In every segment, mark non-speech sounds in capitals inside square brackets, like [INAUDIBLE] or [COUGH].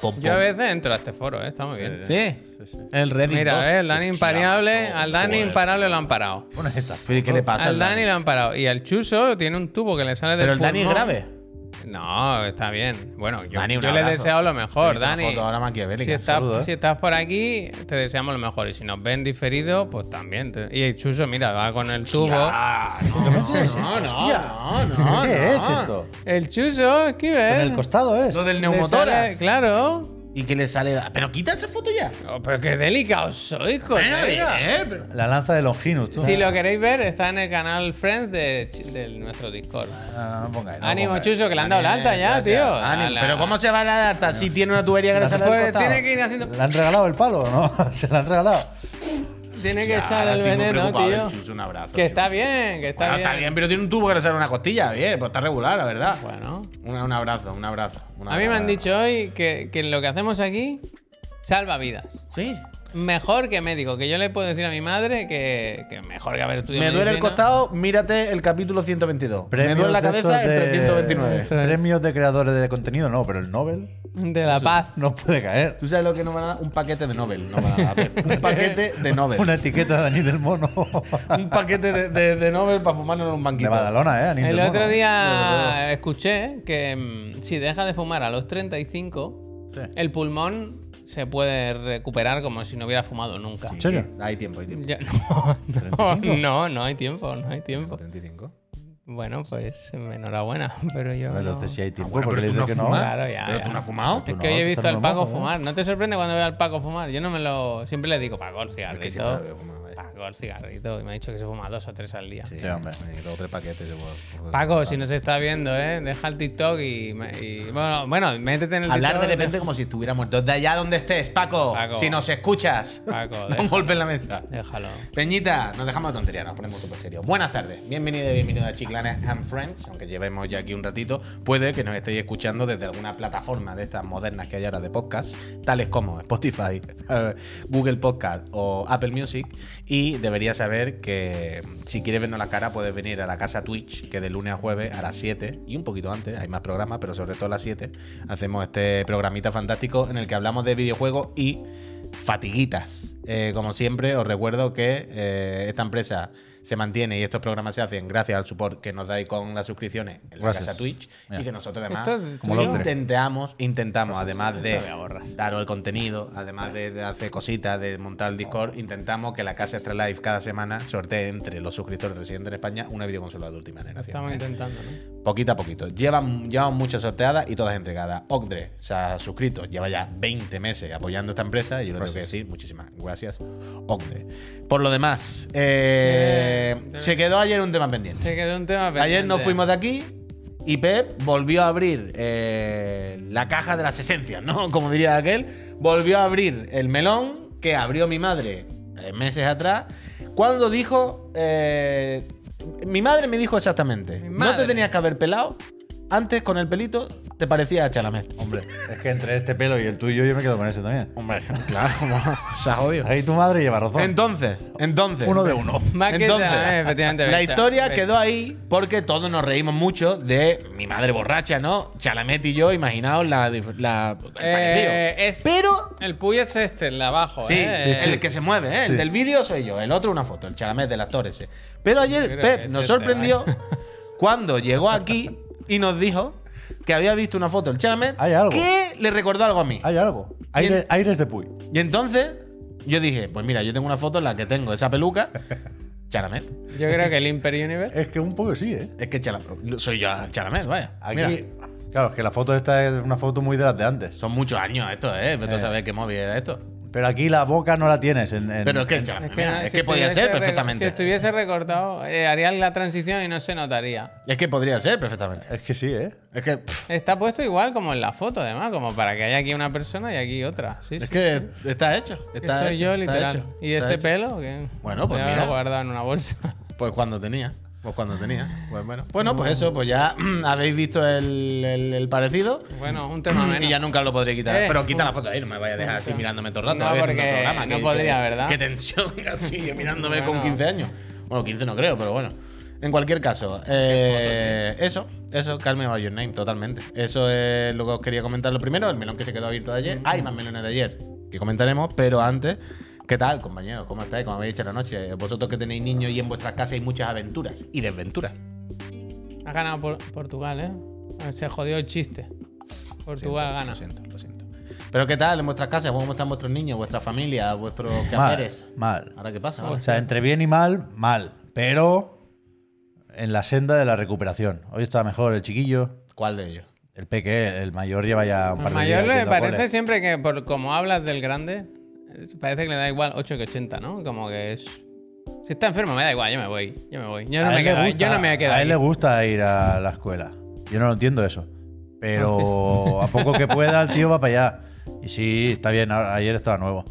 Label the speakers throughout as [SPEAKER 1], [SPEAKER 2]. [SPEAKER 1] pom, pom.
[SPEAKER 2] Yo a veces entro a este foro, ¿eh? está muy bien.
[SPEAKER 1] Sí, el Reddit.
[SPEAKER 2] Mira,
[SPEAKER 1] 2.
[SPEAKER 2] a ver, el Dani Imparable,
[SPEAKER 3] macho,
[SPEAKER 2] al Dani
[SPEAKER 3] joder.
[SPEAKER 2] Imparable lo han parado.
[SPEAKER 1] Bueno, es esta. Fili, ¿Qué le pasa
[SPEAKER 2] Al Dani lo han parado. Y al Chuso tiene un tubo que le sale del
[SPEAKER 1] Pero el Dani es
[SPEAKER 2] pulmón.
[SPEAKER 1] grave.
[SPEAKER 2] No, está bien. Bueno, yo,
[SPEAKER 1] Dani, un
[SPEAKER 2] yo le he
[SPEAKER 1] abrazo.
[SPEAKER 2] deseado lo
[SPEAKER 1] Te he
[SPEAKER 2] mejor,
[SPEAKER 1] visto una
[SPEAKER 2] Dani.
[SPEAKER 1] foto ahora maquiavélica,
[SPEAKER 2] si,
[SPEAKER 1] un
[SPEAKER 2] estás,
[SPEAKER 1] saludo, ¿eh?
[SPEAKER 2] si estás por aquí, te deseamos lo mejor. Y si nos ven diferido, pues también. te- Y el Chuso, mira, va con el tubo.
[SPEAKER 3] Ah, no,
[SPEAKER 4] ¿Qué coño es esto, hostia? ¿Qué es esto?
[SPEAKER 2] El Chuso, aquí
[SPEAKER 4] En
[SPEAKER 2] ves.
[SPEAKER 4] el costado es.
[SPEAKER 1] Lo del
[SPEAKER 2] [LAUGHS] Le sale-
[SPEAKER 1] neumotórax.
[SPEAKER 2] Claro.
[SPEAKER 1] Y que le sale. Pero quita esa foto ya.
[SPEAKER 2] Oh, pero qué delicado soy, colega.
[SPEAKER 4] La lanza de Longinus, tú.
[SPEAKER 2] Si lo queréis ver, está en el canal Friends de, Ch- de nuestro Discord.
[SPEAKER 4] No, no pongáis, Ah, no
[SPEAKER 2] Ánimo,
[SPEAKER 4] pongáis.
[SPEAKER 2] Chuso, que le han dado la alta ya,
[SPEAKER 1] Gracias.
[SPEAKER 2] tío.
[SPEAKER 1] Ánimo.
[SPEAKER 2] Ala.
[SPEAKER 1] Pero ¿cómo se va a dar alta si tiene una tubería que le sale del
[SPEAKER 2] Pues
[SPEAKER 1] costado?
[SPEAKER 2] tiene que ir haciendo.
[SPEAKER 4] ¿Le han regalado el palo o no? [LAUGHS] Se la han regalado.
[SPEAKER 2] Tiene que
[SPEAKER 1] Ya,
[SPEAKER 2] echar el
[SPEAKER 1] estoy muy
[SPEAKER 2] veneno,
[SPEAKER 1] preocupado eh,
[SPEAKER 2] tío.
[SPEAKER 1] del Chus, un abrazo.
[SPEAKER 2] Que
[SPEAKER 1] Chus.
[SPEAKER 2] está bien, que está
[SPEAKER 1] Bueno,
[SPEAKER 2] bien.
[SPEAKER 1] está bien, pero tiene un tubo que le sale una costilla. Bien, pues está regular, la verdad.
[SPEAKER 2] Bueno.
[SPEAKER 1] Una- un abrazo, un abrazo. un
[SPEAKER 2] A mí me han
[SPEAKER 1] abrazo.
[SPEAKER 2] dicho hoy que, que lo que hacemos aquí salva vidas.
[SPEAKER 1] Sí.
[SPEAKER 2] Mejor que médico, que yo le puedo decir a mi madre que, que mejor que haber estudiado.
[SPEAKER 1] Me duele el
[SPEAKER 2] medicina.
[SPEAKER 1] costado, mírate el capítulo 122. Me
[SPEAKER 4] Premios
[SPEAKER 1] duele la
[SPEAKER 4] de estos
[SPEAKER 1] cabeza el
[SPEAKER 4] de-
[SPEAKER 1] 329.
[SPEAKER 2] Eso es.
[SPEAKER 4] Premios de creadores de contenido, no, pero el Nobel
[SPEAKER 2] De la paz.
[SPEAKER 4] no puede caer.
[SPEAKER 1] ¿Tú sabes lo que nos van a dar? Un paquete de Nobel. nos van a dar. A
[SPEAKER 4] [LAUGHS]
[SPEAKER 1] ver, un paquete de
[SPEAKER 4] Una
[SPEAKER 1] Nobel.
[SPEAKER 4] etiqueta de Dani
[SPEAKER 1] [LAUGHS]
[SPEAKER 4] del Mono.
[SPEAKER 1] un paquete de, de- de Nobel para fumarnos en un
[SPEAKER 4] De
[SPEAKER 1] banquito.
[SPEAKER 4] Badalona, ¿eh? Dani
[SPEAKER 2] El
[SPEAKER 4] del
[SPEAKER 2] otro
[SPEAKER 4] Mono.
[SPEAKER 2] día escuché que mm, si deja de fumar a los 35, el pulmón se puede recuperar como si no hubiera fumado nunca.
[SPEAKER 4] ¿En serio?
[SPEAKER 1] Hay tiempo, hay tiempo.
[SPEAKER 2] Ya- no, no, [LAUGHS] no, no hay tiempo, no hay tiempo.
[SPEAKER 1] 35.
[SPEAKER 2] Bueno, pues enhorabuena, pero yo.
[SPEAKER 4] Pero
[SPEAKER 2] no-
[SPEAKER 4] no sé si hay tiempo,
[SPEAKER 1] Ah, bueno,
[SPEAKER 4] porque
[SPEAKER 1] pero
[SPEAKER 4] le
[SPEAKER 1] tú
[SPEAKER 4] dice
[SPEAKER 1] no
[SPEAKER 4] que no.
[SPEAKER 1] fumas.
[SPEAKER 2] Claro, ya.
[SPEAKER 1] ¿Pero
[SPEAKER 2] ya.
[SPEAKER 1] tú no has fumado?
[SPEAKER 2] Es
[SPEAKER 4] Tú
[SPEAKER 2] que
[SPEAKER 4] no,
[SPEAKER 2] hoy he
[SPEAKER 4] tú
[SPEAKER 2] visto
[SPEAKER 4] estás
[SPEAKER 2] al Paco
[SPEAKER 4] normal, ¿eh?
[SPEAKER 2] fumar. ¿No te sorprende cuando veo al Paco fumar? Yo no me lo. Siempre le digo, Paco, el
[SPEAKER 1] que
[SPEAKER 2] cigarrito.
[SPEAKER 1] siempre lo veo fumar, eh.
[SPEAKER 2] Paco, el cigarrito. Y me ha dicho que se fuma dos o tres al día.
[SPEAKER 4] Sí, hombre.
[SPEAKER 1] tres paquetes. Yo,
[SPEAKER 2] Paco, si nos está viendo, ¿eh? deja el TikTok y. me- y- bueno, bueno, métete en el
[SPEAKER 1] Hablar de
[SPEAKER 2] TikTok.
[SPEAKER 1] repente como si estuviéramos dos de allá donde estés, Paco.
[SPEAKER 2] Paco.
[SPEAKER 1] Si nos escuchas,
[SPEAKER 2] Paco,
[SPEAKER 1] [LAUGHS] no
[SPEAKER 2] deja.
[SPEAKER 1] golpes la mesa.
[SPEAKER 2] Déjalo.
[SPEAKER 1] Peñita, nos dejamos de tonterías, nos ponemos súper serios. Buenas tardes, bienvenido y bienvenido a Chiclanes and Friends. Aunque llevemos ya aquí un ratito, puede que nos estéis escuchando desde alguna plataforma de estas modernas que hay ahora de podcast, tales como Spotify, [LAUGHS] Google Podcast o Apple Music. Y deberías saber que si quieres vernos la cara, puedes venir a la casa Twitch, que de lunes a jueves a las 7 y un poquito antes, hay más programas, pero sobre todo a las 7, hacemos este programita fantástico en el que hablamos de videojuegos y fatiguitas. Eh, como siempre, os recuerdo que eh, esta empresa se mantiene y estos programas se hacen gracias al support que nos dais con las suscripciones en la
[SPEAKER 4] Gracias.
[SPEAKER 1] casa Twitch y
[SPEAKER 4] Ya.
[SPEAKER 1] que nosotros además
[SPEAKER 2] Esto es
[SPEAKER 4] Como
[SPEAKER 2] tuyo.
[SPEAKER 4] Londres.
[SPEAKER 1] intentamos, intentamos además de daros el contenido, además de, de hacer cositas, de montar el Discord, intentamos que la casa Extra Live cada semana sortee entre los suscriptores residentes en España una videoconsola de última generación.
[SPEAKER 2] Estamos intentando, ¿no?
[SPEAKER 1] Poquito a poquito. Llevan, llevan muchas sorteadas y todas entregadas. Ogdre se ha suscrito, lleva ya 20 meses apoyando esta empresa y yo le tengo que
[SPEAKER 4] Gracias.
[SPEAKER 1] decir muchísimas gracias, Ogdre. Por lo demás, eh,
[SPEAKER 2] Eh, eh.
[SPEAKER 1] se quedó ayer un tema pendiente.
[SPEAKER 2] Se quedó un tema
[SPEAKER 1] Ayer nos
[SPEAKER 2] pendiente.
[SPEAKER 1] fuimos de aquí y Pep volvió a abrir eh, la caja de las esencias, ¿no? [LAUGHS] Como diría aquel. Volvió a abrir el melón que abrió mi madre eh, meses atrás cuando dijo... eh, mi madre me dijo exactamente,
[SPEAKER 2] Mi
[SPEAKER 1] no te
[SPEAKER 2] madre.
[SPEAKER 1] tenías que haber pelado, antes con el pelito te parecía a Chalamet.
[SPEAKER 4] Hombre, es que entre este pelo y el tuyo yo me quedo con ese también.
[SPEAKER 1] [LAUGHS] Hombre, claro, se ha jodido.
[SPEAKER 4] Ahí tu madre lleva razón.
[SPEAKER 1] Entonces, entonces...
[SPEAKER 4] uno de uno.
[SPEAKER 2] Más que
[SPEAKER 1] Entonces, [LAUGHS]
[SPEAKER 2] Chalamet, efectivamente,
[SPEAKER 1] La
[SPEAKER 2] Becha.
[SPEAKER 1] historia
[SPEAKER 2] Becha.
[SPEAKER 1] quedó ahí porque todos nos reímos mucho de mi madre borracha, ¿no? Chalamet y yo, imaginaos la, dif- la- el
[SPEAKER 2] Eh,
[SPEAKER 1] parecido.
[SPEAKER 2] es-
[SPEAKER 1] Pero.
[SPEAKER 2] El Puy es este, el de abajo.
[SPEAKER 1] Sí,
[SPEAKER 2] ¿eh?
[SPEAKER 1] el que se mueve, ¿eh? El
[SPEAKER 4] Sí.
[SPEAKER 1] del vídeo soy yo, el otro una foto, el Chalamet del actor ese. Pero
[SPEAKER 2] Yo
[SPEAKER 1] ayer
[SPEAKER 2] creo que
[SPEAKER 1] Pep
[SPEAKER 2] es
[SPEAKER 1] nos
[SPEAKER 2] este, [LAUGHS]
[SPEAKER 1] sorprendió
[SPEAKER 2] vaya.
[SPEAKER 1] cuando llegó aquí y nos dijo que había visto una foto del Chalamet
[SPEAKER 4] Hay algo.
[SPEAKER 1] que le recordó algo a mí.
[SPEAKER 4] Hay algo. Aire-
[SPEAKER 1] Bien.
[SPEAKER 4] aires de Puy.
[SPEAKER 1] Y entonces yo dije, pues mira, yo tengo una foto en la que tengo esa peluca, Chalamet.
[SPEAKER 2] Yo creo que el Imperio Universe.
[SPEAKER 4] Es que un poco sí, ¿eh?
[SPEAKER 1] Es que Chalamet, soy yo Chalamet, vaya.
[SPEAKER 4] Aquí,
[SPEAKER 1] Mira.
[SPEAKER 4] claro, es que la foto esta es una foto muy de las de antes.
[SPEAKER 1] Son muchos años esto, ¿eh? Pero tú sabes qué móvil era esto.
[SPEAKER 4] Pero aquí la boca no la tienes. En, en-
[SPEAKER 1] Pero es que,
[SPEAKER 2] Es
[SPEAKER 1] Chalamet,
[SPEAKER 2] que,
[SPEAKER 1] mira,
[SPEAKER 2] no,
[SPEAKER 1] es
[SPEAKER 2] si
[SPEAKER 1] que podía
[SPEAKER 2] estuviese
[SPEAKER 1] ser
[SPEAKER 2] reco- Si
[SPEAKER 1] perfectamente.
[SPEAKER 2] estuviese recortado, eh, haría la transición y no se notaría.
[SPEAKER 1] Es que podría ser perfectamente.
[SPEAKER 4] es que sí, ¿eh?
[SPEAKER 1] Es que, pff,
[SPEAKER 2] Está puesto igual como en la foto, además, como para que haya aquí una persona y aquí otra. Sí,
[SPEAKER 1] es
[SPEAKER 2] sí.
[SPEAKER 1] que está hecho.
[SPEAKER 2] Que
[SPEAKER 1] Está
[SPEAKER 2] soy
[SPEAKER 1] hecho,
[SPEAKER 2] yo,
[SPEAKER 1] está
[SPEAKER 2] literal.
[SPEAKER 1] hecho,
[SPEAKER 2] ¿Y
[SPEAKER 1] está
[SPEAKER 2] este
[SPEAKER 1] hecho.
[SPEAKER 2] pelo? que
[SPEAKER 1] Bueno, pues
[SPEAKER 2] me lo
[SPEAKER 1] mira.
[SPEAKER 2] guardado en una bolsa.
[SPEAKER 1] [LAUGHS] Pues cuando tenía. Pues cuando tenía. Pues bueno. Bueno, pues eso, pues ya [CLEARS THROAT] habéis visto el, el- el parecido.
[SPEAKER 2] Bueno,
[SPEAKER 1] [CLEARS THROAT]
[SPEAKER 2] un tema menos.
[SPEAKER 1] Y ya nunca lo podré quitar.
[SPEAKER 2] Eh,
[SPEAKER 1] Pero quita
[SPEAKER 2] un-
[SPEAKER 1] la foto de ahí, no me vaya a dejar así mirándome todo el rato.
[SPEAKER 2] [LAUGHS] No,
[SPEAKER 1] a veces en
[SPEAKER 2] porque
[SPEAKER 1] el programa,
[SPEAKER 2] no
[SPEAKER 1] qué-
[SPEAKER 2] podría,
[SPEAKER 1] qué- [LAUGHS]
[SPEAKER 2] ¿verdad? [LAUGHS]
[SPEAKER 1] Qué tensión, así, yo mirándome con
[SPEAKER 2] Bueno.
[SPEAKER 1] 15 años. Bueno, 15 no creo, pero bueno. En cualquier caso, eh, eso, eso, Carmen By Your Name, totalmente. Eso es lo que os quería comentar lo primero, el melón que se quedó abierto de ayer. Hay más melones de ayer que comentaremos, pero antes, ¿qué tal, compañeros? ¿Cómo estáis? ¿Cómo habéis hecho la noche? Vosotros que tenéis niños y en vuestras casas hay muchas aventuras y desventuras.
[SPEAKER 2] Ha ganado por- Portugal, ¿eh? Se jodió el chiste. Portugal
[SPEAKER 1] Siento,
[SPEAKER 2] gana.
[SPEAKER 1] Lo siento, lo siento. Pero ¿qué tal en vuestras casas? ¿Cómo están vuestros niños, vuestra familia, vuestros
[SPEAKER 4] Mal,
[SPEAKER 1] quehaceres?
[SPEAKER 4] mal.
[SPEAKER 1] ¿Ahora pues qué pasa?
[SPEAKER 4] O sea, entre bien y mal, mal. Pero en la senda de la recuperación. Hoy está mejor el chiquillo.
[SPEAKER 1] ¿Cuál de ellos?
[SPEAKER 4] El peque, el mayor lleva ya un par
[SPEAKER 2] Al
[SPEAKER 4] de
[SPEAKER 2] mayor
[SPEAKER 4] días
[SPEAKER 2] le
[SPEAKER 4] yendo a
[SPEAKER 2] parece
[SPEAKER 4] cole.
[SPEAKER 2] siempre que, por como hablas del grande, eh, parece que le da igual 8 que 80, ¿no? Como que es. Si está enfermo, me da igual, yo me voy. Yo me voy. Yo no,
[SPEAKER 4] A
[SPEAKER 2] me,
[SPEAKER 4] él le
[SPEAKER 2] quedo, ahí,
[SPEAKER 4] gusta-
[SPEAKER 2] yo no me voy a quedar
[SPEAKER 4] A él le
[SPEAKER 2] ahí.
[SPEAKER 4] gusta ir a la escuela. Yo no lo entiendo eso. Pero a poco que pueda, el tío va para allá. Y sí, está bien, ahora- ayer estaba nuevo.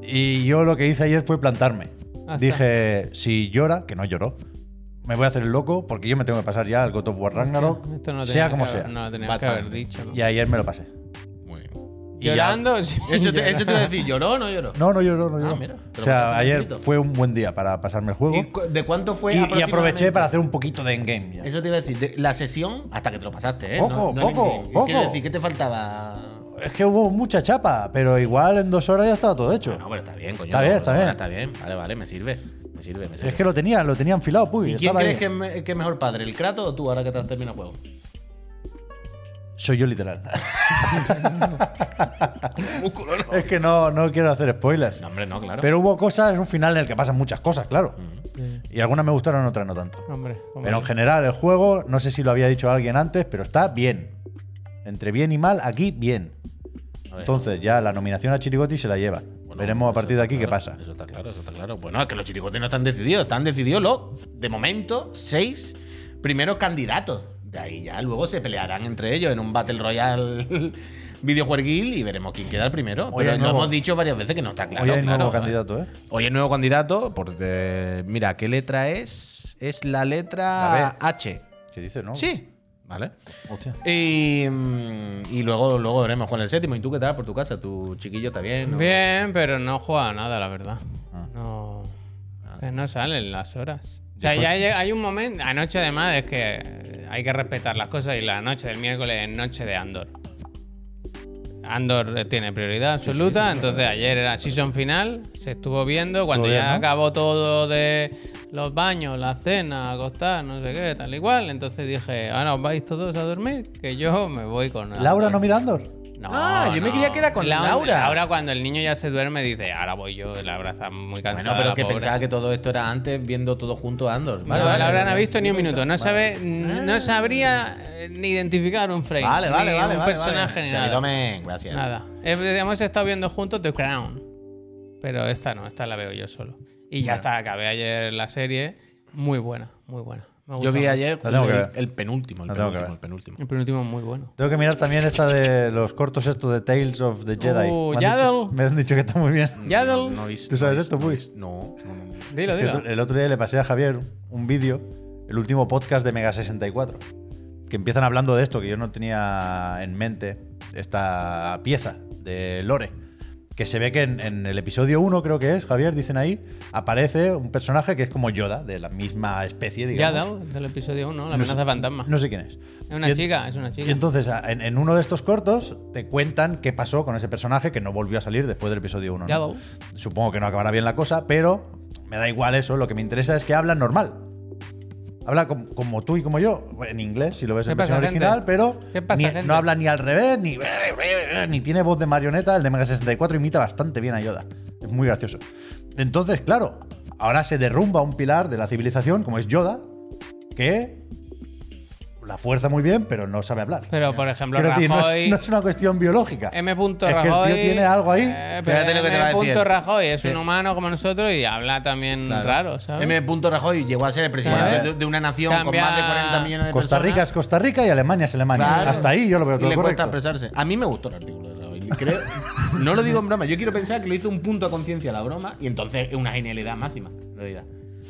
[SPEAKER 4] Y yo lo que hice ayer fue plantarme.
[SPEAKER 2] Ah, está.
[SPEAKER 4] Dije, si llora, que no lloró, me voy a hacer el loco porque yo me tengo que pasar ya al God of War Ragnarok,
[SPEAKER 2] Esto no lo
[SPEAKER 4] sea
[SPEAKER 2] tenías
[SPEAKER 4] como
[SPEAKER 2] que haber-
[SPEAKER 4] sea.
[SPEAKER 2] No lo tenías que haber
[SPEAKER 1] Bastante.
[SPEAKER 2] dicho, ¿no?
[SPEAKER 4] Y ayer me lo pasé.
[SPEAKER 1] Muy bien.
[SPEAKER 4] [LAUGHS] Y ya-
[SPEAKER 2] Llorando, sí.
[SPEAKER 1] Eso te, eso te iba a decir, ¿lloró o no lloró?
[SPEAKER 4] No, no lloró, no lloró.
[SPEAKER 1] Ah, mira, te lo
[SPEAKER 4] o sea,
[SPEAKER 1] pasaste
[SPEAKER 4] ayer
[SPEAKER 1] tranquilito.
[SPEAKER 4] fue un buen día para pasarme el juego.
[SPEAKER 1] ¿Y cu- ¿De cuánto fue?
[SPEAKER 4] Y, y
[SPEAKER 1] aproximadamente?
[SPEAKER 4] aproveché para hacer un poquito de endgame. ya.
[SPEAKER 1] Eso te iba a decir, de- la sesión, hasta que te lo pasaste, ¿eh?
[SPEAKER 4] Poco,
[SPEAKER 1] No- no el
[SPEAKER 4] poco,
[SPEAKER 1] endgame.
[SPEAKER 4] poco.
[SPEAKER 1] Quiero decir, ¿qué te faltaba?
[SPEAKER 4] Es que hubo mucha chapa, pero igual en dos horas ya estaba todo hecho.
[SPEAKER 1] No, pero está bien, coño.
[SPEAKER 4] Está bien, está bien.
[SPEAKER 1] Está bien, vale, vale, me sirve. Me sirve, me sirve.
[SPEAKER 4] es que lo tenían, lo tenían filado, puy.
[SPEAKER 1] ¿Y quién
[SPEAKER 4] estaba
[SPEAKER 1] crees
[SPEAKER 4] ahí.
[SPEAKER 1] que es me- que es mejor padre, el Kratos o tú, ahora que te has terminado el juego?
[SPEAKER 4] Soy yo literal. [LAUGHS] es que no, no quiero hacer spoilers.
[SPEAKER 1] No, hombre, no, claro.
[SPEAKER 4] Pero hubo cosas, un final en el que pasan muchas cosas, claro.
[SPEAKER 2] Sí.
[SPEAKER 4] Y algunas me gustaron, otras no tanto.
[SPEAKER 2] Hombre, como
[SPEAKER 4] Pero en
[SPEAKER 2] yo.
[SPEAKER 4] general, el juego, no sé si lo había dicho alguien antes, pero está bien. Entre bien y mal, aquí bien.
[SPEAKER 1] A ver.
[SPEAKER 4] Entonces, ya la nominación a Chirigoti se la lleva.
[SPEAKER 1] Bueno,
[SPEAKER 4] Veremos a
[SPEAKER 1] eso
[SPEAKER 4] partir de
[SPEAKER 1] está
[SPEAKER 4] aquí qué
[SPEAKER 1] claro,
[SPEAKER 4] pasa.
[SPEAKER 1] Eso está claro, eso está claro. Bueno, es que los chiricotes no están decididos. Están decididos los, de momento, seis primeros candidatos. De ahí ya luego se pelearán entre ellos en un Battle Royale [LAUGHS] videojueguil y veremos quién queda el primero.
[SPEAKER 4] Hoy
[SPEAKER 1] Pero
[SPEAKER 4] hay
[SPEAKER 1] lo
[SPEAKER 4] nuevo-
[SPEAKER 1] hemos dicho varias veces que no está claro.
[SPEAKER 4] Hoy hay
[SPEAKER 1] claro,
[SPEAKER 4] nuevo
[SPEAKER 1] ¿eh?
[SPEAKER 4] candidato, ¿eh?
[SPEAKER 1] Hoy es nuevo candidato. Por de- Mira, ¿qué letra es? Es la letra
[SPEAKER 4] La Oh.
[SPEAKER 1] H.
[SPEAKER 4] ¿Qué dice, no?
[SPEAKER 1] Sí. Vale.
[SPEAKER 4] Hostia.
[SPEAKER 1] Y, mm, y luego, luego veremos cuál es el séptimo. ¿Y tú qué tal por tu casa? ¿Tu chiquillo está bien? o-
[SPEAKER 2] Bien, pero no juega nada, la verdad.
[SPEAKER 4] Ah.
[SPEAKER 2] No. que no salen las horas. O sea,
[SPEAKER 4] Después-
[SPEAKER 2] ya llega- hay un momento, anoche además, es que hay que respetar las cosas y la noche del miércoles es noche de Andor. Andor tiene prioridad absoluta, entonces ayer era season final, se estuvo viendo, cuando
[SPEAKER 4] bien,
[SPEAKER 2] ya
[SPEAKER 4] ¿no?
[SPEAKER 2] acabó todo de los baños, la cena, acostar, no sé qué, tal y cual, entonces dije, ahora os vais todos a dormir, que yo me voy con...
[SPEAKER 4] ¿Laura
[SPEAKER 2] Andor".
[SPEAKER 4] no mira Andor?
[SPEAKER 2] No,
[SPEAKER 1] Ah, yo me creía que era con Laura.
[SPEAKER 2] Laura cuando el niño ya se duerme dice, ahora voy yo, Laura está muy
[SPEAKER 1] Bueno,
[SPEAKER 2] cansada.
[SPEAKER 1] pero que
[SPEAKER 2] la pobre".
[SPEAKER 1] pensaba que todo esto era antes viendo todo junto a Andor.
[SPEAKER 2] No, Laura no ha visto ni un minuto, no sabe,
[SPEAKER 1] Ah.
[SPEAKER 2] no sabría eh, ni identificar un frame,
[SPEAKER 1] Vale, vale,
[SPEAKER 2] ni
[SPEAKER 1] vale.
[SPEAKER 2] un
[SPEAKER 1] vale,
[SPEAKER 2] personaje
[SPEAKER 1] vale.
[SPEAKER 2] ni
[SPEAKER 1] Se
[SPEAKER 2] nada.
[SPEAKER 1] tomen, gracias.
[SPEAKER 2] Nada. He- Hemos estado viendo juntos The Crown, pero esta no, esta la veo yo solo. Y ya está, acabé ayer la serie, muy buena, muy buena. Me
[SPEAKER 1] Yo
[SPEAKER 2] gustó
[SPEAKER 1] vi
[SPEAKER 2] mucho.
[SPEAKER 1] ayer
[SPEAKER 4] La tengo que
[SPEAKER 1] el,
[SPEAKER 4] ver.
[SPEAKER 1] el penúltimo, el
[SPEAKER 4] La tengo que
[SPEAKER 1] penúltimo,
[SPEAKER 4] ver.
[SPEAKER 1] el penúltimo.
[SPEAKER 2] El penúltimo es muy bueno.
[SPEAKER 4] Tengo que mirar también esta de los cortos estos de Tales of the Jedi.
[SPEAKER 2] Uh,
[SPEAKER 4] me, han dicho,
[SPEAKER 2] Yaddle.
[SPEAKER 4] me han dicho que está muy bien.
[SPEAKER 2] Yaddle,
[SPEAKER 1] he visto-
[SPEAKER 4] ¿Tú sabes
[SPEAKER 1] no he
[SPEAKER 4] esto,
[SPEAKER 1] visto-
[SPEAKER 4] Puis?
[SPEAKER 1] No, no, no, no.
[SPEAKER 2] dilo, dilo.
[SPEAKER 4] Que
[SPEAKER 1] eh,
[SPEAKER 4] otro- el otro día le pasé a Javier un vídeo, el último podcast de Mega 64, que empiezan hablando de esto, que yo no tenía en mente esta pieza de Lore. Que se ve que en, en el episodio 1, creo que es, Javier, dicen ahí, aparece un personaje que es como Yoda, de la misma especie, digamos.
[SPEAKER 2] Yaddle, del episodio 1, la
[SPEAKER 4] No sé-
[SPEAKER 2] amenaza fantasma.
[SPEAKER 4] No sé quién es.
[SPEAKER 2] Es una
[SPEAKER 4] Y en-
[SPEAKER 2] chica, es una chica.
[SPEAKER 4] Y entonces, a- en, en uno de estos cortos, te cuentan qué pasó con ese personaje que no volvió a salir después del episodio 1. ¿no?
[SPEAKER 2] Yaddle.
[SPEAKER 4] Supongo que no acabará bien la cosa, pero me da igual eso. Lo que me interesa es que hablan normal. Habla com- como, tú y como yo, en inglés, si lo ves
[SPEAKER 2] ¿Qué
[SPEAKER 4] en
[SPEAKER 2] pasa,
[SPEAKER 4] versión original,
[SPEAKER 2] gente?
[SPEAKER 4] pero
[SPEAKER 2] ¿Qué pasa,
[SPEAKER 4] ni-
[SPEAKER 2] gente?
[SPEAKER 4] no habla ni al revés, ni, ni tiene voz de marioneta. El de Mega 64 imita bastante bien a Yoda. Es muy gracioso. Entonces, claro, ahora se derrumba un pilar de la civilización, como es Yoda, que la fuerza muy bien, pero no sabe hablar.
[SPEAKER 2] Pero, por ejemplo,
[SPEAKER 4] Quiero decir, no es-
[SPEAKER 2] Rajoy...
[SPEAKER 4] no es una cuestión biológica.
[SPEAKER 2] M.
[SPEAKER 4] Es que el tío
[SPEAKER 2] Rajoy.
[SPEAKER 4] tiene algo ahí.
[SPEAKER 2] eh, pero
[SPEAKER 1] Fíjate lo que te va a
[SPEAKER 2] M.
[SPEAKER 1] decir.
[SPEAKER 2] Rajoy es
[SPEAKER 1] Sí.
[SPEAKER 2] un humano como nosotros y habla también
[SPEAKER 1] Claro.
[SPEAKER 2] raro, ¿sabes?
[SPEAKER 1] M. Rajoy llegó a ser el presidente
[SPEAKER 4] Claro.
[SPEAKER 1] de, de una nación
[SPEAKER 2] Cambia-
[SPEAKER 1] con más de 40 millones de
[SPEAKER 4] Costa
[SPEAKER 1] personas.
[SPEAKER 4] Rica es Costa Rica y Alemania es Alemania.
[SPEAKER 1] Claro.
[SPEAKER 4] Hasta ahí yo lo veo
[SPEAKER 1] Y
[SPEAKER 4] todo
[SPEAKER 1] le cuesta
[SPEAKER 4] correcto.
[SPEAKER 1] expresarse. A mí me gustó el artículo de Rajoy. Creo, [LAUGHS] no lo digo en broma, yo quiero pensar que lo hizo un punto a conciencia la broma y entonces es una genialidad máxima, en realidad.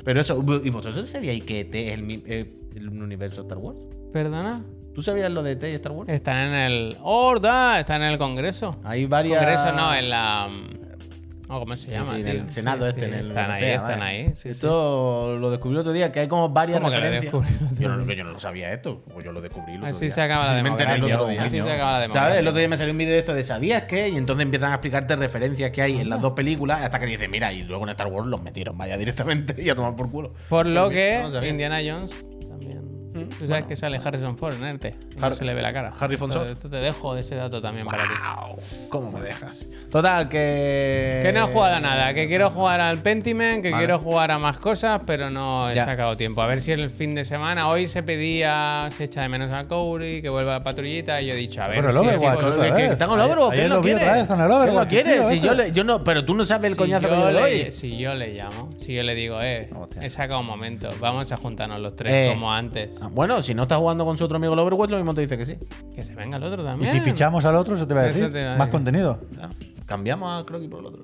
[SPEAKER 1] Pero eso, ¿y vosotros sabíais que ET es el, mi- eh, el universo Star Wars?
[SPEAKER 2] ¿Perdona?
[SPEAKER 1] ¿Tú sabías lo de ET y Star Wars?
[SPEAKER 2] Están en el... ¡Horda! Están en el Congreso.
[SPEAKER 1] Hay varias.
[SPEAKER 2] Congreso no, en la... mm, ¿no? ¿Cómo se
[SPEAKER 1] Sí,
[SPEAKER 2] llama?
[SPEAKER 1] sí, en el
[SPEAKER 2] tío?
[SPEAKER 1] Senado este, en el-
[SPEAKER 2] Están
[SPEAKER 1] lo que
[SPEAKER 2] ahí,
[SPEAKER 1] sea,
[SPEAKER 2] están
[SPEAKER 1] vale.
[SPEAKER 2] ahí. sí, sí.
[SPEAKER 1] esto lo descubrí el otro día, que hay como varias
[SPEAKER 2] ¿Cómo que lo
[SPEAKER 1] referencias.
[SPEAKER 2] descubrí
[SPEAKER 1] [LAUGHS]
[SPEAKER 2] el otro
[SPEAKER 1] yo, no, yo no lo sabía esto, o yo lo descubrí el otro
[SPEAKER 2] Así
[SPEAKER 1] día.
[SPEAKER 2] se acaba
[SPEAKER 1] [LAUGHS]
[SPEAKER 2] la
[SPEAKER 1] Me enteré el
[SPEAKER 2] democracia.
[SPEAKER 1] otro día.
[SPEAKER 2] Así se acaba la
[SPEAKER 1] ¿Sabes? El
[SPEAKER 2] democracia.
[SPEAKER 1] otro día me salió un vídeo de esto de ¿sabías qué? Y entonces empiezan a explicarte referencias que hay en las dos películas hasta que dices, mira, y luego en Star Wars los metieron, vaya directamente [LAUGHS] y a tomar por culo.
[SPEAKER 2] Por lo
[SPEAKER 1] Pero mira,
[SPEAKER 2] que
[SPEAKER 1] no lo sabía.
[SPEAKER 2] Indiana Jones también. Tú sabes que sale Harrison Ford en ERTE. y no
[SPEAKER 1] Mm. Har-
[SPEAKER 2] se le ve la cara.
[SPEAKER 1] Harry
[SPEAKER 2] Esto-
[SPEAKER 1] Fonsor.
[SPEAKER 2] Esto te dejo ese dato también para ti.
[SPEAKER 1] ¡Wow! ¿Cómo me dejas? Total, que.
[SPEAKER 2] Que no he jugado a nada, que quiero jugar al Pentiment, que
[SPEAKER 1] Vale.
[SPEAKER 2] quiero jugar a más cosas, pero no he
[SPEAKER 1] Ya.
[SPEAKER 2] sacado tiempo. A ver si el fin de semana, hoy se pedía, se echa de menos a Cody, que vuelva a la patrullita, y yo he dicho, a ver.
[SPEAKER 4] Pero el
[SPEAKER 2] si
[SPEAKER 4] Overwatch,
[SPEAKER 2] sigo-
[SPEAKER 4] otra
[SPEAKER 1] Que- que
[SPEAKER 4] vez.
[SPEAKER 1] está con ¿eh? el
[SPEAKER 4] Ayer-
[SPEAKER 1] Overwatch, que
[SPEAKER 4] ayer
[SPEAKER 1] él no
[SPEAKER 4] lo vi
[SPEAKER 1] quiere.
[SPEAKER 4] otra vez con el
[SPEAKER 1] Él
[SPEAKER 4] Overwatch,
[SPEAKER 1] no quiere,
[SPEAKER 4] tío,
[SPEAKER 1] si
[SPEAKER 4] esto.
[SPEAKER 1] yo le- yo no- pero tú no sabes el
[SPEAKER 2] si
[SPEAKER 1] coñazo que
[SPEAKER 2] yo
[SPEAKER 1] yo le doy.
[SPEAKER 2] le- Si yo le llamo, si yo le digo, eh,
[SPEAKER 4] Hostia.
[SPEAKER 2] he sacado un momento, vamos a juntarnos los tres,
[SPEAKER 1] Eh.
[SPEAKER 2] como antes.
[SPEAKER 1] Ah, Bueno, si no estás jugando con su otro amigo el Overwatch, lo mismo te dice que sí.
[SPEAKER 2] Que se venga el otro
[SPEAKER 4] Y
[SPEAKER 2] también.
[SPEAKER 4] si fichamos al otro, eso te va a
[SPEAKER 2] Eso
[SPEAKER 4] decir.
[SPEAKER 2] te iba a
[SPEAKER 4] Más
[SPEAKER 2] decir.
[SPEAKER 4] contenido.
[SPEAKER 1] Ah, Cambiamos a Crocky por el otro.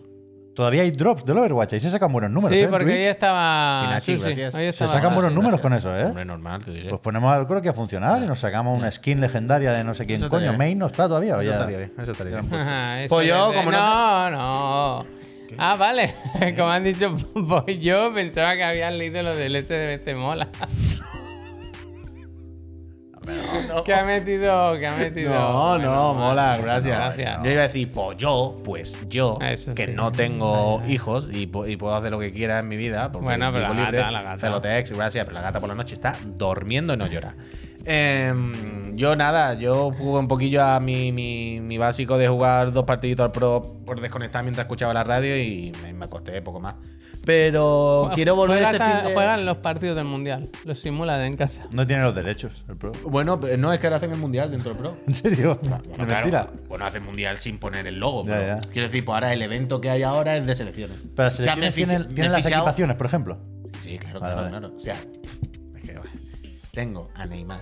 [SPEAKER 4] Todavía hay drops del Overwatch. Ahí se sacan buenos números.
[SPEAKER 2] Sí,
[SPEAKER 4] ¿eh? en
[SPEAKER 2] porque
[SPEAKER 4] Twitch.
[SPEAKER 2] hoy estaba.
[SPEAKER 1] Y Nachi,
[SPEAKER 2] sí, sí,
[SPEAKER 1] gracias.
[SPEAKER 2] hoy
[SPEAKER 1] Se
[SPEAKER 4] Se
[SPEAKER 2] estaba-
[SPEAKER 4] sacan buenos
[SPEAKER 2] sí,
[SPEAKER 4] números
[SPEAKER 2] gracias.
[SPEAKER 4] con eso, ¿eh?
[SPEAKER 1] Hombre, normal, te diré.
[SPEAKER 4] Pues ponemos al Croc a funcionar y nos sacamos una skin legendaria de no sé quién.
[SPEAKER 1] Eso estaría bien.
[SPEAKER 4] Coño, Main no está todavía. o
[SPEAKER 1] eso
[SPEAKER 4] ya?
[SPEAKER 1] estaría bien, eso estaría bien.
[SPEAKER 2] Ajá, eso
[SPEAKER 1] Pues yo,
[SPEAKER 2] desde-
[SPEAKER 1] como no-
[SPEAKER 2] No, no. Ah, vale. [LAUGHS] Como han dicho, pues yo pensaba que habían leído lo del SDBC Mola. Que ha metido. Que ha metido.
[SPEAKER 1] No,
[SPEAKER 2] Bueno,
[SPEAKER 1] no,
[SPEAKER 2] bueno,
[SPEAKER 1] mola,
[SPEAKER 2] pues
[SPEAKER 1] gracias.
[SPEAKER 2] no, gracias.
[SPEAKER 1] Yo iba a decir, pues yo, pues yo,
[SPEAKER 2] Eso
[SPEAKER 1] que
[SPEAKER 2] sí.
[SPEAKER 1] no tengo hijos y, po- y puedo hacer lo que quiera en mi vida. porque
[SPEAKER 2] Bueno, pero
[SPEAKER 1] vivo
[SPEAKER 2] la gata, la gata.
[SPEAKER 1] Celotex, gracias, pero la gata por la noche está durmiendo y no llora. Em, yo nada, yo jugué un poquillo a mi, mi- mi básico de jugar dos partiditos al pro por desconectar mientras escuchaba la radio y me, me acosté poco más. Pero quiero volver
[SPEAKER 2] Juegas
[SPEAKER 1] este
[SPEAKER 2] a-
[SPEAKER 1] fin de...
[SPEAKER 2] Juegan los partidos del mundial. Los simulan en casa.
[SPEAKER 4] No tiene los derechos, el pro. [LAUGHS]
[SPEAKER 1] Bueno, pero no es que ahora hacen el mundial dentro del pro.
[SPEAKER 4] ¿En serio?
[SPEAKER 1] Bueno,
[SPEAKER 4] de
[SPEAKER 1] claro,
[SPEAKER 4] mentira.
[SPEAKER 1] Bueno, hace mundial sin poner el logo.
[SPEAKER 4] Ya,
[SPEAKER 1] pero
[SPEAKER 4] ya.
[SPEAKER 1] Quiero decir, pues ahora el evento que hay ahora es de selecciones.
[SPEAKER 4] Pero las
[SPEAKER 1] O sea, me he
[SPEAKER 4] selecciones tienen,
[SPEAKER 1] ficha-
[SPEAKER 4] tienen
[SPEAKER 1] me he
[SPEAKER 4] las
[SPEAKER 1] fichado-
[SPEAKER 4] equipaciones, por ejemplo.
[SPEAKER 1] Sí, claro,
[SPEAKER 4] Vale,
[SPEAKER 1] claro,
[SPEAKER 4] vale.
[SPEAKER 1] claro. O sea, es que, bueno, tengo a Neymar.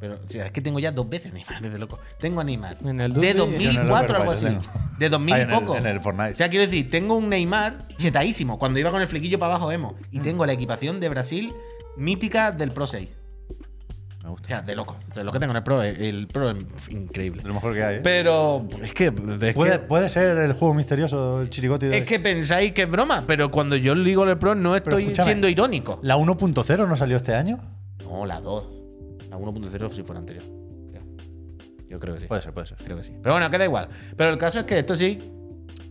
[SPEAKER 1] Pero, o sea, es que tengo ya dos veces a Neymar, [LAUGHS] desde loco. Tengo a Neymar.
[SPEAKER 2] En el
[SPEAKER 1] de
[SPEAKER 2] Dundee.
[SPEAKER 1] 2004 algo
[SPEAKER 4] Yo
[SPEAKER 1] así.
[SPEAKER 4] en el Overwatch
[SPEAKER 1] De 2000
[SPEAKER 4] Ah,
[SPEAKER 1] y
[SPEAKER 4] en el-
[SPEAKER 1] poco.
[SPEAKER 4] en el Fortnite.
[SPEAKER 1] O sea, quiero decir, tengo un Neymar chetadísimo. Cuando iba con el flequillo para abajo, emo.
[SPEAKER 4] Mm.
[SPEAKER 1] Y tengo la equipación de Brasil mítica del Pro 6.
[SPEAKER 4] Me
[SPEAKER 1] O
[SPEAKER 4] gusta.
[SPEAKER 1] sea, de loco. De lo que tengo en el Pro, el Pro es increíble.
[SPEAKER 4] Es lo mejor que hay. ¿eh?
[SPEAKER 1] Pero es que, es
[SPEAKER 4] ¿Puede,
[SPEAKER 1] que,
[SPEAKER 4] puede ser el juego misterioso, el chirigoti. De...
[SPEAKER 1] es que pensáis que es broma, pero cuando yo le digo el pro no estoy
[SPEAKER 4] escúchame.
[SPEAKER 1] siendo irónico.
[SPEAKER 4] ¿La 1.0 no salió este año?
[SPEAKER 1] No, la 2. La 1.0 si fuera anterior. creo. Yo creo que sí.
[SPEAKER 4] Puede ser, puede ser.
[SPEAKER 1] Creo que sí. Pero bueno, queda igual. Pero el caso es que esto sí.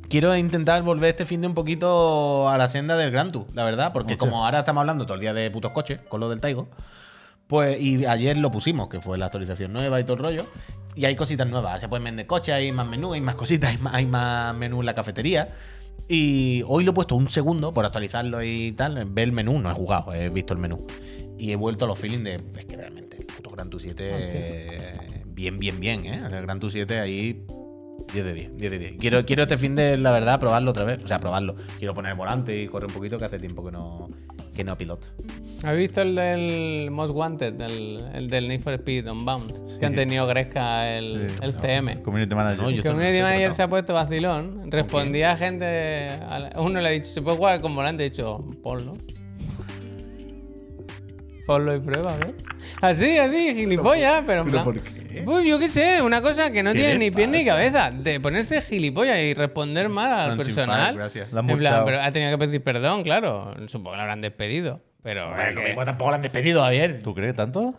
[SPEAKER 1] Quiero intentar volver este fin de un poquito a la senda del Gran Tour, la verdad, porque
[SPEAKER 4] Hostia.
[SPEAKER 1] como ahora estamos hablando todo el día de putos coches con lo del Taigo, pues y ayer lo pusimos, que fue la actualización nueva y todo el rollo, y hay cositas nuevas, ahora se pueden vender coches, hay más menú, hay más cositas, hay más, hay más menú en la cafetería. Y hoy lo he puesto un segundo por actualizarlo y tal, ver el menú, no he jugado, he visto el menú. Y he vuelto a los feelings de, es que realmente, el puto Gran Tour 7, eh, bien, bien, bien, ¿eh? O sea, El Gran Tour 7 ahí 10 de 10, 10 de 10. Quiero, quiero este fin de, la verdad, probarlo otra vez. O sea, probarlo. Quiero poner volante y correr un poquito, que hace tiempo que no, que no piloto.
[SPEAKER 2] ¿Has visto el del Most Wanted, el, el del Need for Speed Unbound? Que han tenido Gresca el, el CM.
[SPEAKER 4] Community Manager.
[SPEAKER 1] No, yo-
[SPEAKER 2] Que
[SPEAKER 1] esto
[SPEAKER 2] un
[SPEAKER 1] lo sé,
[SPEAKER 2] community
[SPEAKER 1] ¿qué
[SPEAKER 2] manager
[SPEAKER 1] pasó?
[SPEAKER 2] se ha puesto vacilón. Respondía a gente. a la- uno le ha dicho, ¿se puede jugar con volante? He dicho, ponlo. Ponlo y prueba, a ver. Así, así, gilipollas, pero. en
[SPEAKER 1] pero
[SPEAKER 2] plan-
[SPEAKER 1] ¿por qué?
[SPEAKER 2] Pues yo qué sé, una cosa que no
[SPEAKER 1] ¿Qué
[SPEAKER 2] tiene
[SPEAKER 1] le
[SPEAKER 2] ni pies ni
[SPEAKER 1] pasa?
[SPEAKER 2] cabeza. De ponerse gilipollas y responder mal al
[SPEAKER 1] Tan sin
[SPEAKER 2] personal.
[SPEAKER 1] fan, gracias.
[SPEAKER 4] La han
[SPEAKER 2] en plan,
[SPEAKER 4] mochao.
[SPEAKER 2] pero ha tenido que pedir perdón, claro. Supongo que lo habrán despedido. Pero.
[SPEAKER 1] Hombre,
[SPEAKER 2] es
[SPEAKER 1] lo
[SPEAKER 2] que-
[SPEAKER 1] mismo tampoco lo han despedido, Javier.
[SPEAKER 4] ¿Tú crees tanto?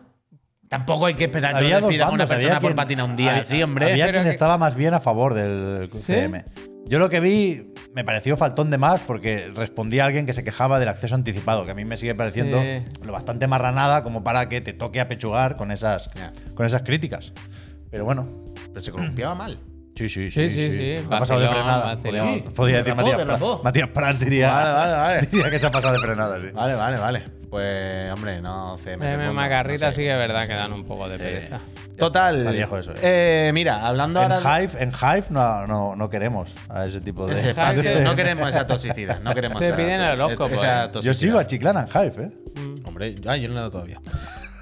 [SPEAKER 1] Tampoco hay que esperar que
[SPEAKER 4] Había
[SPEAKER 1] lo
[SPEAKER 4] dos
[SPEAKER 1] despidan a una
[SPEAKER 4] bandos, había
[SPEAKER 1] persona por
[SPEAKER 4] quien-
[SPEAKER 1] patinar un día.
[SPEAKER 4] había-
[SPEAKER 1] sí, hombre.
[SPEAKER 4] Había
[SPEAKER 2] Pero
[SPEAKER 4] quien
[SPEAKER 2] que-
[SPEAKER 4] estaba más bien a favor del CM. Yo lo que vi me pareció faltón de más porque respondía a alguien que se quejaba del acceso anticipado, que a mí me sigue pareciendo
[SPEAKER 2] Sí.
[SPEAKER 4] lo bastante marranada como para que te toque apechugar con esas,
[SPEAKER 1] Ya.
[SPEAKER 4] con esas críticas. Pero bueno,
[SPEAKER 1] Pero se columpiaba mal.
[SPEAKER 4] sí, sí,
[SPEAKER 2] Sí,
[SPEAKER 4] sí.
[SPEAKER 2] sí, sí.
[SPEAKER 4] Ha pasado de
[SPEAKER 2] Vacilón,
[SPEAKER 4] frenada.
[SPEAKER 2] vacilón.
[SPEAKER 4] Podía, podía decir
[SPEAKER 1] Derrapó,
[SPEAKER 4] Matías,
[SPEAKER 1] derrapó.
[SPEAKER 4] Prats. Matías Prats diría,
[SPEAKER 1] Vale, vale, vale.
[SPEAKER 4] [LAUGHS] diría que se ha pasado de frenada, sí.
[SPEAKER 1] Vale, vale, vale. Pues, hombre, no se
[SPEAKER 2] CM Macarrita sí que es verdad que dan un poco
[SPEAKER 1] Eh.
[SPEAKER 2] de pereza.
[SPEAKER 1] Total.
[SPEAKER 4] Está viejo eso,
[SPEAKER 1] eh, mira, hablando
[SPEAKER 4] En
[SPEAKER 1] ahora. [LAUGHS] de-
[SPEAKER 4] Hive, en Hive no, no, no queremos a ese tipo [LAUGHS] de.
[SPEAKER 1] Ese
[SPEAKER 2] Hive
[SPEAKER 1] espacio,
[SPEAKER 2] que-
[SPEAKER 1] no queremos esa toxicidad. No queremos
[SPEAKER 2] Te
[SPEAKER 1] esa-
[SPEAKER 2] piden el
[SPEAKER 1] esa
[SPEAKER 2] horóscopo, eh.
[SPEAKER 4] Yo
[SPEAKER 1] toxicidad.
[SPEAKER 4] sigo a Chiclana en Hive, ¿eh?
[SPEAKER 1] Hombre, yo- ah, yo no le he dado todavía.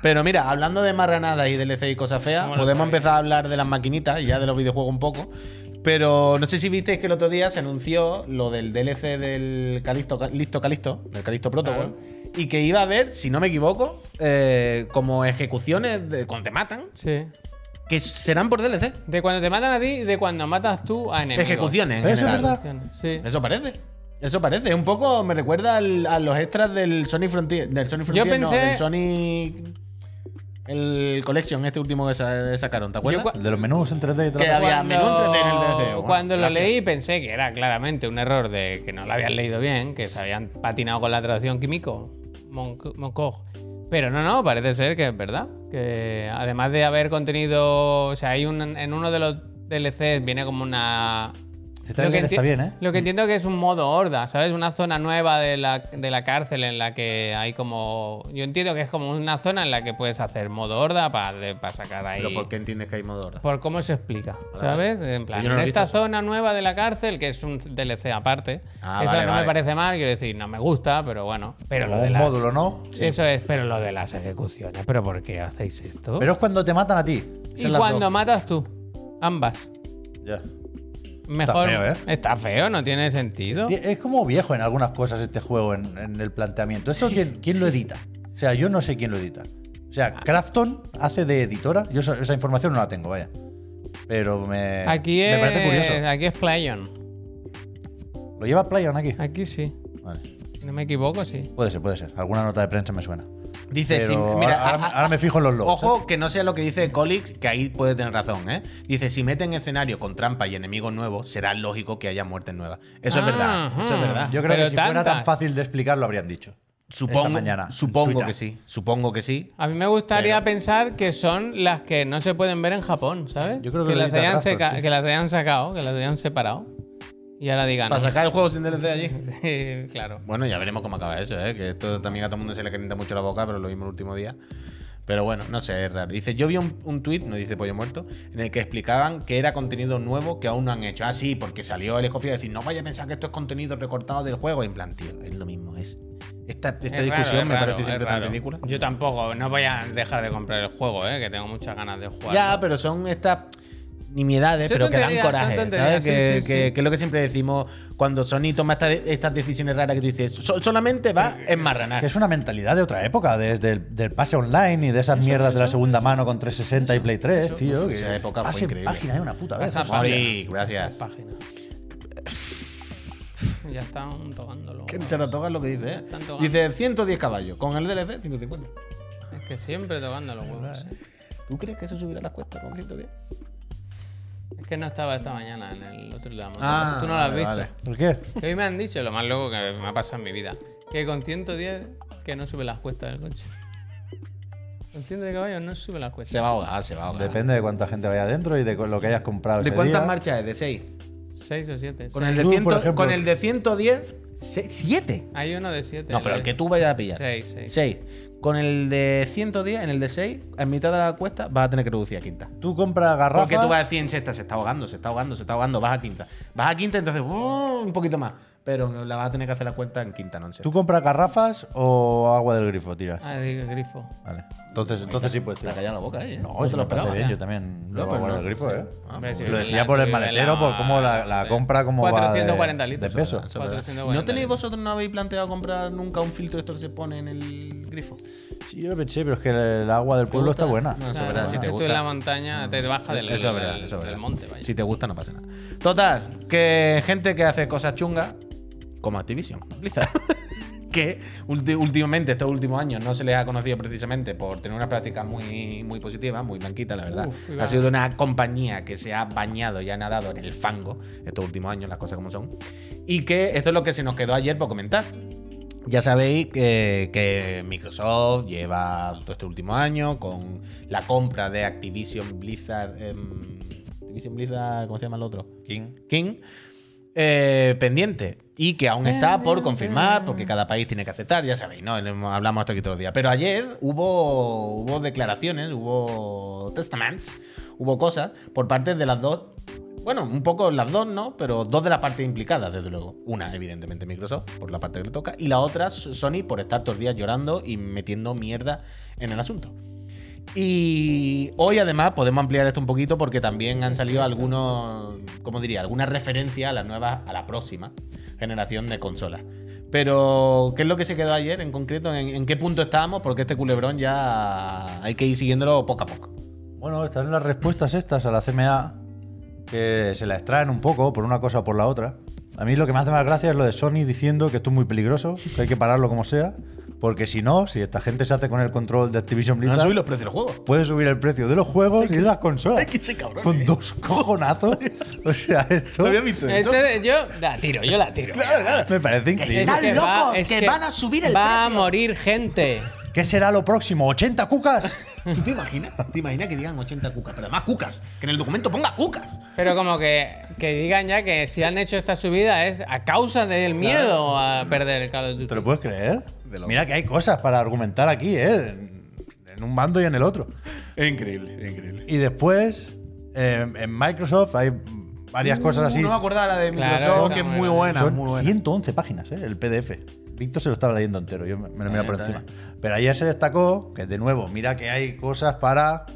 [SPEAKER 1] Pero mira, hablando de marranadas y DLC y cosas feas,
[SPEAKER 2] ¿Cómo lo
[SPEAKER 1] podemos
[SPEAKER 2] sabéis?
[SPEAKER 1] empezar a hablar de las maquinitas y ya de los videojuegos un poco. Pero no sé si visteis que el otro día se anunció lo del DLC del Calisto, Listo Calisto, del Calisto Protocol, y que iba a haber, si no me equivoco, eh, como ejecuciones de- cuando te matan,
[SPEAKER 2] Sí.
[SPEAKER 1] que serán por DLC.
[SPEAKER 2] De cuando te matan a ti y de cuando matas tú a enemigos.
[SPEAKER 1] Ejecuciones. en
[SPEAKER 4] Pero eso es
[SPEAKER 1] general.
[SPEAKER 4] verdad.
[SPEAKER 2] Sí.
[SPEAKER 1] Eso parece. Eso parece, un poco me recuerda al- a los extras del Sony Frontier. Del Sony Frontier, no,
[SPEAKER 2] pensé-
[SPEAKER 1] del Sony. El Collection, este último que sa- sacaron, ¿te
[SPEAKER 2] Yo
[SPEAKER 1] acuerdas?
[SPEAKER 2] cua-
[SPEAKER 4] El de los menús en 3D y tal.
[SPEAKER 1] Que había menú en 3D en el DLC. Bueno,
[SPEAKER 2] cuando lo
[SPEAKER 1] gracias.
[SPEAKER 2] leí pensé que era claramente un error de que no lo habían leído bien, que se habían patinado con la traducción químico. Monc- Moncoj. Pero no, no, parece ser que es verdad. Que además de haber contenido. O sea, hay un, en uno de los DLCs viene como una.
[SPEAKER 4] Este trailer está
[SPEAKER 2] enti-
[SPEAKER 4] bien, ¿eh?
[SPEAKER 2] Lo que entiendo que es un modo horda, ¿sabes? Una zona nueva de la, de la cárcel en la que hay como. Yo entiendo que es como una zona en la que puedes hacer modo horda para sacar ahí.
[SPEAKER 1] Pero ¿por qué entiendes que hay modo horda?
[SPEAKER 2] Por cómo se explica, ¿sabes? En plan,
[SPEAKER 1] Yo no lo
[SPEAKER 2] en
[SPEAKER 1] he
[SPEAKER 2] esta
[SPEAKER 1] visto
[SPEAKER 2] zona nueva de la cárcel, que es un DLC aparte,
[SPEAKER 1] Ah,
[SPEAKER 2] eso
[SPEAKER 1] vale,
[SPEAKER 2] no
[SPEAKER 1] vale.
[SPEAKER 2] me parece mal, quiero decir, no me gusta, pero bueno. Pero
[SPEAKER 4] Como
[SPEAKER 2] lo de
[SPEAKER 4] un
[SPEAKER 2] las,
[SPEAKER 4] módulo, ¿no?
[SPEAKER 2] Eso es, pero lo de las ejecuciones, ¿pero por qué hacéis esto?
[SPEAKER 4] Pero es cuando te matan a ti.
[SPEAKER 2] y
[SPEAKER 1] son las
[SPEAKER 2] cuando
[SPEAKER 1] dos.
[SPEAKER 2] matas tú, ambas.
[SPEAKER 4] Ya.
[SPEAKER 2] Mejor.
[SPEAKER 4] feo, ¿eh?
[SPEAKER 2] Está feo, no tiene sentido.
[SPEAKER 4] Tie- Es como viejo en algunas cosas este juego, en, en el planteamiento. ¿Eso quién, quién lo edita? O sea, yo no sé quién lo edita. O
[SPEAKER 2] Ah.
[SPEAKER 4] sea, Crafton hace de editora. Yo esa, esa información no la tengo, vaya. Pero me,
[SPEAKER 2] Aquí
[SPEAKER 4] me
[SPEAKER 2] es.
[SPEAKER 4] parece curioso.
[SPEAKER 2] Aquí es Playon.
[SPEAKER 4] ¿Lo lleva Playon aquí?
[SPEAKER 2] Aquí sí.
[SPEAKER 4] Vale.
[SPEAKER 2] Si no me equivoco, sí.
[SPEAKER 4] Puede ser, puede ser. Alguna nota de prensa me suena.
[SPEAKER 1] Dice,
[SPEAKER 4] Pero
[SPEAKER 1] sin-
[SPEAKER 4] ahora-
[SPEAKER 1] mira,
[SPEAKER 4] ahora,
[SPEAKER 1] a- a-
[SPEAKER 4] ahora me fijo en los ¿eh? logos.
[SPEAKER 1] Ojo que no sea lo que dice Colix, que ahí puede tener razón, ¿eh? Dice, si meten escenario con trampa y enemigos nuevos, será lógico que haya muertes nuevas. Eso es verdad,
[SPEAKER 2] Ajá.
[SPEAKER 1] eso es verdad.
[SPEAKER 4] Yo creo
[SPEAKER 2] Pero
[SPEAKER 4] que si fuera tan
[SPEAKER 2] tantas.
[SPEAKER 4] fácil de explicar, lo habrían dicho.
[SPEAKER 1] supongo
[SPEAKER 4] Esta mañana, en
[SPEAKER 1] supongo
[SPEAKER 4] Twitter.
[SPEAKER 1] que sí, supongo que sí.
[SPEAKER 2] A mí me gustaría pensar que son las que no se pueden ver en Japón, ¿sabes?
[SPEAKER 4] Yo creo que lo
[SPEAKER 2] las,
[SPEAKER 4] edita
[SPEAKER 2] hayan
[SPEAKER 4] Raptor,
[SPEAKER 2] seca-
[SPEAKER 4] sí.
[SPEAKER 2] que las hayan sacado, que las hayan separado. Y ahora digan.
[SPEAKER 1] Para sacar el juego sin DLC allí.
[SPEAKER 2] [LAUGHS] Sí, claro.
[SPEAKER 1] Bueno, ya veremos cómo acaba eso, ¿eh? Que esto también a todo el mundo se le calienta mucho la boca, pero lo vimos el último día. Pero bueno, no sé, es raro. Dice, yo vi un, un tuit, no dice Pollo Muerto, en el que explicaban que era contenido nuevo que aún no han hecho. Ah, sí, porque salió el escofía a decir, no vaya a pensar que esto es contenido recortado del juego. Y en plan, tío, es lo mismo. Es, esta esta
[SPEAKER 2] Es raro,
[SPEAKER 1] discusión
[SPEAKER 2] es
[SPEAKER 1] me
[SPEAKER 2] raro,
[SPEAKER 1] parece
[SPEAKER 2] es
[SPEAKER 1] siempre tan
[SPEAKER 2] raro.
[SPEAKER 1] ridícula.
[SPEAKER 2] Yo tampoco, no voy a dejar de comprar el juego, ¿eh? que tengo muchas ganas de jugar.
[SPEAKER 1] Ya, pero son estas nimiedades,
[SPEAKER 2] Son
[SPEAKER 1] pero que dan
[SPEAKER 2] tonterías,
[SPEAKER 1] coraje.
[SPEAKER 2] son
[SPEAKER 1] ¿sabes?
[SPEAKER 2] tonterías, sí,
[SPEAKER 1] que,
[SPEAKER 2] sí,
[SPEAKER 1] que-
[SPEAKER 2] sí.
[SPEAKER 1] que es lo que siempre decimos cuando Sony toma esta- estas decisiones raras que tú dices, "Sol- solamente va en marranar.
[SPEAKER 4] Que es una mentalidad de otra época, desde el del pase online y de esas mierdas de la segunda mano con 360 y Play 3, tío. Que
[SPEAKER 1] Esa época fue
[SPEAKER 4] pase
[SPEAKER 1] increíble.
[SPEAKER 4] página de una puta vez.
[SPEAKER 2] Pasa
[SPEAKER 4] o sea,
[SPEAKER 1] Mori,
[SPEAKER 2] Esas
[SPEAKER 1] gracias.
[SPEAKER 2] páginas. ya están tocándolo.
[SPEAKER 1] Que Charatoga es lo que dice, ¿eh?
[SPEAKER 2] Tanto
[SPEAKER 1] Dice 110 caballos, con el DLC 150.
[SPEAKER 2] Es que siempre tocando los huevos. ¿eh?
[SPEAKER 1] ¿Tú crees que eso subirá las cuestas con 110?
[SPEAKER 2] Es que no estaba esta mañana en el otro de la moto.
[SPEAKER 1] Ah,
[SPEAKER 2] Tú no lo has
[SPEAKER 1] vale,
[SPEAKER 2] visto.
[SPEAKER 1] vale.
[SPEAKER 4] ¿El qué?
[SPEAKER 2] Que hoy me han dicho lo más loco que me ha pasado en mi vida. Que con 110 que no sube las cuestas del coche. Con 110 caballos no sube las cuestas.
[SPEAKER 1] Se va a ahogar, se va a ahogar.
[SPEAKER 4] Depende de cuánta gente vaya adentro y de co- lo que hayas comprado.
[SPEAKER 1] Ah. ¿De
[SPEAKER 4] ese
[SPEAKER 1] cuántas
[SPEAKER 4] día.
[SPEAKER 1] marchas es? ¿De 6?
[SPEAKER 2] 6 o 7.
[SPEAKER 1] Con, el
[SPEAKER 4] Tú,
[SPEAKER 1] de
[SPEAKER 4] por
[SPEAKER 1] 100
[SPEAKER 4] ejemplo.
[SPEAKER 1] con el de 110, 7.
[SPEAKER 2] Hay uno de 7.
[SPEAKER 1] No, pero el que tú vayas a pillar.
[SPEAKER 2] 6, 6.
[SPEAKER 1] 6. Con el de 110, en el de 6, en mitad de la cuesta, vas a tener que reducir a quinta.
[SPEAKER 4] Tú compras garrafas.
[SPEAKER 1] Porque tú vas a decir en sexta, se está ahogando, se está ahogando, se está ahogando, vas a quinta. Vas a quinta, entonces ¡uh! un poquito más. Pero la vas a tener que hacer la cuenta en quinta, no en sexta.
[SPEAKER 4] ¿Tú compras garrafas o agua del grifo, tiras?
[SPEAKER 2] Ah, digo, grifo.
[SPEAKER 4] Vale. Entonces, entonces sí puedes
[SPEAKER 1] Te
[SPEAKER 4] tirar.
[SPEAKER 1] la boca, ¿eh?
[SPEAKER 4] No, yo,
[SPEAKER 1] te lo
[SPEAKER 4] me parece
[SPEAKER 1] esperaba.
[SPEAKER 4] bien, yo también
[SPEAKER 1] No,
[SPEAKER 4] bebo
[SPEAKER 1] pues
[SPEAKER 4] agua
[SPEAKER 1] no.
[SPEAKER 4] del grifo, ¿eh?
[SPEAKER 2] Hombre, sí,
[SPEAKER 4] Lo decía
[SPEAKER 2] la-
[SPEAKER 4] por el
[SPEAKER 2] la-
[SPEAKER 4] maletero, por cómo la, la
[SPEAKER 2] sí.
[SPEAKER 4] compra, cómo va de-
[SPEAKER 2] 440
[SPEAKER 4] de,
[SPEAKER 2] litros.
[SPEAKER 4] peso.
[SPEAKER 2] Eso es verdad. 440
[SPEAKER 1] ¿No tenéis
[SPEAKER 2] litros.
[SPEAKER 1] vosotros, no habéis planteado comprar nunca un filtro esto que se pone en el grifo?
[SPEAKER 4] Sí, yo lo pensé, pero es que el agua del pueblo está
[SPEAKER 1] gusta?
[SPEAKER 4] buena.
[SPEAKER 1] No, eso es
[SPEAKER 2] Claro,
[SPEAKER 1] verdad, si
[SPEAKER 2] es
[SPEAKER 1] te
[SPEAKER 2] que
[SPEAKER 1] gusta.
[SPEAKER 2] Tú en la montaña te baja del,
[SPEAKER 1] eso es verdad,
[SPEAKER 2] del-
[SPEAKER 1] eso es
[SPEAKER 2] del
[SPEAKER 1] verdad.
[SPEAKER 2] monte. Vaya.
[SPEAKER 1] Si te gusta, no pasa nada. Total, que gente que hace cosas chungas, como Activision, Blizzard. [LAUGHS] que ulti- últimamente, estos últimos años, no se les ha conocido precisamente por tener una práctica muy, muy positiva, muy blanquita, la verdad.
[SPEAKER 2] Uf, iba-
[SPEAKER 1] ha sido una compañía que se ha bañado y ha nadado en el fango estos últimos años, las cosas como son. Y que esto es lo que se nos quedó ayer por comentar. Ya sabéis que, que Microsoft lleva todo este último año con la compra de Activision Blizzard. em, Activision Blizzard, ¿cómo se llama el otro?
[SPEAKER 4] King.
[SPEAKER 1] King. eh, pendiente y que aún está por confirmar porque cada país tiene que aceptar, ya sabéis, ¿no? Hemos- Hablamos esto aquí todos los días. Pero ayer hubo, hubo declaraciones, hubo testaments, hubo cosas por parte de las dos, bueno, un poco las dos, ¿no? Pero dos de las partes implicadas, desde luego. Una, evidentemente, Microsoft, por la parte que le toca, y la otra, Sony, por estar todos los días llorando y metiendo mierda en el asunto. Y hoy además podemos ampliar esto un poquito porque también han salido algunos, ¿cómo diría? Algunas referencias a las nuevas, a la próxima generación de consolas. Pero, ¿qué es lo que se quedó ayer en concreto? ¿En, en qué punto estábamos? Porque este culebrón ya hay que ir siguiéndolo poco a poco.
[SPEAKER 4] Bueno, están las respuestas estas a la CMA, que se la extraen un poco por una cosa o por la otra. A mí lo que me hace más gracia es lo de Sony diciendo que esto es muy peligroso, que hay que pararlo como sea, porque si no, si esta gente se hace con el control de Activision
[SPEAKER 1] No han
[SPEAKER 4] Blizzard,
[SPEAKER 1] subido los precios de los juegos.
[SPEAKER 4] puede subir el precio de los juegos y de las consolas.
[SPEAKER 1] hay que ser cabrón,
[SPEAKER 4] Con
[SPEAKER 1] eh.
[SPEAKER 4] dos cojonazos. [LAUGHS] O sea, esto
[SPEAKER 1] ¿Lo había visto? eso?
[SPEAKER 2] Este- yo la tiro, yo la tiro.
[SPEAKER 1] Claro, claro.
[SPEAKER 4] me parece
[SPEAKER 2] Es
[SPEAKER 4] increíble.
[SPEAKER 3] Están
[SPEAKER 2] va-
[SPEAKER 3] locos, que van a subir el
[SPEAKER 2] Va a
[SPEAKER 3] precio.
[SPEAKER 2] morir gente.
[SPEAKER 4] ¿Qué será lo próximo? ¿80
[SPEAKER 1] [LAUGHS]
[SPEAKER 4] cucas?
[SPEAKER 1] ¿Tú te imaginas? ¿Te imaginas que digan 80 cucas? Pero además cucas. Que en el documento ponga cucas.
[SPEAKER 2] Pero como que, que digan ya que si han hecho esta subida es a causa del miedo a perder el Call of Duty.
[SPEAKER 4] ¿Te lo puedes creer?
[SPEAKER 1] De loco.
[SPEAKER 4] Mira que hay cosas para argumentar aquí, ¿eh? En- En un bando y en el otro.
[SPEAKER 1] Es increíble, es increíble.
[SPEAKER 4] Y después, eh, en Microsoft hay varias cosas así.
[SPEAKER 1] Uh, No me acordaba la de
[SPEAKER 2] Claro,
[SPEAKER 1] Microsoft,
[SPEAKER 2] está
[SPEAKER 1] que es
[SPEAKER 2] muy
[SPEAKER 1] muy buena,
[SPEAKER 2] buena.
[SPEAKER 4] Son
[SPEAKER 1] muy buena.
[SPEAKER 4] 111 páginas, ¿eh? el PDF. Víctor se lo estaba leyendo entero, yo me me lo mira por
[SPEAKER 1] está eh.
[SPEAKER 4] encima. Pero ayer se destacó que, de nuevo, mira que hay cosas para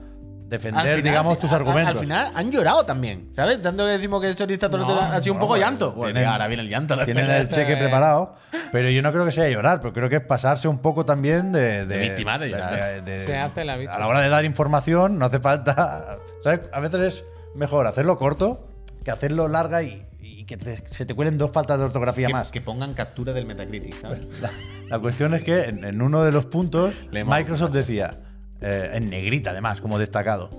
[SPEAKER 4] defender,
[SPEAKER 1] Al final,
[SPEAKER 4] digamos,
[SPEAKER 1] sí,
[SPEAKER 4] tus
[SPEAKER 1] a- a-
[SPEAKER 4] argumentos.
[SPEAKER 1] Al final han llorado también, ¿sabes? Tanto que decimos que Sony está todo el rato-
[SPEAKER 2] No,
[SPEAKER 1] ha sido un
[SPEAKER 4] no,
[SPEAKER 1] poco
[SPEAKER 4] eh,
[SPEAKER 1] llanto. Pues
[SPEAKER 4] tienen-
[SPEAKER 1] ahora viene el llanto. la
[SPEAKER 4] Tienen
[SPEAKER 1] espera.
[SPEAKER 4] el cheque
[SPEAKER 2] eh.
[SPEAKER 4] preparado, pero yo no creo que sea llorar, pero creo que es pasarse un poco también de.
[SPEAKER 1] De víctima, de llorar.
[SPEAKER 4] de-
[SPEAKER 2] Se hace la víctima.
[SPEAKER 4] A la hora de dar información, no hace falta. ¿Sabes? A veces es mejor hacerlo corto que hacerlo larga y, y que te- se te cuelen dos faltas de ortografía
[SPEAKER 1] que,
[SPEAKER 4] más.
[SPEAKER 1] que pongan captura del Metacritic, ¿sabes?
[SPEAKER 4] La, la cuestión es que en, en uno de los puntos,
[SPEAKER 1] Leemos.
[SPEAKER 4] Microsoft decía, eh, en negrita además, como destacado,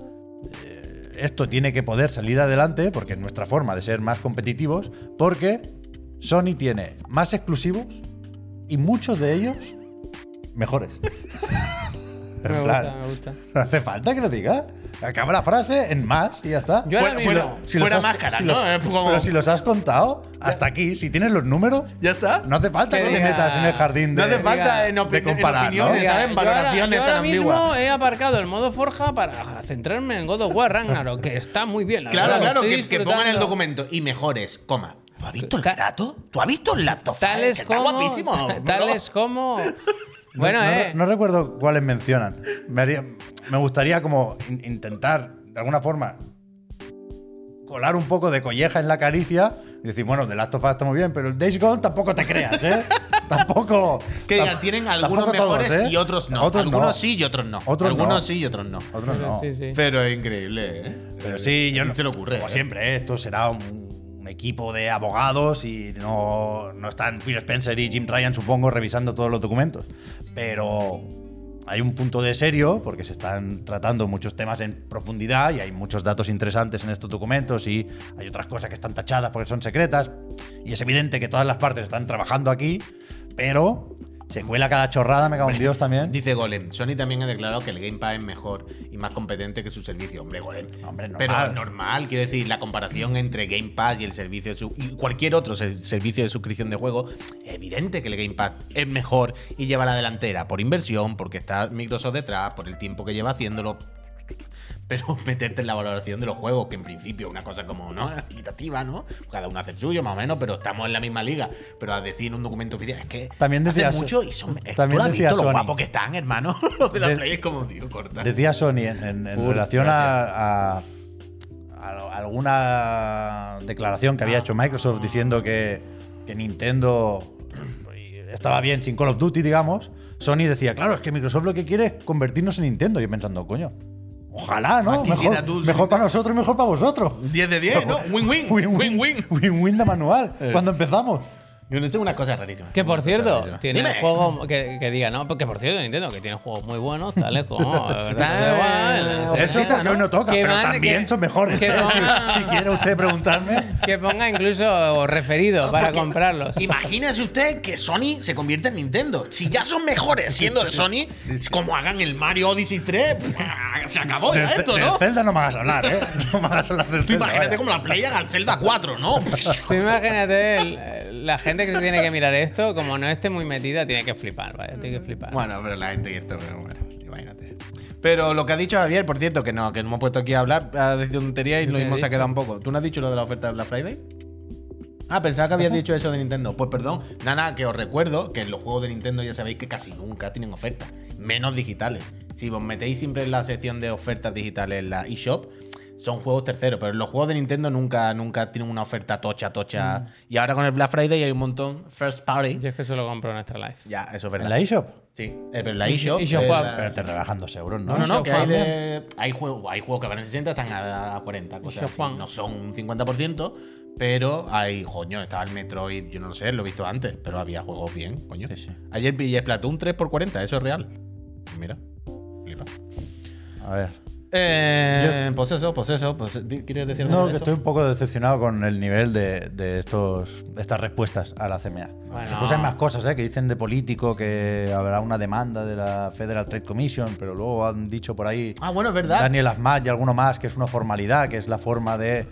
[SPEAKER 4] eh, esto tiene que poder salir adelante porque es nuestra forma de ser más competitivos, porque Sony tiene más exclusivos y muchos de ellos mejores.
[SPEAKER 2] me
[SPEAKER 4] en
[SPEAKER 2] gusta,
[SPEAKER 4] plan.
[SPEAKER 2] me gusta.
[SPEAKER 4] No [LAUGHS] hace falta que lo diga. Acaba la frase en más y ya está.
[SPEAKER 2] Yo ahora
[SPEAKER 4] lo-
[SPEAKER 2] mismo-
[SPEAKER 4] los
[SPEAKER 1] fuera
[SPEAKER 4] has-
[SPEAKER 1] máscara,
[SPEAKER 4] si
[SPEAKER 1] ¿no?
[SPEAKER 4] [LAUGHS] los-
[SPEAKER 1] Es como-
[SPEAKER 4] Pero si los has contado hasta aquí, si tienes los números,
[SPEAKER 1] ¿Ya está?
[SPEAKER 4] no hace falta
[SPEAKER 2] Que
[SPEAKER 4] que te
[SPEAKER 2] diga-
[SPEAKER 4] metas en el jardín de.
[SPEAKER 1] No hace falta en,
[SPEAKER 4] de
[SPEAKER 1] opin- en
[SPEAKER 4] comparar, ¿no?
[SPEAKER 1] opiniones,
[SPEAKER 2] Oiga,
[SPEAKER 1] ¿sabes?
[SPEAKER 2] yo
[SPEAKER 1] Valoraciones
[SPEAKER 2] ahora, yo ahora
[SPEAKER 1] tan ambiguas.
[SPEAKER 2] mismo he aparcado el modo Forja para centrarme en God of War Ragnarok, que está muy bien. La
[SPEAKER 1] Claro,
[SPEAKER 2] verdad,
[SPEAKER 1] claro,
[SPEAKER 2] estoy
[SPEAKER 1] que, que pongan el
[SPEAKER 2] disfrutando.
[SPEAKER 1] documento y mejores, coma. ¿Tú has visto el
[SPEAKER 2] Ta-
[SPEAKER 1] gato? ¿Tú has visto el laptop?
[SPEAKER 2] Tales
[SPEAKER 1] Que
[SPEAKER 2] como.
[SPEAKER 1] Está guapísimo. ¿no?
[SPEAKER 2] [LAUGHS] Tales como. Bueno,
[SPEAKER 4] no,
[SPEAKER 2] eh.
[SPEAKER 4] no recuerdo cuáles mencionan. Me, haría- me gustaría como in- intentar, de alguna forma, colar un poco de colleja en la caricia y decir, bueno, The Last of Us está muy bien, pero el Days Gone tampoco te creas, ¿eh? [LAUGHS] tampoco.
[SPEAKER 1] Que digan,
[SPEAKER 4] tam-
[SPEAKER 1] tienen algunos
[SPEAKER 4] tampoco todos,
[SPEAKER 1] mejores
[SPEAKER 4] ¿eh?
[SPEAKER 1] y otros no. algunos sí y otros no.
[SPEAKER 4] Otros
[SPEAKER 1] algunos
[SPEAKER 4] no.
[SPEAKER 1] sí y otros no.
[SPEAKER 4] Otros no.
[SPEAKER 2] Sí, sí.
[SPEAKER 1] Pero es increíble, ¿eh?
[SPEAKER 4] Pero sí, yo
[SPEAKER 1] ¿A quién
[SPEAKER 4] no.
[SPEAKER 1] se le ocurre,
[SPEAKER 4] Como
[SPEAKER 1] eh?
[SPEAKER 4] siempre, ¿eh? esto será un, un equipo de abogados y no, no están Phil Spencer y Jim Ryan, supongo, revisando todos los documentos. Pero hay un punto de serio porque se están tratando muchos temas en profundidad y hay muchos datos interesantes en estos documentos y hay otras cosas que están tachadas porque son secretas. Y es evidente que todas las partes están trabajando aquí, pero se cuela cada chorrada, me cago en Dios también.
[SPEAKER 1] Dice Golem, Sony también ha declarado que el Game Pass es mejor y más competente que su servicio. Hombre, Golem.
[SPEAKER 4] Hombre, normal.
[SPEAKER 1] Pero es normal, quiero decir, la comparación entre Game Pass y el servicio de su- y cualquier otro ser- servicio de suscripción de juego, evidente que el Game Pass es mejor y lleva la delantera por inversión, porque está Microsoft detrás, por el tiempo que lleva haciéndolo. Pero [LAUGHS] meterte en la valoración de los juegos, que en principio es una cosa como, ¿no? Equitativa, ¿no? Cada uno hace el suyo, más o menos, pero estamos en la misma liga. Pero a decir en un documento oficial, es que
[SPEAKER 4] También
[SPEAKER 1] hacen
[SPEAKER 4] decía-
[SPEAKER 1] mucho y son. es-
[SPEAKER 4] también
[SPEAKER 1] ¿tú has
[SPEAKER 4] decía
[SPEAKER 1] visto lo
[SPEAKER 4] Sony.
[SPEAKER 1] guapo que están, hermano. [LAUGHS] Los de la
[SPEAKER 4] De-
[SPEAKER 1] Play es como, tío, corta.
[SPEAKER 4] Decía Sony en, en- en
[SPEAKER 1] Full,
[SPEAKER 4] relación a, a- a lo- alguna declaración que había
[SPEAKER 1] Ah.
[SPEAKER 4] hecho Microsoft diciendo que, que Nintendo estaba bien sin Call of Duty, digamos. Sony decía, claro, es que Microsoft lo que quiere es convertirnos en Nintendo. Yo pensando, coño, ojalá, ¿no?
[SPEAKER 1] Ah, quisiera
[SPEAKER 4] Mejor,
[SPEAKER 1] tú ser
[SPEAKER 4] mejor para nosotros, mejor para vosotros.
[SPEAKER 1] 10 de 10, ¿no? Win-win. Win-win.
[SPEAKER 4] [LAUGHS] Win-win de manual. Cuando empezamos.
[SPEAKER 1] Yo no sé, una cosa rarísima.
[SPEAKER 2] Que por
[SPEAKER 1] Una cosa
[SPEAKER 2] cierto,
[SPEAKER 1] rarísima.
[SPEAKER 2] tiene
[SPEAKER 1] Dime.
[SPEAKER 2] juego que, que diga, ¿no? Porque por cierto, Nintendo, que tiene juegos muy buenos, tales como.
[SPEAKER 1] Está-
[SPEAKER 4] Eso porque hoy no toca,
[SPEAKER 2] Que
[SPEAKER 4] pero
[SPEAKER 2] van-
[SPEAKER 4] también
[SPEAKER 2] que-
[SPEAKER 4] son mejores.
[SPEAKER 2] que van-
[SPEAKER 4] [LAUGHS] si, si quiere usted preguntarme.
[SPEAKER 2] Que ponga incluso referido para
[SPEAKER 1] Porque
[SPEAKER 2] comprarlos.
[SPEAKER 1] Imagínese usted que Sony se convierta en Nintendo. Si ya son mejores siendo de Sony, como hagan el Mario Odyssey 3, [LAUGHS] se acabó ya
[SPEAKER 4] Del-
[SPEAKER 1] esto,
[SPEAKER 4] del
[SPEAKER 1] ¿no?
[SPEAKER 4] Zelda no me hagas hablar, ¿eh? [LAUGHS] No me hagas hablar del
[SPEAKER 1] Tú
[SPEAKER 4] Zelda.
[SPEAKER 1] imagínate
[SPEAKER 4] vaya.
[SPEAKER 1] como la Play haga el Zelda 4, ¿no?
[SPEAKER 2] Tú imagínate el- la gente que se tiene que mirar esto, como no esté muy metida, tiene que flipar, ¿vale? Tiene que flipar.
[SPEAKER 1] Bueno, pero la gente que esto, pero bueno, imagínate. Pero lo que ha dicho Javier, por cierto, que no, que no hemos puesto aquí a hablar, ha dicho tontería y
[SPEAKER 2] ¿Yo
[SPEAKER 1] lo
[SPEAKER 2] qué he
[SPEAKER 1] mismo se ha
[SPEAKER 2] dicho?
[SPEAKER 1] quedado un poco. ¿Tú no has dicho lo de la oferta de Black Friday? Ah, pensaba que habías dicho eso de Nintendo. Pues perdón, nada, nada, que os recuerdo que en los juegos de Nintendo ya sabéis que casi nunca tienen ofertas, menos digitales. Si os metéis siempre en la sección de ofertas digitales en la eShop, son juegos terceros, pero en los juegos de Nintendo nunca, nunca tienen una oferta tocha, tocha.
[SPEAKER 2] Mm.
[SPEAKER 1] Y ahora con el Black Friday hay un montón, first party.
[SPEAKER 2] Yo es que solo compro en Extra Life.
[SPEAKER 1] Ya, eso es
[SPEAKER 4] ¿En
[SPEAKER 1] verdad.
[SPEAKER 4] la eShop?
[SPEAKER 1] Sí, Sí, eh, pero la
[SPEAKER 2] Y-
[SPEAKER 1] eShop.
[SPEAKER 2] y eShop,
[SPEAKER 1] eh,
[SPEAKER 2] Juan,
[SPEAKER 1] la-
[SPEAKER 4] Pero te rebajan dos euros,
[SPEAKER 1] No,
[SPEAKER 4] ¿no?
[SPEAKER 1] no, no,
[SPEAKER 2] eShop,
[SPEAKER 1] que hay,
[SPEAKER 2] Juan.
[SPEAKER 1] de- hay, juegos, hay juegos que valen 60, están a, a 40, cosas
[SPEAKER 2] eShop,
[SPEAKER 1] así.
[SPEAKER 2] Juan.
[SPEAKER 1] No son un 50%, pero hay, coño, estaba el Metroid, yo no lo sé, lo he visto antes, pero había juegos bien, coño.
[SPEAKER 4] Sí, sí.
[SPEAKER 1] Ayer pillé Splatoon 3 por 40, eso es real. Mira, flipa.
[SPEAKER 4] A ver.
[SPEAKER 1] Eh, pues eso, pues eso, pues di- ¿quieres decir algo
[SPEAKER 4] No,
[SPEAKER 1] de
[SPEAKER 4] que
[SPEAKER 1] esto?
[SPEAKER 4] estoy un poco decepcionado con el nivel de, de estos, de estas respuestas a la CMA.
[SPEAKER 2] Bueno.
[SPEAKER 4] Después hay más cosas, ¿eh? Que dicen de político, que habrá una demanda de la Federal Trade Commission, pero luego han dicho por ahí
[SPEAKER 1] Ah, bueno, es verdad.
[SPEAKER 4] Daniel Azmat y alguno más, que es una formalidad, que es la forma de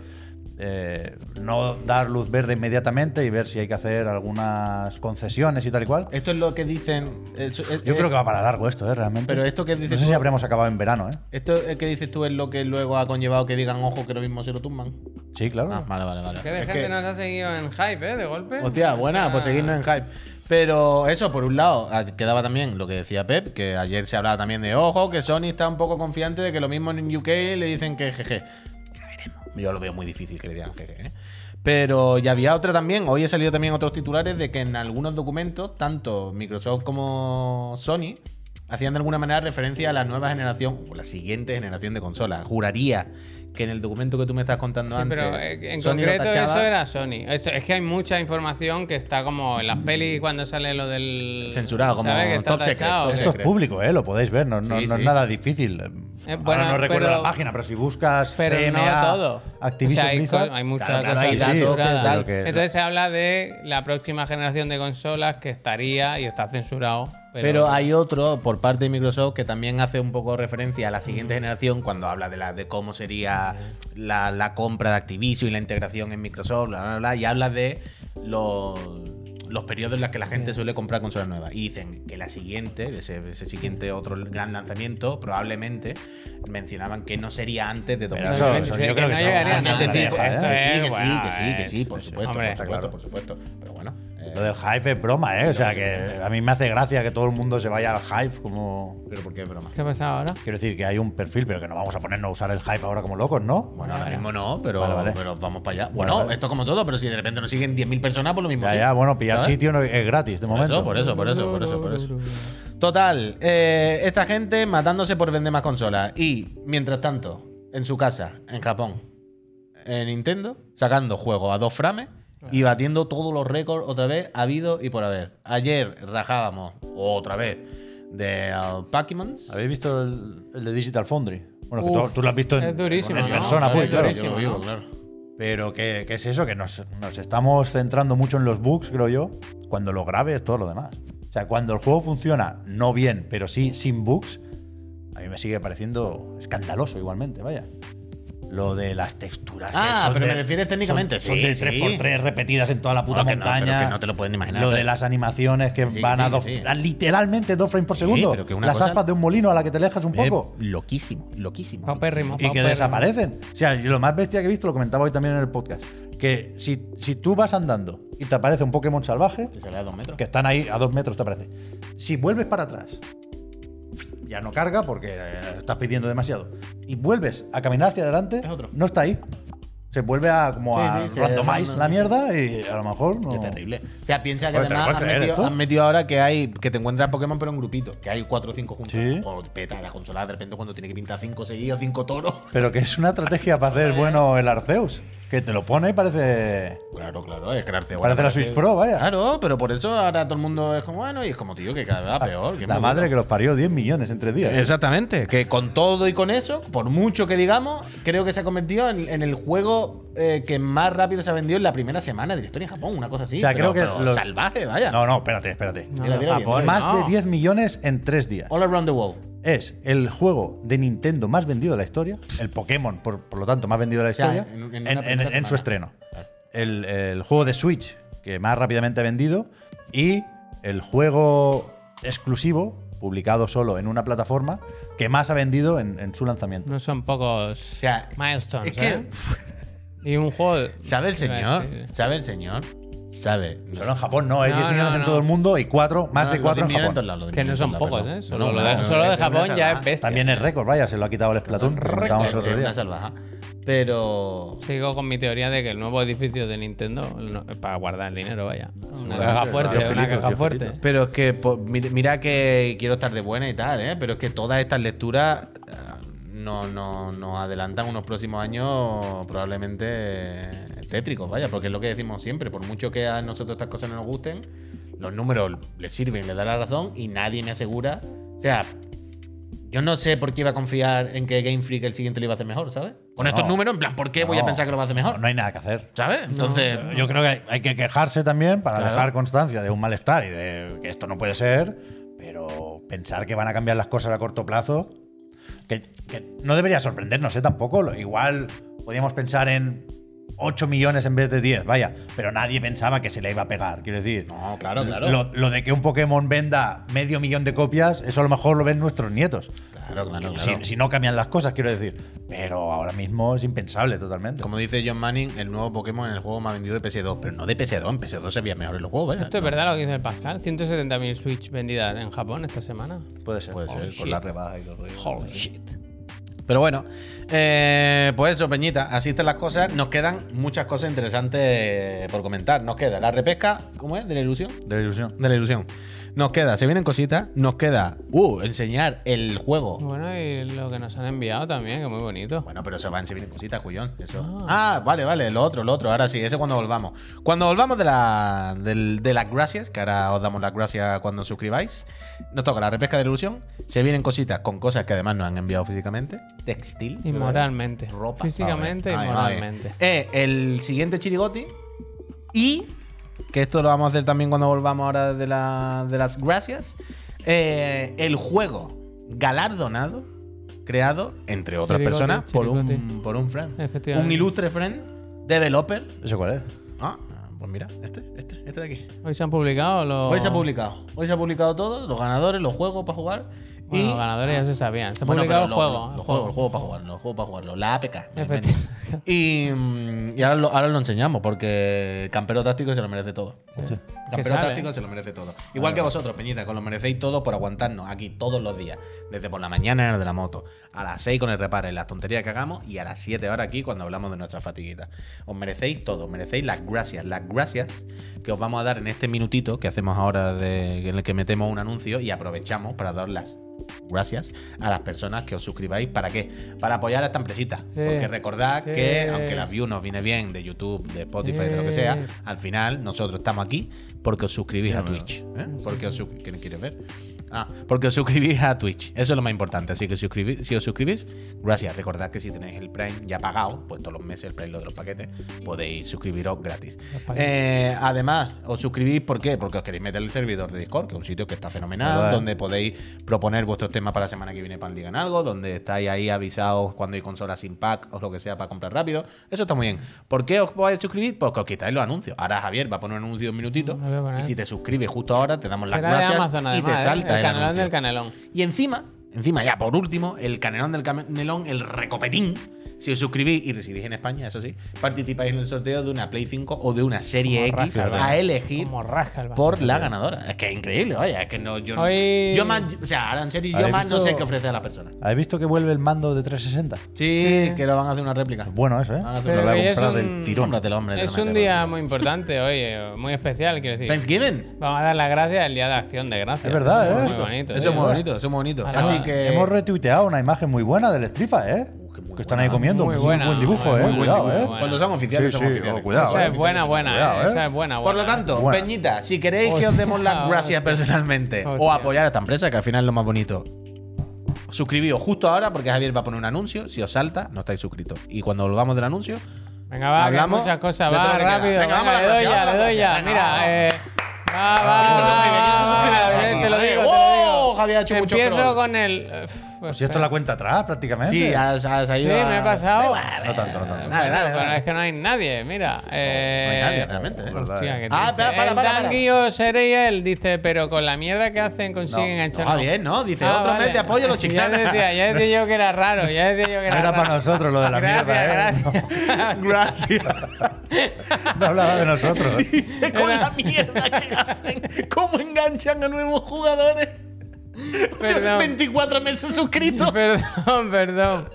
[SPEAKER 4] eh, no dar luz verde inmediatamente y ver si hay que hacer algunas concesiones y tal y cual.
[SPEAKER 1] Esto es lo que dicen. eso- es-
[SPEAKER 4] Yo
[SPEAKER 1] es-
[SPEAKER 4] creo que va para largo esto, ¿eh? Realmente.
[SPEAKER 1] Pero esto que
[SPEAKER 4] no
[SPEAKER 1] dices
[SPEAKER 4] sé si
[SPEAKER 1] tú-
[SPEAKER 4] habremos acabado en verano, ¿eh?
[SPEAKER 1] Esto eh, que dices tú es lo que luego ha conllevado que digan, ojo, que lo mismo se lo tumban.
[SPEAKER 4] Sí, claro.
[SPEAKER 1] Ah, vale, vale, vale.
[SPEAKER 2] Que de
[SPEAKER 1] Es
[SPEAKER 2] gente
[SPEAKER 1] que-
[SPEAKER 2] nos ha seguido en hype, ¿eh? De golpe.
[SPEAKER 1] Hostia, buena,
[SPEAKER 2] O
[SPEAKER 4] pues
[SPEAKER 1] por
[SPEAKER 2] sea,
[SPEAKER 1] seguirnos en hype. Pero eso, por un lado, a- quedaba también lo que decía Pep, que ayer se hablaba también de, ojo, que Sony está un poco confiante de que lo mismo en UK le dicen que jeje. Ya veremos. Yo lo veo muy difícil que le digan jeje. ¿eh? Pero ya había otra también, hoy he salido también otros titulares de que en algunos documentos, tanto Microsoft como Sony, hacían de alguna manera referencia a la nueva generación o la siguiente generación de consolas. Juraría que en el documento que tú me estás contando
[SPEAKER 2] Sí,
[SPEAKER 1] antes,
[SPEAKER 2] pero eh, en
[SPEAKER 1] Sony lo
[SPEAKER 2] concreto
[SPEAKER 1] tachaba-
[SPEAKER 2] eso era Sony. Eso- es que hay mucha información que está como en las pelis cuando sale lo del...
[SPEAKER 1] Censurado, como
[SPEAKER 2] ¿sabes? Que está
[SPEAKER 1] top secret,
[SPEAKER 2] tachado.
[SPEAKER 1] top
[SPEAKER 4] Esto es
[SPEAKER 1] creo.
[SPEAKER 4] público, ¿eh? Lo podéis ver, no, no-
[SPEAKER 1] Sí,
[SPEAKER 4] no
[SPEAKER 1] sí. Eh,
[SPEAKER 4] es nada difícil.
[SPEAKER 2] bueno,
[SPEAKER 4] Ahora no recuerdo
[SPEAKER 2] pero-
[SPEAKER 4] la página, pero si buscas
[SPEAKER 2] Pero
[SPEAKER 4] CMA,
[SPEAKER 2] no todo.
[SPEAKER 4] Activision
[SPEAKER 2] O sea, hay,
[SPEAKER 4] Blizzard,
[SPEAKER 2] co- hay muchas
[SPEAKER 1] Claro, claro,
[SPEAKER 2] cosas
[SPEAKER 1] hay datos,
[SPEAKER 2] censuradas.
[SPEAKER 1] que tal,
[SPEAKER 4] que-
[SPEAKER 2] Entonces se habla de la próxima generación de consolas que estaría y está censurado. Pero,
[SPEAKER 1] Pero, hay otro por parte de Microsoft que también hace un poco referencia a la siguiente generación cuando habla de, la, de cómo sería la, la compra de Activision y la integración en Microsoft, bla, bla, bla, y habla de los, los periodos en los que la gente suele comprar consolas nuevas. Y dicen que la siguiente, ese, ese siguiente otro gran lanzamiento, probablemente mencionaban que no sería antes de
[SPEAKER 4] Pero
[SPEAKER 1] 2020.
[SPEAKER 4] eso-
[SPEAKER 2] Sí,
[SPEAKER 4] eso
[SPEAKER 2] que
[SPEAKER 4] yo creo
[SPEAKER 2] no
[SPEAKER 4] que es
[SPEAKER 2] llegaría
[SPEAKER 4] una
[SPEAKER 1] Es
[SPEAKER 2] nada.
[SPEAKER 1] decir,
[SPEAKER 4] bandeja,
[SPEAKER 1] que
[SPEAKER 4] ¿eh?
[SPEAKER 1] sí,
[SPEAKER 4] pues,
[SPEAKER 2] Esto es,
[SPEAKER 1] que sí, que sí, que
[SPEAKER 2] bueno,
[SPEAKER 1] sí, por
[SPEAKER 2] es-
[SPEAKER 1] supuesto,
[SPEAKER 2] hombre,
[SPEAKER 1] por supuesto, por supuesto. Pero bueno. eh,
[SPEAKER 4] Lo del hype es broma, ¿eh? O sea, que a mí me hace gracia que todo el mundo se vaya al hype como...
[SPEAKER 1] pero ¿por qué broma?
[SPEAKER 2] ¿Qué ha pasado ahora?
[SPEAKER 4] Quiero decir que hay un perfil, pero que no vamos a ponernos a usar el hype ahora como locos, ¿no?
[SPEAKER 1] Bueno, ahora mismo no, pero,
[SPEAKER 4] Vale, vale.
[SPEAKER 1] pero vamos para allá.
[SPEAKER 4] Vale,
[SPEAKER 1] Bueno,
[SPEAKER 4] vale.
[SPEAKER 1] esto es como todo, pero si de repente nos siguen 10.000 personas, por lo mismo.
[SPEAKER 4] Ya,
[SPEAKER 1] aquí.
[SPEAKER 4] ya, bueno, pillar
[SPEAKER 1] ¿Sabes?
[SPEAKER 4] sitio no es gratis de
[SPEAKER 1] Por
[SPEAKER 4] momento.
[SPEAKER 1] eso, por eso, por eso, por eso, por eso. Total, eh, esta gente matándose por vender más consolas. Y, mientras tanto, en su casa, en Japón, en Nintendo, sacando juegos a dos frames y batiendo todos los récords otra vez, habido y por haber. Ayer rajábamos otra vez de uh, Pokémon.
[SPEAKER 4] ¿Habéis visto el, el de Digital Foundry? Bueno, que
[SPEAKER 2] Uf,
[SPEAKER 4] tú, tú lo has visto en,
[SPEAKER 2] es durísimo,
[SPEAKER 4] en
[SPEAKER 2] ¿no?
[SPEAKER 4] persona,
[SPEAKER 2] Es
[SPEAKER 4] pues, claro.
[SPEAKER 2] durísimo.
[SPEAKER 1] Yo lo vivo, claro.
[SPEAKER 4] Pero ¿qué, qué es eso? Que nos, nos estamos centrando mucho en los bugs, creo yo. Cuando lo grave es todo lo demás. O sea, cuando el juego funciona, no bien, pero sí sin bugs, a mí me sigue pareciendo escandaloso igualmente, vaya. Lo de las texturas. que
[SPEAKER 1] Ah,
[SPEAKER 4] son
[SPEAKER 1] pero
[SPEAKER 4] de-
[SPEAKER 1] me refieres técnicamente,
[SPEAKER 4] Son,
[SPEAKER 1] sí,
[SPEAKER 4] son de
[SPEAKER 1] sí.
[SPEAKER 4] 3x3 repetidas en toda la puta
[SPEAKER 1] No, que no,
[SPEAKER 4] montaña.
[SPEAKER 1] pero que no te lo pueden imaginar,
[SPEAKER 4] Lo de
[SPEAKER 1] pero-
[SPEAKER 4] las animaciones que
[SPEAKER 1] Sí,
[SPEAKER 4] van
[SPEAKER 1] sí,
[SPEAKER 4] a dos,
[SPEAKER 1] sí.
[SPEAKER 4] a literalmente dos frames por
[SPEAKER 1] Sí,
[SPEAKER 4] segundo.
[SPEAKER 1] pero que una
[SPEAKER 4] las
[SPEAKER 1] cosa-
[SPEAKER 4] aspas de un molino a la que te alejas un
[SPEAKER 1] Eh,
[SPEAKER 4] poco.
[SPEAKER 1] Loquísimo, loquísimo.
[SPEAKER 2] Paupérrimo,
[SPEAKER 4] Y que
[SPEAKER 2] paupérrimo.
[SPEAKER 4] desaparecen. O sea, yo lo más bestia que he visto, lo comentaba hoy también en el podcast, que si, si tú vas andando y te aparece un Pokémon salvaje,
[SPEAKER 1] Te sale a dos metros.
[SPEAKER 4] que están ahí a dos metros, te aparece. Si vuelves para atrás, ya no carga porque eh, estás pidiendo demasiado. Y vuelves a caminar hacia adelante,
[SPEAKER 1] Es otro.
[SPEAKER 4] no está ahí. Se vuelve a como
[SPEAKER 1] Sí,
[SPEAKER 4] a
[SPEAKER 1] sí, se
[SPEAKER 4] randomize
[SPEAKER 1] random-
[SPEAKER 4] la mierda y a lo mejor no.
[SPEAKER 1] Qué terrible. O sea, piensa que
[SPEAKER 4] Oye, ¿te lo
[SPEAKER 1] además
[SPEAKER 4] puedes
[SPEAKER 1] han
[SPEAKER 4] creer
[SPEAKER 1] metido,
[SPEAKER 4] esto?
[SPEAKER 1] han metido ahora que hay que te encuentras Pokémon pero en grupitos, que hay cuatro o cinco juntos.
[SPEAKER 4] Sí.
[SPEAKER 1] O peta la consola de repente cuando tiene que pintar cinco seguidos, cinco toros. [LAUGHS]
[SPEAKER 4] Pero que es una estrategia para hacer bueno el Arceus. Que te lo pone y parece.
[SPEAKER 1] Claro, claro, es crearse
[SPEAKER 4] Parece la Switch Pro, vaya.
[SPEAKER 1] Claro, pero por eso ahora todo el mundo es como bueno y es como tío que cada vez va peor. que es
[SPEAKER 4] La
[SPEAKER 1] muy
[SPEAKER 4] madre
[SPEAKER 1] duro.
[SPEAKER 4] que los parió 10 millones entre días.
[SPEAKER 1] Exactamente, que con todo y con eso, por mucho que digamos, creo que se ha convertido en, en el juego eh, que más rápido se ha vendido en la primera semana de la historia en Japón, una cosa así.
[SPEAKER 4] O sea,
[SPEAKER 1] pero-
[SPEAKER 4] creo que
[SPEAKER 1] pero
[SPEAKER 4] los-
[SPEAKER 1] salvaje, vaya.
[SPEAKER 4] No, no, espérate, espérate.
[SPEAKER 2] No,
[SPEAKER 1] Mira,
[SPEAKER 2] no,
[SPEAKER 1] mira,
[SPEAKER 2] Japón,
[SPEAKER 4] Más
[SPEAKER 2] no.
[SPEAKER 4] de 10 millones en 3 días.
[SPEAKER 1] All around the world.
[SPEAKER 4] Es el juego de Nintendo más vendido de la historia. El Pokémon, por, por lo tanto, más vendido de la
[SPEAKER 1] sea,
[SPEAKER 4] historia.
[SPEAKER 1] en- en
[SPEAKER 4] en,
[SPEAKER 1] una
[SPEAKER 4] en-
[SPEAKER 1] primera
[SPEAKER 4] en
[SPEAKER 1] semana.
[SPEAKER 4] su estreno. El, el juego de Switch, que más rápidamente ha vendido. Y el juego exclusivo, publicado solo en una plataforma, que más ha vendido en, en su lanzamiento.
[SPEAKER 2] No son pocos
[SPEAKER 1] O sea,
[SPEAKER 2] milestones,
[SPEAKER 1] es que-
[SPEAKER 2] ¿eh? Y un juego...
[SPEAKER 1] ¿Sabe el
[SPEAKER 2] Iba a
[SPEAKER 1] señor?
[SPEAKER 2] decir-
[SPEAKER 1] ¿Sabe el señor? Sabe.
[SPEAKER 4] Solo en Japón no, hay
[SPEAKER 2] No,
[SPEAKER 4] 10 millones
[SPEAKER 2] no,
[SPEAKER 4] en
[SPEAKER 2] no.
[SPEAKER 4] todo el mundo y cuatro, más
[SPEAKER 1] No,
[SPEAKER 4] de
[SPEAKER 1] los
[SPEAKER 4] 4 en
[SPEAKER 1] de millones
[SPEAKER 4] Japón.
[SPEAKER 1] todos lados, los de
[SPEAKER 2] Que no
[SPEAKER 1] millones
[SPEAKER 2] son
[SPEAKER 1] todos lados,
[SPEAKER 2] pocos,
[SPEAKER 1] perdón.
[SPEAKER 2] ¿eh?
[SPEAKER 1] No,
[SPEAKER 2] Solo
[SPEAKER 1] no,
[SPEAKER 2] lo de-
[SPEAKER 1] no,
[SPEAKER 2] solo
[SPEAKER 1] no,
[SPEAKER 2] de
[SPEAKER 1] es una
[SPEAKER 2] Japón ya
[SPEAKER 1] salvajada.
[SPEAKER 2] es bestia.
[SPEAKER 4] También es récord, vaya, se lo ha quitado el Splatoon, que comentábamos el otro
[SPEAKER 1] Es una
[SPEAKER 4] día.
[SPEAKER 1] salvaja. Pero.
[SPEAKER 2] Sigo con mi teoría de que el nuevo edificio de Nintendo no- es para guardar el dinero, vaya. Una
[SPEAKER 4] Seguramente,
[SPEAKER 2] caja
[SPEAKER 4] el
[SPEAKER 2] fuerte,
[SPEAKER 4] tío
[SPEAKER 2] una
[SPEAKER 4] Felito, el
[SPEAKER 2] caja
[SPEAKER 4] tío
[SPEAKER 2] fuerte.
[SPEAKER 4] Felito.
[SPEAKER 1] Pero es que, po- mi- mira que quiero estar de buena y tal, ¿eh? Pero es que todas estas lecturas eh, no- no- nos adelantan unos próximos años probablemente eh, tétricos, vaya, porque es lo que decimos siempre. Por mucho que a nosotros estas cosas no nos gusten, los números les sirven, les da la razón y nadie me asegura. O sea, yo no sé por qué iba a confiar en que Game Freak el siguiente lo iba a hacer mejor, ¿sabes? Con estos
[SPEAKER 4] No.
[SPEAKER 1] números, en plan, ¿por qué voy a
[SPEAKER 4] No,
[SPEAKER 1] pensar que lo va a hacer mejor?
[SPEAKER 4] No hay nada que hacer.
[SPEAKER 1] ¿Sabes? Entonces,
[SPEAKER 4] Yo creo que hay, hay que quejarse también para
[SPEAKER 1] Claro.
[SPEAKER 4] dejar constancia de un malestar y de que esto no puede ser, pero pensar que van a cambiar las cosas a corto plazo, que, que no debería sorprendernos ¿eh? tampoco. Lo- Igual podíamos pensar en 8 millones en vez de 10, vaya, pero nadie pensaba que se le iba a pegar, quiero decir.
[SPEAKER 1] No, claro, claro.
[SPEAKER 4] Lo, lo de que un Pokémon venda medio millón de copias, eso a lo mejor lo ven nuestros nietos.
[SPEAKER 1] claro, claro,
[SPEAKER 4] Si-
[SPEAKER 1] claro.
[SPEAKER 4] si no cambian las cosas, quiero decir. Pero ahora mismo es impensable totalmente.
[SPEAKER 1] Como dice John Manning, el nuevo Pokémon en el juego más vendido de PS2, pero no de PS2, en PS2 se veía mejor en los juegos, vaya.
[SPEAKER 2] Esto es verdad lo que dice el Pascal. 170.000 Switch vendidas en Japón esta semana.
[SPEAKER 4] Puede ser.
[SPEAKER 1] Puede ser, oh,
[SPEAKER 2] Holy
[SPEAKER 1] con
[SPEAKER 2] shit.
[SPEAKER 1] la rebaja y todo el rollo.
[SPEAKER 2] Holy shit.
[SPEAKER 1] Pero bueno, eh, pues eso, Peñita, así están las cosas. Nos quedan muchas cosas interesantes por comentar. Nos queda la repesca, ¿cómo es? De la ilusión.
[SPEAKER 4] De la ilusión.
[SPEAKER 1] De la ilusión. Nos queda, se vienen cositas, nos queda, uh, enseñar el juego.
[SPEAKER 2] Bueno, y lo que nos han enviado también, que muy bonito.
[SPEAKER 1] Bueno, pero se van, se vienen cositas, cuyón. Eso. Ah. vale, vale, lo otro, lo otro. Ahora sí, ese cuando volvamos. Cuando volvamos de, la, del- de las gracias, que ahora os damos las gracias cuando os suscribáis, nos toca la repesca de la ilusión. Se vienen cositas con cosas que además nos han enviado físicamente. Textil.
[SPEAKER 2] Y moralmente.
[SPEAKER 1] Ropa.
[SPEAKER 2] Físicamente
[SPEAKER 1] Vale,
[SPEAKER 2] y
[SPEAKER 1] vale.
[SPEAKER 2] moralmente.
[SPEAKER 1] Eh, el siguiente chirigoti. Y que esto lo vamos a hacer también cuando volvamos ahora de, la- de las gracias. eh, el juego galardonado, creado, entre otras
[SPEAKER 2] Chirigoti,
[SPEAKER 1] personas, por un,
[SPEAKER 2] chirigoti.
[SPEAKER 1] por un friend.
[SPEAKER 2] Efectivamente.
[SPEAKER 1] Un ilustre friend, developer.
[SPEAKER 4] ¿Eso cuál es?
[SPEAKER 1] Ah, pues mira, este, este, este de aquí.
[SPEAKER 2] Hoy se han publicado los.
[SPEAKER 1] Hoy se ha publicado. Hoy se ha publicado todo, los ganadores, los juegos para jugar.
[SPEAKER 2] Bueno,
[SPEAKER 1] y
[SPEAKER 2] los ganadores ya se sabían. Se ha
[SPEAKER 1] bueno,
[SPEAKER 2] publicado
[SPEAKER 1] pero
[SPEAKER 2] el
[SPEAKER 1] lo-
[SPEAKER 2] juego.
[SPEAKER 1] lo-
[SPEAKER 2] el
[SPEAKER 1] Los
[SPEAKER 2] juego.
[SPEAKER 1] juegos, los juegos para jugarlo, los juegos para jugarlo, la APK.
[SPEAKER 2] [LAUGHS] Efectivamente.
[SPEAKER 1] Y, mm, y ahora, lo, ahora lo enseñamos porque Campero Táctico se lo merece todo. Campero
[SPEAKER 2] sale,
[SPEAKER 1] Táctico
[SPEAKER 2] ¿eh?
[SPEAKER 1] se lo merece todo. Igual que vosotros, Peñita, que os lo merecéis todo por aguantarnos aquí todos los días. Desde por la mañana en el de la moto, a las 6 con el reparo y las tonterías que hagamos y a las 7 ahora aquí cuando hablamos de nuestras fatiguitas. Os merecéis todo, os merecéis las gracias, las gracias que os vamos a dar en este minutito que hacemos ahora de, en el que metemos un anuncio y aprovechamos para dar las gracias a las personas que os suscribáis. ¿Para qué? Para apoyar a esta empresita. Porque recordad
[SPEAKER 2] sí.
[SPEAKER 1] que aunque las views nos viene bien de YouTube, de Spotify, de lo que
[SPEAKER 2] Sí.
[SPEAKER 1] sea, al final nosotros estamos aquí porque os suscribís a Twitch. ¿eh? Porque os su- ¿Quién quiere ver? Ah, porque os suscribís a Twitch. Eso es lo más importante. Así que suscribí- si os suscribís, gracias. Recordad que si tenéis el Prime ya pagado, pues todos los meses el Prime, lo de los paquetes, podéis suscribiros gratis.
[SPEAKER 2] paquetes.
[SPEAKER 1] Eh, además, os suscribís, ¿por qué? Porque os queréis meter el servidor de Discord, que es un sitio que está fenomenal,
[SPEAKER 4] Verdad.
[SPEAKER 1] donde podéis proponer vuestros temas para la semana que viene para el Digan Algo, donde estáis ahí avisados cuando hay consolas sin pack o lo que sea para comprar rápido. Eso está muy bien. ¿Por qué os podéis suscribir? Porque os quitáis los anuncios. Ahora Javier va a poner un anuncio de un minutito
[SPEAKER 2] Mm, lo voy a poner.
[SPEAKER 1] y si te suscribes justo ahora te damos las
[SPEAKER 2] Será de
[SPEAKER 1] gracias
[SPEAKER 2] Amazon,
[SPEAKER 1] y
[SPEAKER 2] además.
[SPEAKER 1] te
[SPEAKER 2] ¿eh?
[SPEAKER 1] salta
[SPEAKER 2] El
[SPEAKER 1] el
[SPEAKER 2] canelón
[SPEAKER 1] anuncio.
[SPEAKER 2] del canelón.
[SPEAKER 1] Y encima, encima ya por último, el canelón del canelón, el recopetín. Si os suscribís y residís en España, eso sí, participáis en el sorteo de una Play 5 o de una Serie
[SPEAKER 2] Como
[SPEAKER 1] X
[SPEAKER 2] rasca,
[SPEAKER 1] a elegir
[SPEAKER 2] Como rasca el
[SPEAKER 1] por la ganadora. Es que es increíble, oye, es que no, yo,
[SPEAKER 2] Hoy-
[SPEAKER 1] yo más, o sea, ahora en serio, yo
[SPEAKER 4] ¿Habéis
[SPEAKER 1] más no
[SPEAKER 4] visto-
[SPEAKER 1] sé qué ofrece a la persona.
[SPEAKER 4] ¿Habéis visto que vuelve el mando de 360?
[SPEAKER 1] Sí,
[SPEAKER 2] Sí.
[SPEAKER 1] que lo van a hacer una réplica.
[SPEAKER 4] Es bueno eso, ¿eh?
[SPEAKER 1] Ah,
[SPEAKER 4] Lo
[SPEAKER 2] pero
[SPEAKER 4] voy a
[SPEAKER 2] es
[SPEAKER 4] comprar
[SPEAKER 2] un-
[SPEAKER 4] del tirón.
[SPEAKER 1] Cómpratelo, hombre. te lo
[SPEAKER 2] Es
[SPEAKER 1] meto,
[SPEAKER 2] un
[SPEAKER 1] hombre.
[SPEAKER 2] día muy importante hoy, eh, muy especial, quiero decir.
[SPEAKER 1] Thanksgiving.
[SPEAKER 2] Vamos a dar las gracias el día de acción de gracias.
[SPEAKER 4] Es verdad, ¿eh?
[SPEAKER 2] Muy bonito.
[SPEAKER 1] Eso es muy
[SPEAKER 2] tío.
[SPEAKER 1] bonito, eso es muy bonito.
[SPEAKER 2] Vale,
[SPEAKER 1] Así
[SPEAKER 2] vale.
[SPEAKER 1] que.
[SPEAKER 4] Hemos retuiteado una imagen muy buena del Strifa, ¿eh?
[SPEAKER 1] eh. Uh, qué muy
[SPEAKER 4] que están
[SPEAKER 1] buena.
[SPEAKER 4] ahí comiendo.
[SPEAKER 2] Muy
[SPEAKER 4] Muy
[SPEAKER 2] buena,
[SPEAKER 4] buen dibujo,
[SPEAKER 2] muy
[SPEAKER 4] ¿eh?
[SPEAKER 2] buen
[SPEAKER 4] cuidado,
[SPEAKER 2] dibujo,
[SPEAKER 4] ¿eh?
[SPEAKER 2] buena.
[SPEAKER 1] Cuando somos oficiales,
[SPEAKER 4] Sí,
[SPEAKER 1] somos
[SPEAKER 4] sí,
[SPEAKER 1] oficiales.
[SPEAKER 4] cuidado,
[SPEAKER 2] Esa
[SPEAKER 4] eh.
[SPEAKER 2] es buena, buena.
[SPEAKER 4] Cuidado,
[SPEAKER 2] eh,
[SPEAKER 4] eh.
[SPEAKER 2] Esa es buena,
[SPEAKER 1] Por
[SPEAKER 2] buena.
[SPEAKER 1] lo tanto,
[SPEAKER 4] Bueno.
[SPEAKER 1] Peñita, si queréis que
[SPEAKER 2] Hostia,
[SPEAKER 1] os demos las
[SPEAKER 2] hostia.
[SPEAKER 1] gracias personalmente o
[SPEAKER 2] Hostia.
[SPEAKER 1] apoyar a esta empresa, que al final es lo más bonito, suscribíos justo ahora porque Javier va a poner un anuncio. Si os salta, no estáis suscritos. Y cuando volvamos del anuncio,
[SPEAKER 2] Venga, va, que hay
[SPEAKER 1] Hablamos
[SPEAKER 2] muchas cosas.
[SPEAKER 1] de todo
[SPEAKER 2] Va,
[SPEAKER 1] lo que queda.
[SPEAKER 2] rápido.
[SPEAKER 1] Venga,
[SPEAKER 2] Venga,
[SPEAKER 1] vamos a
[SPEAKER 2] le
[SPEAKER 1] la
[SPEAKER 2] doy
[SPEAKER 1] gracia,
[SPEAKER 2] ya, le
[SPEAKER 1] vamos Ah, a la
[SPEAKER 2] doy ya.
[SPEAKER 1] gracia.
[SPEAKER 2] Mira,
[SPEAKER 1] Venga,
[SPEAKER 2] eh. Va, va,
[SPEAKER 1] ¿quién se suscribe? ¿Quién se
[SPEAKER 2] va,
[SPEAKER 1] suscribe?
[SPEAKER 2] va,
[SPEAKER 1] Venga,
[SPEAKER 2] Te lo
[SPEAKER 1] venga.
[SPEAKER 2] digo, te lo
[SPEAKER 1] ¡Oh!
[SPEAKER 2] digo.
[SPEAKER 1] Javier ha hecho mucho
[SPEAKER 2] Empiezo
[SPEAKER 1] scroll.
[SPEAKER 2] con el. eh,
[SPEAKER 4] Pues si esto es la cuenta atrás, prácticamente.
[SPEAKER 1] sí, has, has
[SPEAKER 2] Sí,
[SPEAKER 1] ido a-
[SPEAKER 2] me he pasado.
[SPEAKER 1] Da igual,
[SPEAKER 4] No tanto, no tanto.
[SPEAKER 1] Dale, dale,
[SPEAKER 2] Pero
[SPEAKER 1] dale.
[SPEAKER 2] es que no hay nadie, mira. eh,
[SPEAKER 1] nadie, realmente, ¿eh?
[SPEAKER 2] hostia, qué
[SPEAKER 1] Ah,
[SPEAKER 2] triste.
[SPEAKER 1] espera, para, para,
[SPEAKER 2] El
[SPEAKER 1] para.
[SPEAKER 2] Tanguillo Serial dice, pero con la mierda que hacen consiguen engancharnos.
[SPEAKER 1] No, Javier, Ah, no. Dice otro mes de apoyo a los
[SPEAKER 2] [LAUGHS] Ya
[SPEAKER 1] chiclanas.
[SPEAKER 2] decía, ya decía yo que era raro, ya decía yo que
[SPEAKER 4] No
[SPEAKER 2] era
[SPEAKER 4] era
[SPEAKER 2] raro.
[SPEAKER 4] para nosotros lo de la
[SPEAKER 2] Gracias,
[SPEAKER 4] mierda, ¿eh?
[SPEAKER 1] [LAUGHS]
[SPEAKER 2] gracias.
[SPEAKER 1] Gracias.
[SPEAKER 4] No, no hablaba
[SPEAKER 1] [LAUGHS]
[SPEAKER 4] de nosotros.
[SPEAKER 1] Dice con la mierda que hacen. ¿Cómo enganchan a nuevos jugadores? [LAUGHS]
[SPEAKER 2] Perdón.
[SPEAKER 1] 24 meses suscritos.
[SPEAKER 2] [LAUGHS] Perdón, perdón.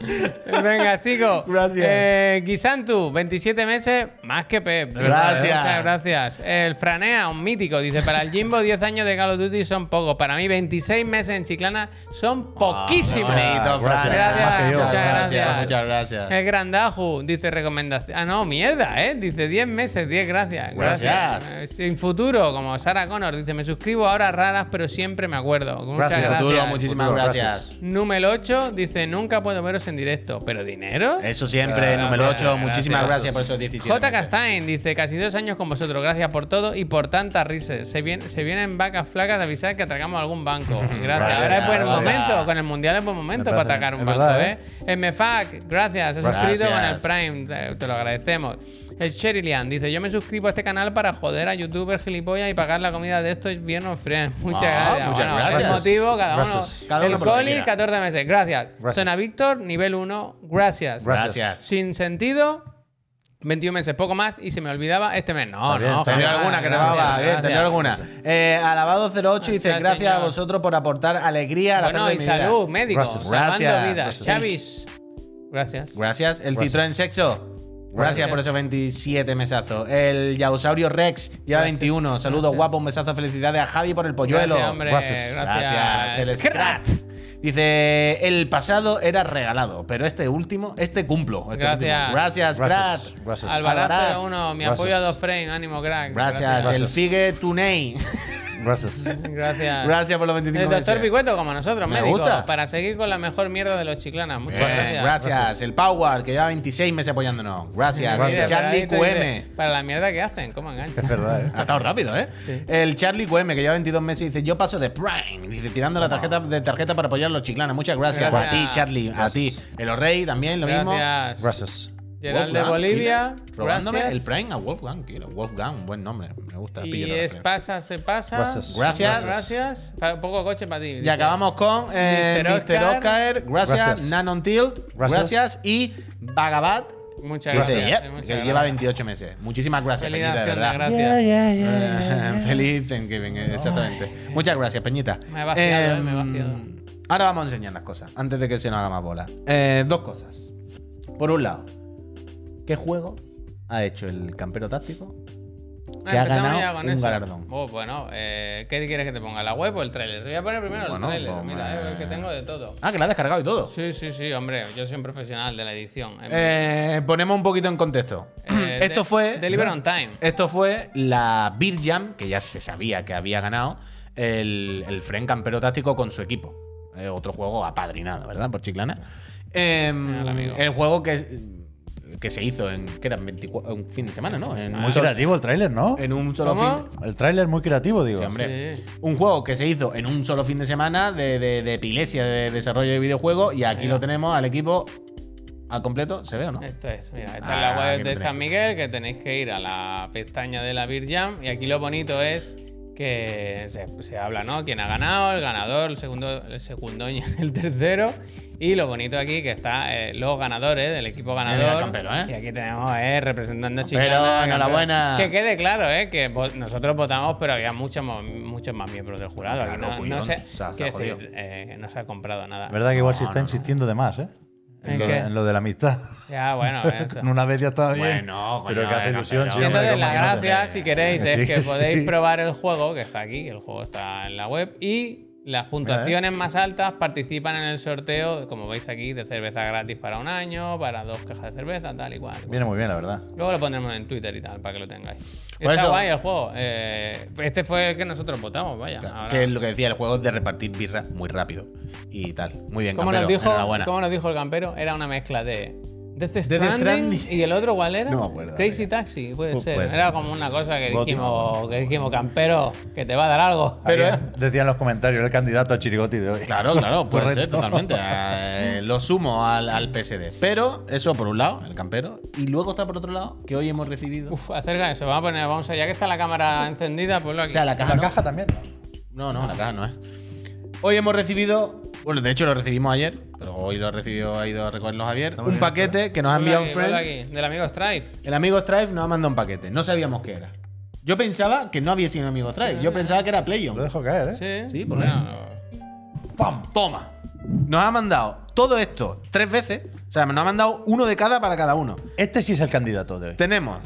[SPEAKER 2] Venga, sigo.
[SPEAKER 4] Gracias.
[SPEAKER 2] Eh, Guisantu, 27 meses, más que Pep. de verdad,
[SPEAKER 4] Gracias.
[SPEAKER 2] Muchas gracias. El Franea, un mítico, dice, para el Jimbo 10 años de Call of Duty son pocos. Para mí 26 meses en Chiclana son poquísimos.
[SPEAKER 1] Ah, Bonito, Fran.
[SPEAKER 2] Gracias,
[SPEAKER 1] Más que yo.
[SPEAKER 2] muchas gracias.
[SPEAKER 1] Muchas gracias.
[SPEAKER 2] El Grandaju dice recomendación. Ah, no, mierda, ¿eh? Dice 10 meses, 10 gracias.
[SPEAKER 1] Gracias.
[SPEAKER 2] Eh, Sin futuro, como Sara Connor. Dice, me suscribo ahora raras, pero siempre me acuerdo. Muchas
[SPEAKER 4] Gracias,
[SPEAKER 2] gracias.
[SPEAKER 1] Futuro, muchísimas
[SPEAKER 4] Futuro,
[SPEAKER 1] gracias.
[SPEAKER 4] gracias.
[SPEAKER 2] Número 8 dice, nunca puedo veros en directo, pero dinero.
[SPEAKER 1] Eso siempre, número 8.
[SPEAKER 2] gracias.
[SPEAKER 1] Muchísimas gracias por esos 17.
[SPEAKER 2] J.
[SPEAKER 1] meses.
[SPEAKER 2] Castain dice, casi dos años con vosotros, gracias por todo y por tantas risas. Se, viene- se vienen vacas flacas de avisar que atracamos algún banco. Gracias.
[SPEAKER 4] Gracias,
[SPEAKER 2] Ahora es buen
[SPEAKER 1] gracias.
[SPEAKER 2] momento, con el Mundial es buen momento
[SPEAKER 4] Me
[SPEAKER 2] para
[SPEAKER 4] parece-
[SPEAKER 2] atracar un
[SPEAKER 4] es
[SPEAKER 2] banco,
[SPEAKER 4] verdad,
[SPEAKER 2] ¿eh? MFAC, gracias, has
[SPEAKER 4] Gracias.
[SPEAKER 2] suscrito con el Prime, te, te lo agradecemos. El Sherrylian dice, yo me suscribo a este canal para joder a youtubers gilipollas y pagar la comida de estos bien friends. [LAUGHS] Muchas
[SPEAKER 1] Ah,
[SPEAKER 2] gracias.
[SPEAKER 1] muchas
[SPEAKER 2] bueno,
[SPEAKER 1] gracias.
[SPEAKER 2] es motivo, cada uno.
[SPEAKER 4] Gracias.
[SPEAKER 1] Cada uno
[SPEAKER 2] el
[SPEAKER 1] por lo que
[SPEAKER 2] Coli,
[SPEAKER 1] quiera.
[SPEAKER 2] 14 meses, gracias.
[SPEAKER 4] Gracias.
[SPEAKER 2] Zona Víctor, nivel 1, gracias.
[SPEAKER 1] Gracias.
[SPEAKER 2] Sin sentido, 21 meses, poco más, y se me olvidaba este mes. No,
[SPEAKER 4] Está bien,
[SPEAKER 2] no.
[SPEAKER 4] está
[SPEAKER 1] Te leo
[SPEAKER 2] jamás,
[SPEAKER 1] alguna que te va
[SPEAKER 2] gracias,
[SPEAKER 1] a bien, te
[SPEAKER 2] gracias.
[SPEAKER 1] leo alguna. Eh, Alabado 08 dice
[SPEAKER 2] Gracias,
[SPEAKER 1] gracias a
[SPEAKER 2] señor.
[SPEAKER 1] vosotros por aportar alegría a la
[SPEAKER 2] Bueno,
[SPEAKER 1] tarde
[SPEAKER 2] y
[SPEAKER 1] de mi vida".
[SPEAKER 2] salud, médicos,
[SPEAKER 4] Gracias.
[SPEAKER 2] salvando
[SPEAKER 1] Gracias.
[SPEAKER 2] vidas.
[SPEAKER 1] Gracias.
[SPEAKER 2] Chavis, gracias.
[SPEAKER 1] Gracias. El
[SPEAKER 4] Gracias.
[SPEAKER 1] Citroën Sexo. Gracias,
[SPEAKER 2] Gracias.
[SPEAKER 1] por esos 27 mesazos. El Yausaurio Rex, ya
[SPEAKER 2] Gracias.
[SPEAKER 1] 21. Saludos
[SPEAKER 2] Gracias.
[SPEAKER 1] guapos, un besazo, felicidades a Javi por el polluelo.
[SPEAKER 2] Gracias, hombre,
[SPEAKER 4] Gracias.
[SPEAKER 2] gracias.
[SPEAKER 1] El
[SPEAKER 2] Scratch.
[SPEAKER 1] Scratch. Dice, el pasado era regalado, pero este último, este cumplo. este
[SPEAKER 2] Gracias.
[SPEAKER 1] último. Gracias,
[SPEAKER 4] Gracias.
[SPEAKER 1] Scratch.
[SPEAKER 4] Gracias.
[SPEAKER 2] Alvarado
[SPEAKER 1] Alvaraz.
[SPEAKER 2] 01, mi
[SPEAKER 4] Gracias.
[SPEAKER 2] apoyo a dos frames, ánimo crack.
[SPEAKER 1] Gracias.
[SPEAKER 4] Gracias.
[SPEAKER 1] El Figue Tunei.
[SPEAKER 4] Gracias.
[SPEAKER 2] Gracias.
[SPEAKER 1] Gracias por los 25
[SPEAKER 2] Ah. El doctor
[SPEAKER 1] meses.
[SPEAKER 2] Picueto, como nosotros,
[SPEAKER 1] Me
[SPEAKER 2] médico,
[SPEAKER 1] gusta.
[SPEAKER 2] para seguir con la mejor mierda de los chiclanas. Muchas
[SPEAKER 1] Bien,
[SPEAKER 2] gracias.
[SPEAKER 1] gracias.
[SPEAKER 4] Gracias.
[SPEAKER 1] El Power, que lleva 26 meses apoyándonos. Gracias.
[SPEAKER 2] Mira,
[SPEAKER 1] El Charlie
[SPEAKER 2] para ahí te
[SPEAKER 1] QM.
[SPEAKER 2] diré, Para la mierda que hacen, cómo engancha.
[SPEAKER 4] Es verdad, ¿eh?
[SPEAKER 1] Ha estado rápido, ¿eh? El Charlie QM, que lleva 22 meses, dice: Yo paso de Prime. Dice: Tirando la tarjeta de tarjeta para apoyar a los chiclanas. Muchas gracias.
[SPEAKER 2] Gracias.
[SPEAKER 1] A ti, Charlie. A ti. El O'Reilly también, lo mismo.
[SPEAKER 2] Gracias.
[SPEAKER 4] Gracias.
[SPEAKER 2] Gerald de
[SPEAKER 1] Wolfgang
[SPEAKER 2] Bolivia.
[SPEAKER 1] Killer. Robándome
[SPEAKER 2] gracias.
[SPEAKER 1] el Prime a Wolfgang Killer. Wolfgang, un buen nombre. Me gusta. pillo
[SPEAKER 2] Y
[SPEAKER 1] la
[SPEAKER 2] es
[SPEAKER 1] referencia.
[SPEAKER 2] pasa, se pasa.
[SPEAKER 4] Gracias.
[SPEAKER 1] Gracias.
[SPEAKER 2] Gracias. Pa- Poco coche para ti.
[SPEAKER 1] Y
[SPEAKER 2] dice.
[SPEAKER 1] acabamos con eh,
[SPEAKER 2] Mr.
[SPEAKER 1] Mr.
[SPEAKER 2] Oscar.
[SPEAKER 1] Oscar. Gracias.
[SPEAKER 4] Gracias.
[SPEAKER 1] Nanon Tilt.
[SPEAKER 4] Gracias.
[SPEAKER 1] Gracias. Y Bagabat.
[SPEAKER 2] Muchas
[SPEAKER 1] que dice,
[SPEAKER 2] gracias. eh,
[SPEAKER 1] "Yep",
[SPEAKER 2] muchas
[SPEAKER 1] que lleva
[SPEAKER 2] gracias.
[SPEAKER 1] 28 meses. Muchísimas gracias,
[SPEAKER 2] Feliz
[SPEAKER 1] Peñita, de
[SPEAKER 2] Acción de
[SPEAKER 1] verdad. [LAUGHS]
[SPEAKER 2] Gracias.
[SPEAKER 1] Feliz Thanksgiving, eh, exactamente. Muchas gracias, Peñita.
[SPEAKER 2] Me he vaciado,
[SPEAKER 1] Eh,
[SPEAKER 2] eh, me he vaciado.
[SPEAKER 1] Ahora vamos a enseñar las cosas, antes de que se nos haga más bola. Eh, dos cosas. Por un lado, ¿qué juego ha hecho el campero táctico?
[SPEAKER 2] Ah,
[SPEAKER 1] que ha
[SPEAKER 2] empezamos
[SPEAKER 1] ganado
[SPEAKER 2] ya con
[SPEAKER 1] un
[SPEAKER 2] eso.
[SPEAKER 1] galardón.
[SPEAKER 2] Oh, bueno, eh, ¿qué quieres que te ponga? ¿La web o el tráiler? Te voy a poner primero
[SPEAKER 1] Bueno,
[SPEAKER 2] el tráiler.
[SPEAKER 1] pues,
[SPEAKER 2] Mira, eh,
[SPEAKER 1] eh,
[SPEAKER 2] que tengo de todo.
[SPEAKER 1] Ah, que la ha descargado y todo.
[SPEAKER 2] Sí, sí, sí, hombre. Yo soy un profesional de la edición.
[SPEAKER 1] Eh, ponemos un poquito en contexto. [CLEARS THROAT]
[SPEAKER 2] Eh,
[SPEAKER 1] esto
[SPEAKER 2] de-
[SPEAKER 1] fue.
[SPEAKER 2] Deliver on time.
[SPEAKER 1] Esto fue la Beer Jam, que ya se sabía que había ganado el, el Fren Campero Táctico con su equipo. Eh, otro juego apadrinado, ¿verdad? Por Chiclana. Em,
[SPEAKER 2] Al amigo.
[SPEAKER 1] el juego que, que se hizo en. que era 24 un fin de semana, ¿no? En,
[SPEAKER 4] Muy
[SPEAKER 1] un, solo,
[SPEAKER 4] creativo el tráiler, ¿no?
[SPEAKER 1] en un solo
[SPEAKER 2] ¿Cómo?
[SPEAKER 1] fin.
[SPEAKER 4] El tráiler muy creativo, digo.
[SPEAKER 1] Sí, hombre.
[SPEAKER 2] Sí.
[SPEAKER 1] Un juego que se hizo en un solo fin de semana de, de, de epilepsia de desarrollo de videojuegos. Y aquí
[SPEAKER 2] Ahí va.
[SPEAKER 1] lo tenemos al equipo al completo. ¿Se ve o no?
[SPEAKER 2] Esto es, mira, esta
[SPEAKER 1] Ah,
[SPEAKER 2] es la web
[SPEAKER 1] que
[SPEAKER 2] de
[SPEAKER 1] lo
[SPEAKER 2] San Miguel, que tenéis que ir a la pestaña de la Beer Jam. Y aquí lo bonito es que se, se habla, ¿no? Quién ha ganado, el ganador, el segundo, el secundoño, [LAUGHS] el tercero. Y lo bonito aquí que está eh, los ganadores del equipo ganador.
[SPEAKER 1] el campero, ¿eh?
[SPEAKER 2] Y aquí tenemos, eh, representando a
[SPEAKER 1] Campero,
[SPEAKER 2] Chiclana. campero.
[SPEAKER 1] enhorabuena.
[SPEAKER 2] Que quede claro, eh, que vo- nosotros votamos, pero había muchos, mo- muchos más miembros del jurado. Aquí
[SPEAKER 1] Claro,
[SPEAKER 2] no,
[SPEAKER 1] cuidado,
[SPEAKER 2] no se,
[SPEAKER 1] o sea, se
[SPEAKER 2] quiero
[SPEAKER 1] ha jodido.
[SPEAKER 2] decir, eh, no se ha comprado nada.
[SPEAKER 4] verdad que igual se
[SPEAKER 1] No,
[SPEAKER 4] está
[SPEAKER 1] no, no.
[SPEAKER 4] insistiendo de más, ¿eh?
[SPEAKER 2] ¿En
[SPEAKER 4] En lo,
[SPEAKER 2] qué?
[SPEAKER 4] en lo de la amistad.
[SPEAKER 2] Ya,
[SPEAKER 1] [LAUGHS]
[SPEAKER 2] bueno, esto.
[SPEAKER 4] Con una vez ya estaba bien.
[SPEAKER 1] Bueno, coño,
[SPEAKER 4] pero que hace
[SPEAKER 1] venga,
[SPEAKER 4] ilusión.
[SPEAKER 1] pero-
[SPEAKER 4] sí,
[SPEAKER 2] Y
[SPEAKER 4] Ah, hombre,
[SPEAKER 2] entonces
[SPEAKER 4] ¿cómo
[SPEAKER 2] la
[SPEAKER 4] que no te-
[SPEAKER 2] gracia, si queréis,
[SPEAKER 4] Que sí,
[SPEAKER 2] es que
[SPEAKER 4] que [LAUGHS] sí.
[SPEAKER 2] podéis probar el juego, que está aquí, el juego está en la web, y las puntuaciones
[SPEAKER 4] ¿Eh?
[SPEAKER 2] más altas participan en el sorteo, como veis aquí, de cerveza gratis para un año, para dos cajas de cerveza, tal y cual.
[SPEAKER 4] Viene muy bien, la verdad.
[SPEAKER 2] Luego lo pondremos en Twitter y tal, para que lo tengáis.
[SPEAKER 1] Pues
[SPEAKER 2] está
[SPEAKER 1] eso.
[SPEAKER 2] guay el juego. eh, este fue el que nosotros votamos, vaya.
[SPEAKER 1] Claro,
[SPEAKER 2] Ahora-
[SPEAKER 1] que es lo que decía, el juego es de repartir birra muy rápido y tal. Muy bien,
[SPEAKER 2] como,
[SPEAKER 1] campero,
[SPEAKER 2] nos dijo,
[SPEAKER 1] enhorabuena.
[SPEAKER 2] como nos dijo el campero, era una mezcla de Death Stranding,
[SPEAKER 1] Stranding.
[SPEAKER 2] y el otro, ¿cuál era?
[SPEAKER 4] No me acuerdo,
[SPEAKER 2] Crazy
[SPEAKER 4] tío.
[SPEAKER 2] Taxi, puede
[SPEAKER 4] Pues
[SPEAKER 2] ser.
[SPEAKER 4] puede ser.
[SPEAKER 2] era como una cosa que
[SPEAKER 4] Goti,
[SPEAKER 2] dijimos, que dijimos, campero, que te va a dar algo.
[SPEAKER 1] Pero-
[SPEAKER 4] Había- decían los comentarios el candidato a Chirigoti de hoy.
[SPEAKER 1] Claro, claro, puede ser
[SPEAKER 4] Correcto.
[SPEAKER 1] totalmente. Eh, lo sumo al, al PSD. Pero eso por un lado, el campero. Y luego está por otro lado, que hoy hemos recibido.
[SPEAKER 2] Uf, acerca eso, vamos a poner, vamos a, ya que está la cámara encendida, pues lo aquí.
[SPEAKER 1] o sea, la caja.
[SPEAKER 4] La
[SPEAKER 1] no.
[SPEAKER 4] caja también. ¿no?
[SPEAKER 1] No, no, la caja no es. Hoy hemos recibido. Bueno, de hecho lo recibimos ayer, pero hoy lo ha recibido, ha ido a recogerlo Javier.
[SPEAKER 4] Estamos
[SPEAKER 1] Un
[SPEAKER 4] bien,
[SPEAKER 1] paquete que nos ha
[SPEAKER 2] Ponlo
[SPEAKER 1] enviado un
[SPEAKER 2] aquí, ponlo
[SPEAKER 1] friend.
[SPEAKER 2] aquí, del amigo Stripe.
[SPEAKER 1] El amigo Stripe nos ha mandado un paquete. No sabíamos qué era. Yo pensaba que no había sido un amigo Stripe. Yo pensaba que era Playon.
[SPEAKER 4] Lo dejo caer, ¿eh?
[SPEAKER 2] Sí,
[SPEAKER 1] Sí, por
[SPEAKER 2] bueno.
[SPEAKER 4] ¡Pam!
[SPEAKER 1] Toma. Nos ha mandado todo esto tres veces. O sea, nos ha mandado uno de cada para cada uno.
[SPEAKER 4] Este sí es el candidato de hoy.
[SPEAKER 1] Tenemos,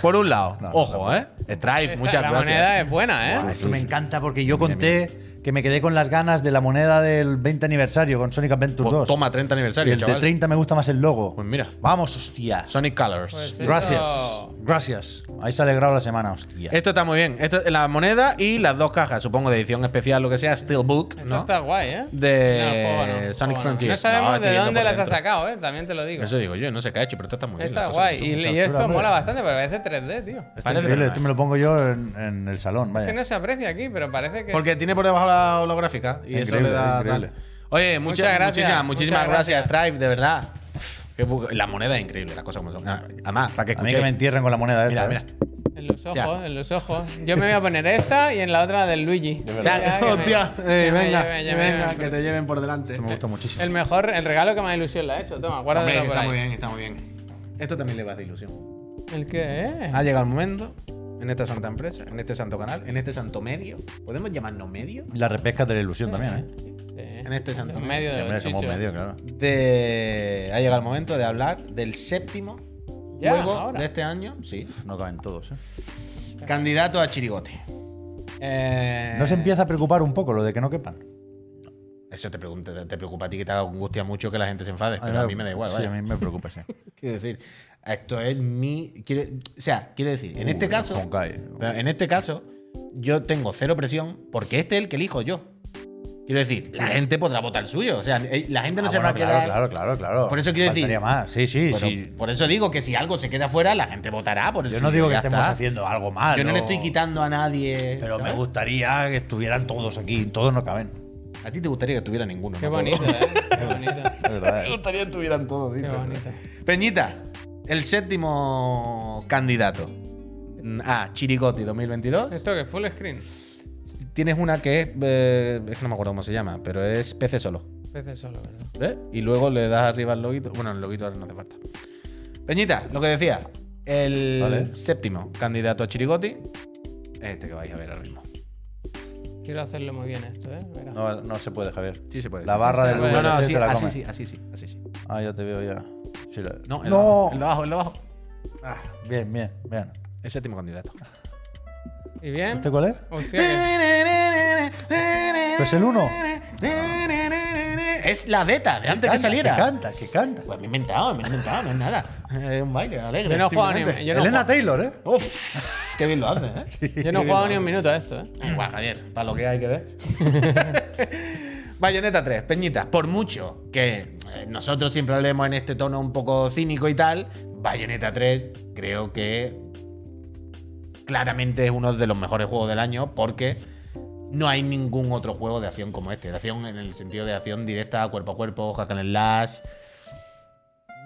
[SPEAKER 1] por un lado,
[SPEAKER 4] No, no,
[SPEAKER 1] ojo, ¿eh? Strife, muchas
[SPEAKER 2] la
[SPEAKER 1] gracias.
[SPEAKER 2] moneda es buena, ¿eh?
[SPEAKER 4] Ah, Eso me encanta porque yo conté que me quedé con las ganas de la moneda del 20 aniversario con Sonic Adventure
[SPEAKER 1] Pues
[SPEAKER 4] 2.
[SPEAKER 1] toma 30
[SPEAKER 4] y
[SPEAKER 1] aniversario,
[SPEAKER 4] el de
[SPEAKER 1] chaval.
[SPEAKER 4] 30 me gusta más el logo.
[SPEAKER 1] Pues mira.
[SPEAKER 4] Vamos, hostia.
[SPEAKER 1] Sonic Colors.
[SPEAKER 2] Pues sí.
[SPEAKER 4] Gracias.
[SPEAKER 1] Oh.
[SPEAKER 2] Eso.
[SPEAKER 4] Gracias. Ahí se ha alegrado la semana, hostia.
[SPEAKER 1] Esto está muy bien. Esto, la moneda y las dos cajas, supongo, de edición especial, lo que sea, Steelbook,
[SPEAKER 2] Esto
[SPEAKER 1] ¿no?
[SPEAKER 2] está guay, ¿eh?
[SPEAKER 1] De
[SPEAKER 2] No, juego no,
[SPEAKER 1] Sonic
[SPEAKER 2] juego no.
[SPEAKER 1] Frontier.
[SPEAKER 2] No sabemos
[SPEAKER 1] No, estoy
[SPEAKER 2] de
[SPEAKER 1] viendo
[SPEAKER 2] dónde
[SPEAKER 1] por
[SPEAKER 2] las ha
[SPEAKER 1] dentro.
[SPEAKER 2] sacado, ¿eh? También te lo digo.
[SPEAKER 1] Eso digo yo, no sé qué ha hecho, pero esto está muy bien.
[SPEAKER 2] está
[SPEAKER 1] la cosa
[SPEAKER 2] guay.
[SPEAKER 1] que
[SPEAKER 2] Y,
[SPEAKER 1] tú-
[SPEAKER 2] y
[SPEAKER 4] capturas,
[SPEAKER 2] esto
[SPEAKER 4] hombre.
[SPEAKER 2] mola bastante, pero parece 3D, tío.
[SPEAKER 1] parece eh.
[SPEAKER 4] Este, es
[SPEAKER 1] que no
[SPEAKER 4] increíble,
[SPEAKER 1] es.
[SPEAKER 4] este me lo pongo yo en, en el salón, vaya.
[SPEAKER 2] Que no se aprecia aquí, pero parece que.
[SPEAKER 1] Eh. Porque tiene por debajo la holográfica y eso
[SPEAKER 4] Increíble,
[SPEAKER 1] le da
[SPEAKER 4] increíble.
[SPEAKER 1] tal. Oye, muchas,
[SPEAKER 2] Muchas gracias,
[SPEAKER 1] muchísimas, muchísimas
[SPEAKER 2] muchas
[SPEAKER 1] gracias,
[SPEAKER 2] gracias.
[SPEAKER 1] Stripe, de verdad. Qué bu- La moneda es increíble, las cosas como son. Ah, Además, para que
[SPEAKER 4] A mí que me
[SPEAKER 1] escuchéis.
[SPEAKER 4] entierren con la moneda
[SPEAKER 1] Mira,
[SPEAKER 4] esta.
[SPEAKER 1] mira.
[SPEAKER 4] ¿eh?
[SPEAKER 2] En los ojos,
[SPEAKER 1] Ya.
[SPEAKER 2] en los ojos. Yo me voy a poner esta y en la otra la del Luigi.
[SPEAKER 1] Ya,
[SPEAKER 2] Ya, que
[SPEAKER 1] [LAUGHS]
[SPEAKER 2] me-
[SPEAKER 1] hostia,
[SPEAKER 2] que
[SPEAKER 1] eh,
[SPEAKER 2] me
[SPEAKER 1] venga,
[SPEAKER 2] lleve, lleve,
[SPEAKER 1] venga,
[SPEAKER 2] lleve.
[SPEAKER 1] que te lleven por delante.
[SPEAKER 4] Esto me gusta muchísimo.
[SPEAKER 2] El mejor, el regalo que más ilusión le ha hecho. Toma, guárdalo
[SPEAKER 1] Hombre, que
[SPEAKER 2] por
[SPEAKER 1] está
[SPEAKER 2] ahí.
[SPEAKER 1] muy bien, está muy bien. Esto también le va a hacer ilusión.
[SPEAKER 2] ¿El qué eh? es?
[SPEAKER 1] Ha llegado el momento, en esta santa empresa, en este santo canal, en este santo medio. ¿Podemos llamarnos medio?
[SPEAKER 4] La repesca de la ilusión también, ¿eh?
[SPEAKER 1] En este santo
[SPEAKER 2] En medio de
[SPEAKER 4] Hombre,
[SPEAKER 2] los
[SPEAKER 4] somos
[SPEAKER 2] chichos.
[SPEAKER 4] medio, claro.
[SPEAKER 1] De... Ha llegado el momento de hablar del séptimo
[SPEAKER 2] Ya,
[SPEAKER 1] juego
[SPEAKER 2] ahora.
[SPEAKER 1] de este año. Sí.
[SPEAKER 4] No caben todos, ¿eh?
[SPEAKER 1] Candidato a chirigote. Eh,
[SPEAKER 4] ¿No se empieza a preocupar un poco lo de que no quepan?
[SPEAKER 1] Eso te, pregunta- te preocupa a ti que te angustia mucho que la gente se enfade, pero a mí me da igual,
[SPEAKER 4] Sí,
[SPEAKER 1] vaya.
[SPEAKER 4] a mí me preocupa, sí.
[SPEAKER 1] Quiero decir, esto es mi. quiero- o sea, quiero decir, [LAUGHS] en
[SPEAKER 4] Uh,
[SPEAKER 1] este caso.
[SPEAKER 4] Honkai.
[SPEAKER 1] pero en este caso, yo tengo cero presión porque este es el que elijo yo. Quiero decir, la gente podrá votar el suyo. O sea, eh, la gente no
[SPEAKER 4] Ah,
[SPEAKER 1] se
[SPEAKER 4] bueno,
[SPEAKER 1] va a
[SPEAKER 4] claro,
[SPEAKER 1] quedar.
[SPEAKER 4] claro, claro, claro.
[SPEAKER 1] Por eso quiero decir-
[SPEAKER 4] Faltaría más. Sí, sí,
[SPEAKER 1] Pero
[SPEAKER 4] sí.
[SPEAKER 1] Por eso digo que si algo se queda fuera, la gente votará por el
[SPEAKER 4] Yo
[SPEAKER 1] suyo.
[SPEAKER 4] no digo que
[SPEAKER 1] ya
[SPEAKER 4] estemos
[SPEAKER 1] está.
[SPEAKER 4] haciendo algo mal.
[SPEAKER 1] Yo no le
[SPEAKER 4] o-
[SPEAKER 1] estoy quitando a nadie.
[SPEAKER 4] Pero me
[SPEAKER 1] ¿sabes?
[SPEAKER 4] gustaría que estuvieran todos aquí. Todos no caben.
[SPEAKER 1] A ti te gustaría que tuviera ninguno.
[SPEAKER 2] Qué
[SPEAKER 1] no todos.
[SPEAKER 2] bonito, ¿eh?
[SPEAKER 1] [LAUGHS]
[SPEAKER 2] Qué bonito.
[SPEAKER 4] Es verdad,
[SPEAKER 1] Me
[SPEAKER 4] ¿eh?
[SPEAKER 1] gustaría que estuvieran todos.
[SPEAKER 2] Qué
[SPEAKER 1] dice.
[SPEAKER 2] bonito.
[SPEAKER 1] Peñita, el séptimo candidato a Chirigoti 2022.
[SPEAKER 2] Esto que es full screen.
[SPEAKER 1] Tienes una que es, eh, es que no me acuerdo cómo se llama, pero es PC solo.
[SPEAKER 2] Pece solo, ¿verdad?
[SPEAKER 1] ¿ves? Y luego le das arriba el loguito. Bueno, el loguito ahora no hace falta. Peñita, lo que decía, el
[SPEAKER 4] Vale.
[SPEAKER 1] séptimo candidato a Chirigoti, este que vais a ver ahora mismo.
[SPEAKER 2] Quiero hacerlo muy bien esto, ¿eh? Verás.
[SPEAKER 4] No, no se puede, Javier.
[SPEAKER 1] Sí se puede.
[SPEAKER 4] La barra
[SPEAKER 2] se
[SPEAKER 4] del
[SPEAKER 2] puede.
[SPEAKER 1] No, no,
[SPEAKER 4] VLC
[SPEAKER 1] sí,
[SPEAKER 4] te la
[SPEAKER 1] así
[SPEAKER 4] come.
[SPEAKER 1] sí, así sí, así sí.
[SPEAKER 4] Ah, ya te veo ya. Sí, la-
[SPEAKER 1] No, el de
[SPEAKER 4] no.
[SPEAKER 1] abajo, el de abajo, el de abajo.
[SPEAKER 4] Ah, bien, bien, bien.
[SPEAKER 1] El séptimo candidato.
[SPEAKER 2] ¿Y bien?
[SPEAKER 4] ¿Este cuál es?
[SPEAKER 2] Hostia, que-
[SPEAKER 4] Pues el uno.
[SPEAKER 1] Es la beta de antes que
[SPEAKER 4] Canta,
[SPEAKER 1] saliera.
[SPEAKER 4] Que canta, que canta.
[SPEAKER 1] Pues me he inventado, me he inventado, no es nada. Es un baile alegre.
[SPEAKER 2] Yo no he jugado ni-
[SPEAKER 1] simplemente.
[SPEAKER 2] yo no he
[SPEAKER 4] Elena
[SPEAKER 2] jugado-
[SPEAKER 4] Taylor, ¿eh?
[SPEAKER 1] Uf, qué bien lo hace, ¿eh? [LAUGHS]
[SPEAKER 2] yo no he jugado ni un minuto a esto, ¿eh?
[SPEAKER 1] Guau, Javier, para lo que hay que ver. Bayonetta 3, Peñita, por mucho que eh, nosotros siempre hablemos en este tono un poco cínico y tal, Bayonetta 3 creo que claramente es uno de los mejores juegos del año porque no hay ningún otro juego de acción como este. De acción en el sentido de acción directa, cuerpo a cuerpo, hack and slash.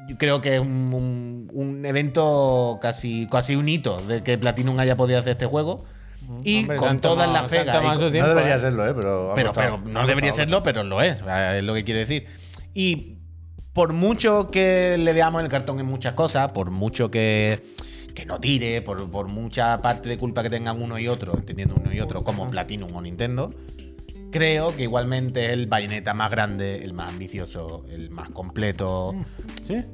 [SPEAKER 1] Yo creo que es un, un- un evento casi, casi un hito de que Platinum haya podido hacer este juego. Y
[SPEAKER 2] Hombre,
[SPEAKER 1] con
[SPEAKER 2] tanto
[SPEAKER 1] todas
[SPEAKER 2] más-
[SPEAKER 1] las pegas.
[SPEAKER 2] tanto
[SPEAKER 1] y
[SPEAKER 2] más
[SPEAKER 1] con-
[SPEAKER 2] su tiempo,
[SPEAKER 4] no debería
[SPEAKER 2] ¿eh?
[SPEAKER 4] serlo, ¿eh? Pero, ha
[SPEAKER 1] pero,
[SPEAKER 4] costado.
[SPEAKER 1] pero
[SPEAKER 4] Ha
[SPEAKER 1] no debería
[SPEAKER 4] costado.
[SPEAKER 1] serlo, pero lo es. Es lo que quiero decir. Y por mucho que le veamos el cartón en muchas cosas, por mucho que, que no tire, por, por mucha parte de culpa que tengan uno y otro, entendiendo uno y otro como Platinum o Nintendo, creo que igualmente es el bayoneta más grande, el más ambicioso, el más completo.
[SPEAKER 4] ¿Sí?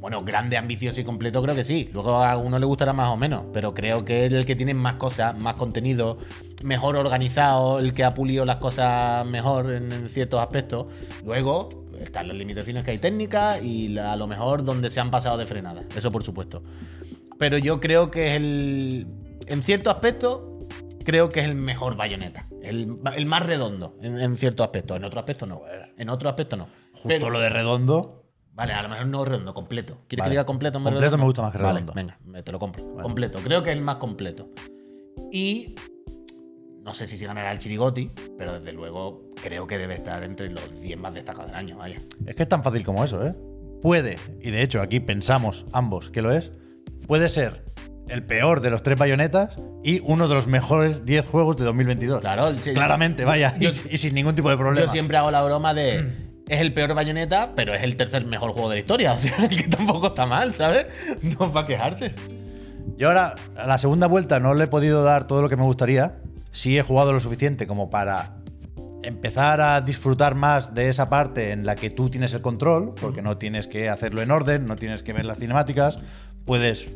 [SPEAKER 1] Bueno, grande, ambicioso y completo creo que sí. Luego a uno le gustará más o menos, pero creo que es el que tiene más cosas, más contenido, mejor organizado, el que ha pulido las cosas mejor en, en ciertos aspectos. Luego están las limitaciones que hay técnicas y la- a lo mejor donde se han pasado de frenada, eso por supuesto. Pero yo creo que es el... En cierto aspecto, creo que es el mejor bayoneta. El, el más redondo, en, en cierto aspecto. En otro aspecto no. En otro aspecto no.
[SPEAKER 4] Justo
[SPEAKER 1] Pero-
[SPEAKER 4] lo de redondo.
[SPEAKER 1] Vale, a lo mejor no redondo, completo. ¿Quieres
[SPEAKER 4] Vale.
[SPEAKER 1] que diga completo? en vez de
[SPEAKER 4] Completo
[SPEAKER 1] redondo?
[SPEAKER 4] me gusta más que
[SPEAKER 1] Vale,
[SPEAKER 4] redondo.
[SPEAKER 1] venga, me- te lo compro. Completo. Creo que es el más completo. Y no sé si se ganará el Chirigoti, pero desde luego creo que debe estar entre los 10 más destacados del año. Vaya.
[SPEAKER 4] Es que es tan fácil como eso, ¿eh? Puede, y de hecho aquí pensamos ambos que lo es, puede ser el peor de los tres bayonetas y uno de los mejores 10 juegos de 2022.
[SPEAKER 1] Claro, el-
[SPEAKER 4] Claramente, vaya,
[SPEAKER 1] Yo-
[SPEAKER 4] y, y sin ningún tipo de problema. Mm.
[SPEAKER 1] Yo siempre hago la broma de. Es el peor bayoneta, pero es el tercer mejor juego de la historia. [LAUGHS] O sea, que tampoco está mal, ¿sabes? No va a quejarse.
[SPEAKER 4] Yo ahora, a la segunda vuelta, no le he podido dar todo lo que me gustaría. Sí he jugado lo suficiente como para empezar a disfrutar más de esa parte en la que tú tienes el control, porque no tienes que hacerlo en orden, no tienes que ver las cinemáticas, puedes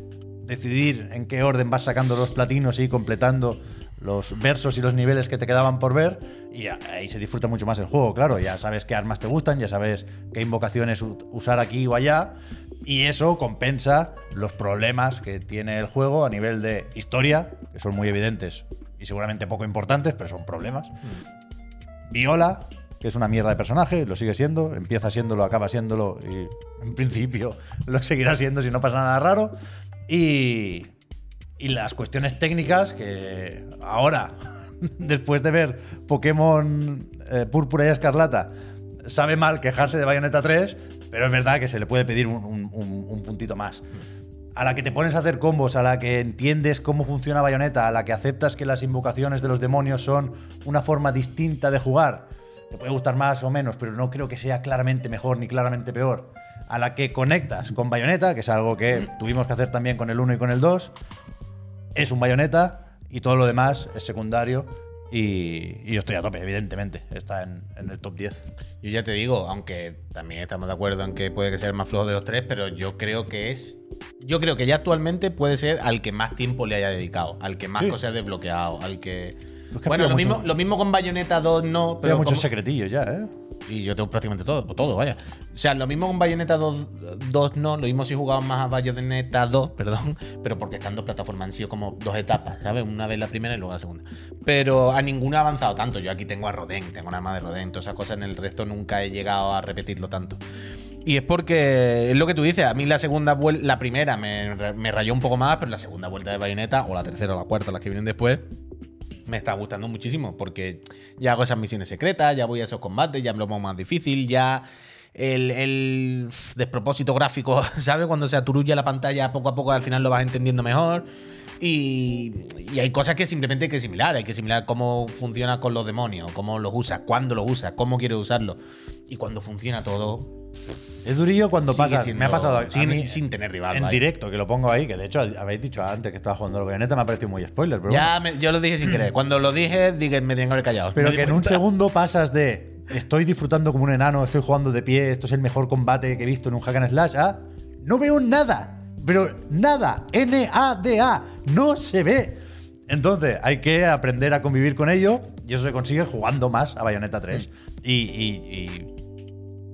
[SPEAKER 4] decidir en qué orden vas sacando los platinos y completando los versos y los niveles que te quedaban por ver y a- ahí se disfruta mucho más el juego, claro, ya sabes qué armas te gustan, ya sabes qué invocaciones u- usar aquí o allá y eso compensa los problemas que tiene el juego a nivel de historia, que son muy evidentes y seguramente poco importantes, pero son problemas. Viola, que es una mierda de personaje, lo sigue siendo, empieza siéndolo, acaba siéndolo y en principio [LAUGHS] lo seguirá siendo si no pasa nada raro. Y, y las cuestiones técnicas que ahora, [LAUGHS] después de ver Pokémon eh, Púrpura y Escarlata, sabe mal quejarse de Bayonetta 3, pero es verdad que se le puede pedir un, un- un- un puntito más a la que te pones a hacer combos, a la que entiendes cómo funciona Bayonetta, a la que aceptas que las invocaciones de los demonios son una forma distinta de jugar, te puede gustar más o menos, pero no creo que sea claramente mejor ni claramente peor. A la que conectas con Bayonetta, que es algo que tuvimos que hacer también con el 1 y con el 2, es un Bayonetta y todo lo demás es secundario. Y, y yo estoy a tope, evidentemente. Está en, en el top 10.
[SPEAKER 1] Yo ya te digo, aunque también estamos de acuerdo en que puede que sea el más flojo de los tres, pero yo creo que es. Yo creo que ya actualmente puede ser al que más tiempo le haya dedicado, al que más
[SPEAKER 4] Sí.
[SPEAKER 1] cosas ha desbloqueado, al que.
[SPEAKER 4] Pues que
[SPEAKER 1] bueno,
[SPEAKER 4] pilla
[SPEAKER 1] lo
[SPEAKER 4] mucho-
[SPEAKER 1] mismo, lo mismo con Bayonetta 2 no,
[SPEAKER 4] Pero
[SPEAKER 1] pero.
[SPEAKER 4] muchos
[SPEAKER 1] como-
[SPEAKER 4] secretillos ya, ¿eh?
[SPEAKER 1] Y yo tengo prácticamente todo, o todo, vaya. O sea, lo mismo con Bayonetta 2, 2 no, lo mismo si jugaba más a Bayonetta 2, [LAUGHS] perdón, pero porque están dos plataformas, han sido como dos etapas, ¿sabes? Una vez la primera y luego la segunda. Pero a ninguna ha avanzado tanto. Yo aquí tengo a Rodén, tengo un arma de Rodén, todas esas cosas, en el resto nunca he llegado a repetirlo tanto. Y es porque es lo que tú dices, a mí la segunda vuelta, la primera me, me rayó un poco más, pero la segunda vuelta de Bayonetta, o la tercera o la cuarta, las que vienen después, me está gustando muchísimo porque ya hago esas misiones secretas, ya voy a esos combates, ya me lo pongo más difícil, ya el, el despropósito gráfico, [LAUGHS] ¿sabes? Cuando se aturulla la pantalla poco a poco al final lo vas entendiendo mejor. Y, y hay cosas que simplemente hay que asimilar, hay que asimilar cómo funciona con los demonios, cómo los usas, cuándo los usas, cómo quieres usarlos. Y cuando funciona todo,
[SPEAKER 4] Es durillo cuando
[SPEAKER 1] sigue
[SPEAKER 4] pasa.
[SPEAKER 1] siendo-
[SPEAKER 4] Me ha pasado. a
[SPEAKER 1] sigue
[SPEAKER 4] mí-
[SPEAKER 1] sin tener rival.
[SPEAKER 4] en
[SPEAKER 1] vaya.
[SPEAKER 4] directo, que lo pongo ahí, que de hecho habéis dicho antes que estaba jugando al bayoneta, me ha parecido muy spoiler, pero bueno.
[SPEAKER 1] Ya me- yo lo dije sin querer. Cuando lo dije, dije, me tienen que haber callado.
[SPEAKER 4] Pero
[SPEAKER 1] Me di
[SPEAKER 4] que en un
[SPEAKER 1] cuenta.
[SPEAKER 4] segundo pasas de estoy disfrutando como un enano, estoy jugando de pie, esto es el mejor combate que he visto en un hack and slash, a no veo nada, pero nada, N-A-D-A, no se ve. Entonces, hay que aprender a convivir con ello y eso se consigue jugando más a Bayonetta 3.
[SPEAKER 1] Mm.
[SPEAKER 4] Y, y- y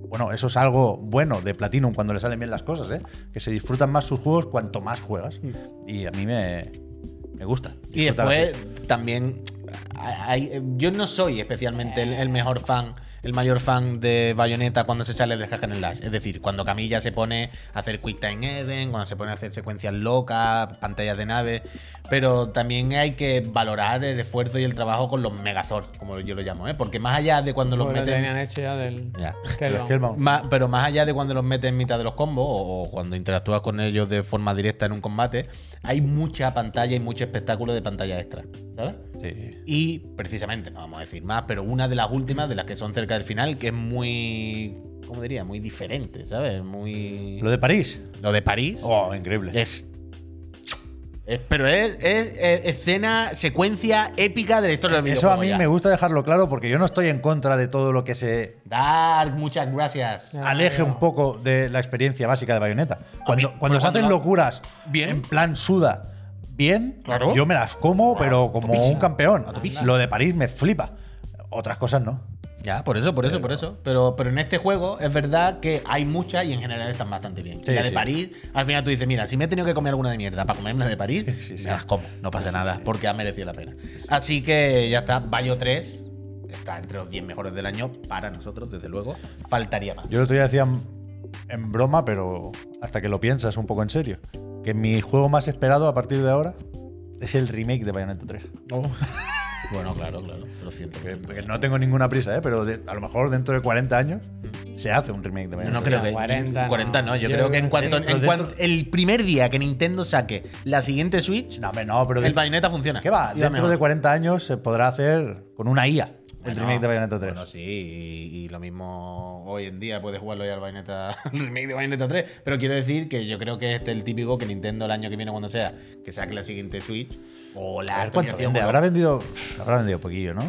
[SPEAKER 4] bueno, eso es algo bueno de Platinum cuando le salen bien las cosas, ¿eh? Que se disfrutan más sus juegos cuanto más juegas. Y a mí me, me gusta.
[SPEAKER 1] Mm. Y
[SPEAKER 4] disfrutar
[SPEAKER 1] después
[SPEAKER 4] así.
[SPEAKER 1] también. hay- hay- yo no soy especialmente el, el mejor fan, el mayor fan de Bayonetta cuando se sale del Hack and Slash. Es decir, cuando Camilla se pone a hacer Quick Time Event, cuando se pone a hacer secuencias locas, pantallas de nave. Pero también hay que valorar el esfuerzo y el trabajo con los Megazords, como yo lo llamo, ¿eh? Porque más allá de cuando los
[SPEAKER 2] Pues lo
[SPEAKER 1] meten.
[SPEAKER 2] tenían hecho ya del.
[SPEAKER 1] Ya.
[SPEAKER 4] Pero es que el
[SPEAKER 2] Kellogg.
[SPEAKER 4] Mount-
[SPEAKER 1] Ma- pero más allá de cuando los metes en mitad de los combos o, o cuando interactúas con ellos de forma directa en un combate, hay mucha pantalla y mucho espectáculo de pantalla extra, ¿sabes?
[SPEAKER 4] Sí.
[SPEAKER 1] Y precisamente, no vamos a decir más, pero una de las últimas, de las que son cerca del final, que es muy, ¿cómo diría? Muy diferente, ¿sabes? Muy...
[SPEAKER 4] Lo de París.
[SPEAKER 1] Lo de París
[SPEAKER 4] Oh, increíble.
[SPEAKER 1] es... es- pero es, es- es escena, secuencia épica de la historia del
[SPEAKER 4] Eso a
[SPEAKER 1] videojuego,
[SPEAKER 4] mí
[SPEAKER 1] ya.
[SPEAKER 4] me gusta dejarlo claro porque yo no estoy en contra de todo lo que se
[SPEAKER 1] Dark, muchas gracias.
[SPEAKER 2] Ya.
[SPEAKER 4] aleje
[SPEAKER 2] no.
[SPEAKER 4] un poco de la experiencia básica de Bayonetta. Cuando,
[SPEAKER 1] pero
[SPEAKER 4] cuando se
[SPEAKER 1] cuando
[SPEAKER 4] hacen
[SPEAKER 1] la-
[SPEAKER 4] locuras
[SPEAKER 1] Bien.
[SPEAKER 4] en plan suda, bien,
[SPEAKER 1] Claro.
[SPEAKER 4] yo me las como, pero como un campeón.
[SPEAKER 1] A topísimo.
[SPEAKER 4] Lo de París me flipa. Otras cosas no.
[SPEAKER 1] Ya, por eso, por eso, por eso. Pero, pero en este juego es verdad que hay muchas y en general están bastante bien.
[SPEAKER 4] Sí,
[SPEAKER 1] la de
[SPEAKER 4] sí.
[SPEAKER 1] París, al final tú dices, mira, si me he tenido que comer alguna de mierda para comerme la de París,
[SPEAKER 4] sí, sí.
[SPEAKER 1] me las como, no pasa
[SPEAKER 4] Sí, sí,
[SPEAKER 1] nada,
[SPEAKER 4] sí.
[SPEAKER 1] porque ha merecido la pena. Así que ya está, Bayo 3 está entre los 10 mejores del año para nosotros, desde luego. Faltaría más.
[SPEAKER 4] Yo el otro día decía en- en broma, pero hasta que lo piensas un poco en serio, que mi juego más esperado a partir de ahora es el remake de Bayonetta 3.
[SPEAKER 1] [LAUGHS] Bueno, claro, claro. Lo siento.
[SPEAKER 4] Oh. Que- que no tengo ninguna prisa, ¿eh? pero de- a lo mejor dentro de 40 años se hace un remake de
[SPEAKER 1] No,
[SPEAKER 4] Bayonetta
[SPEAKER 1] no
[SPEAKER 4] 3.
[SPEAKER 1] creo que.
[SPEAKER 2] 40
[SPEAKER 1] 40,
[SPEAKER 2] no.
[SPEAKER 1] no. Yo,
[SPEAKER 2] Yo
[SPEAKER 1] creo que
[SPEAKER 2] creo
[SPEAKER 1] en
[SPEAKER 2] que
[SPEAKER 1] cuanto,
[SPEAKER 4] sí.
[SPEAKER 1] en
[SPEAKER 4] Pero
[SPEAKER 1] cuanto-
[SPEAKER 4] dentro-
[SPEAKER 1] el primer día que Nintendo saque la siguiente Switch,
[SPEAKER 4] No, hombre, no, pero
[SPEAKER 1] el
[SPEAKER 4] de-
[SPEAKER 1] bayoneta funciona.
[SPEAKER 4] ¿qué va?
[SPEAKER 1] Y
[SPEAKER 4] Dentro
[SPEAKER 1] mejor.
[SPEAKER 4] de 40 años se podrá hacer con una IA el
[SPEAKER 1] Bueno,
[SPEAKER 4] remake de Bayonetta 3.
[SPEAKER 1] Bueno, sí, y, y lo mismo hoy en día puedes jugarlo ya al Bayonetta, [LAUGHS] el remake de Bayonetta 3. Pero quiero decir que yo creo que este es el típico que Nintendo el año que viene, cuando sea, que saque la siguiente Switch o la
[SPEAKER 4] a ver cuánto
[SPEAKER 1] actualización
[SPEAKER 4] vende.
[SPEAKER 1] o-
[SPEAKER 4] Habrá vendido, habrá vendido poquillo, ¿no?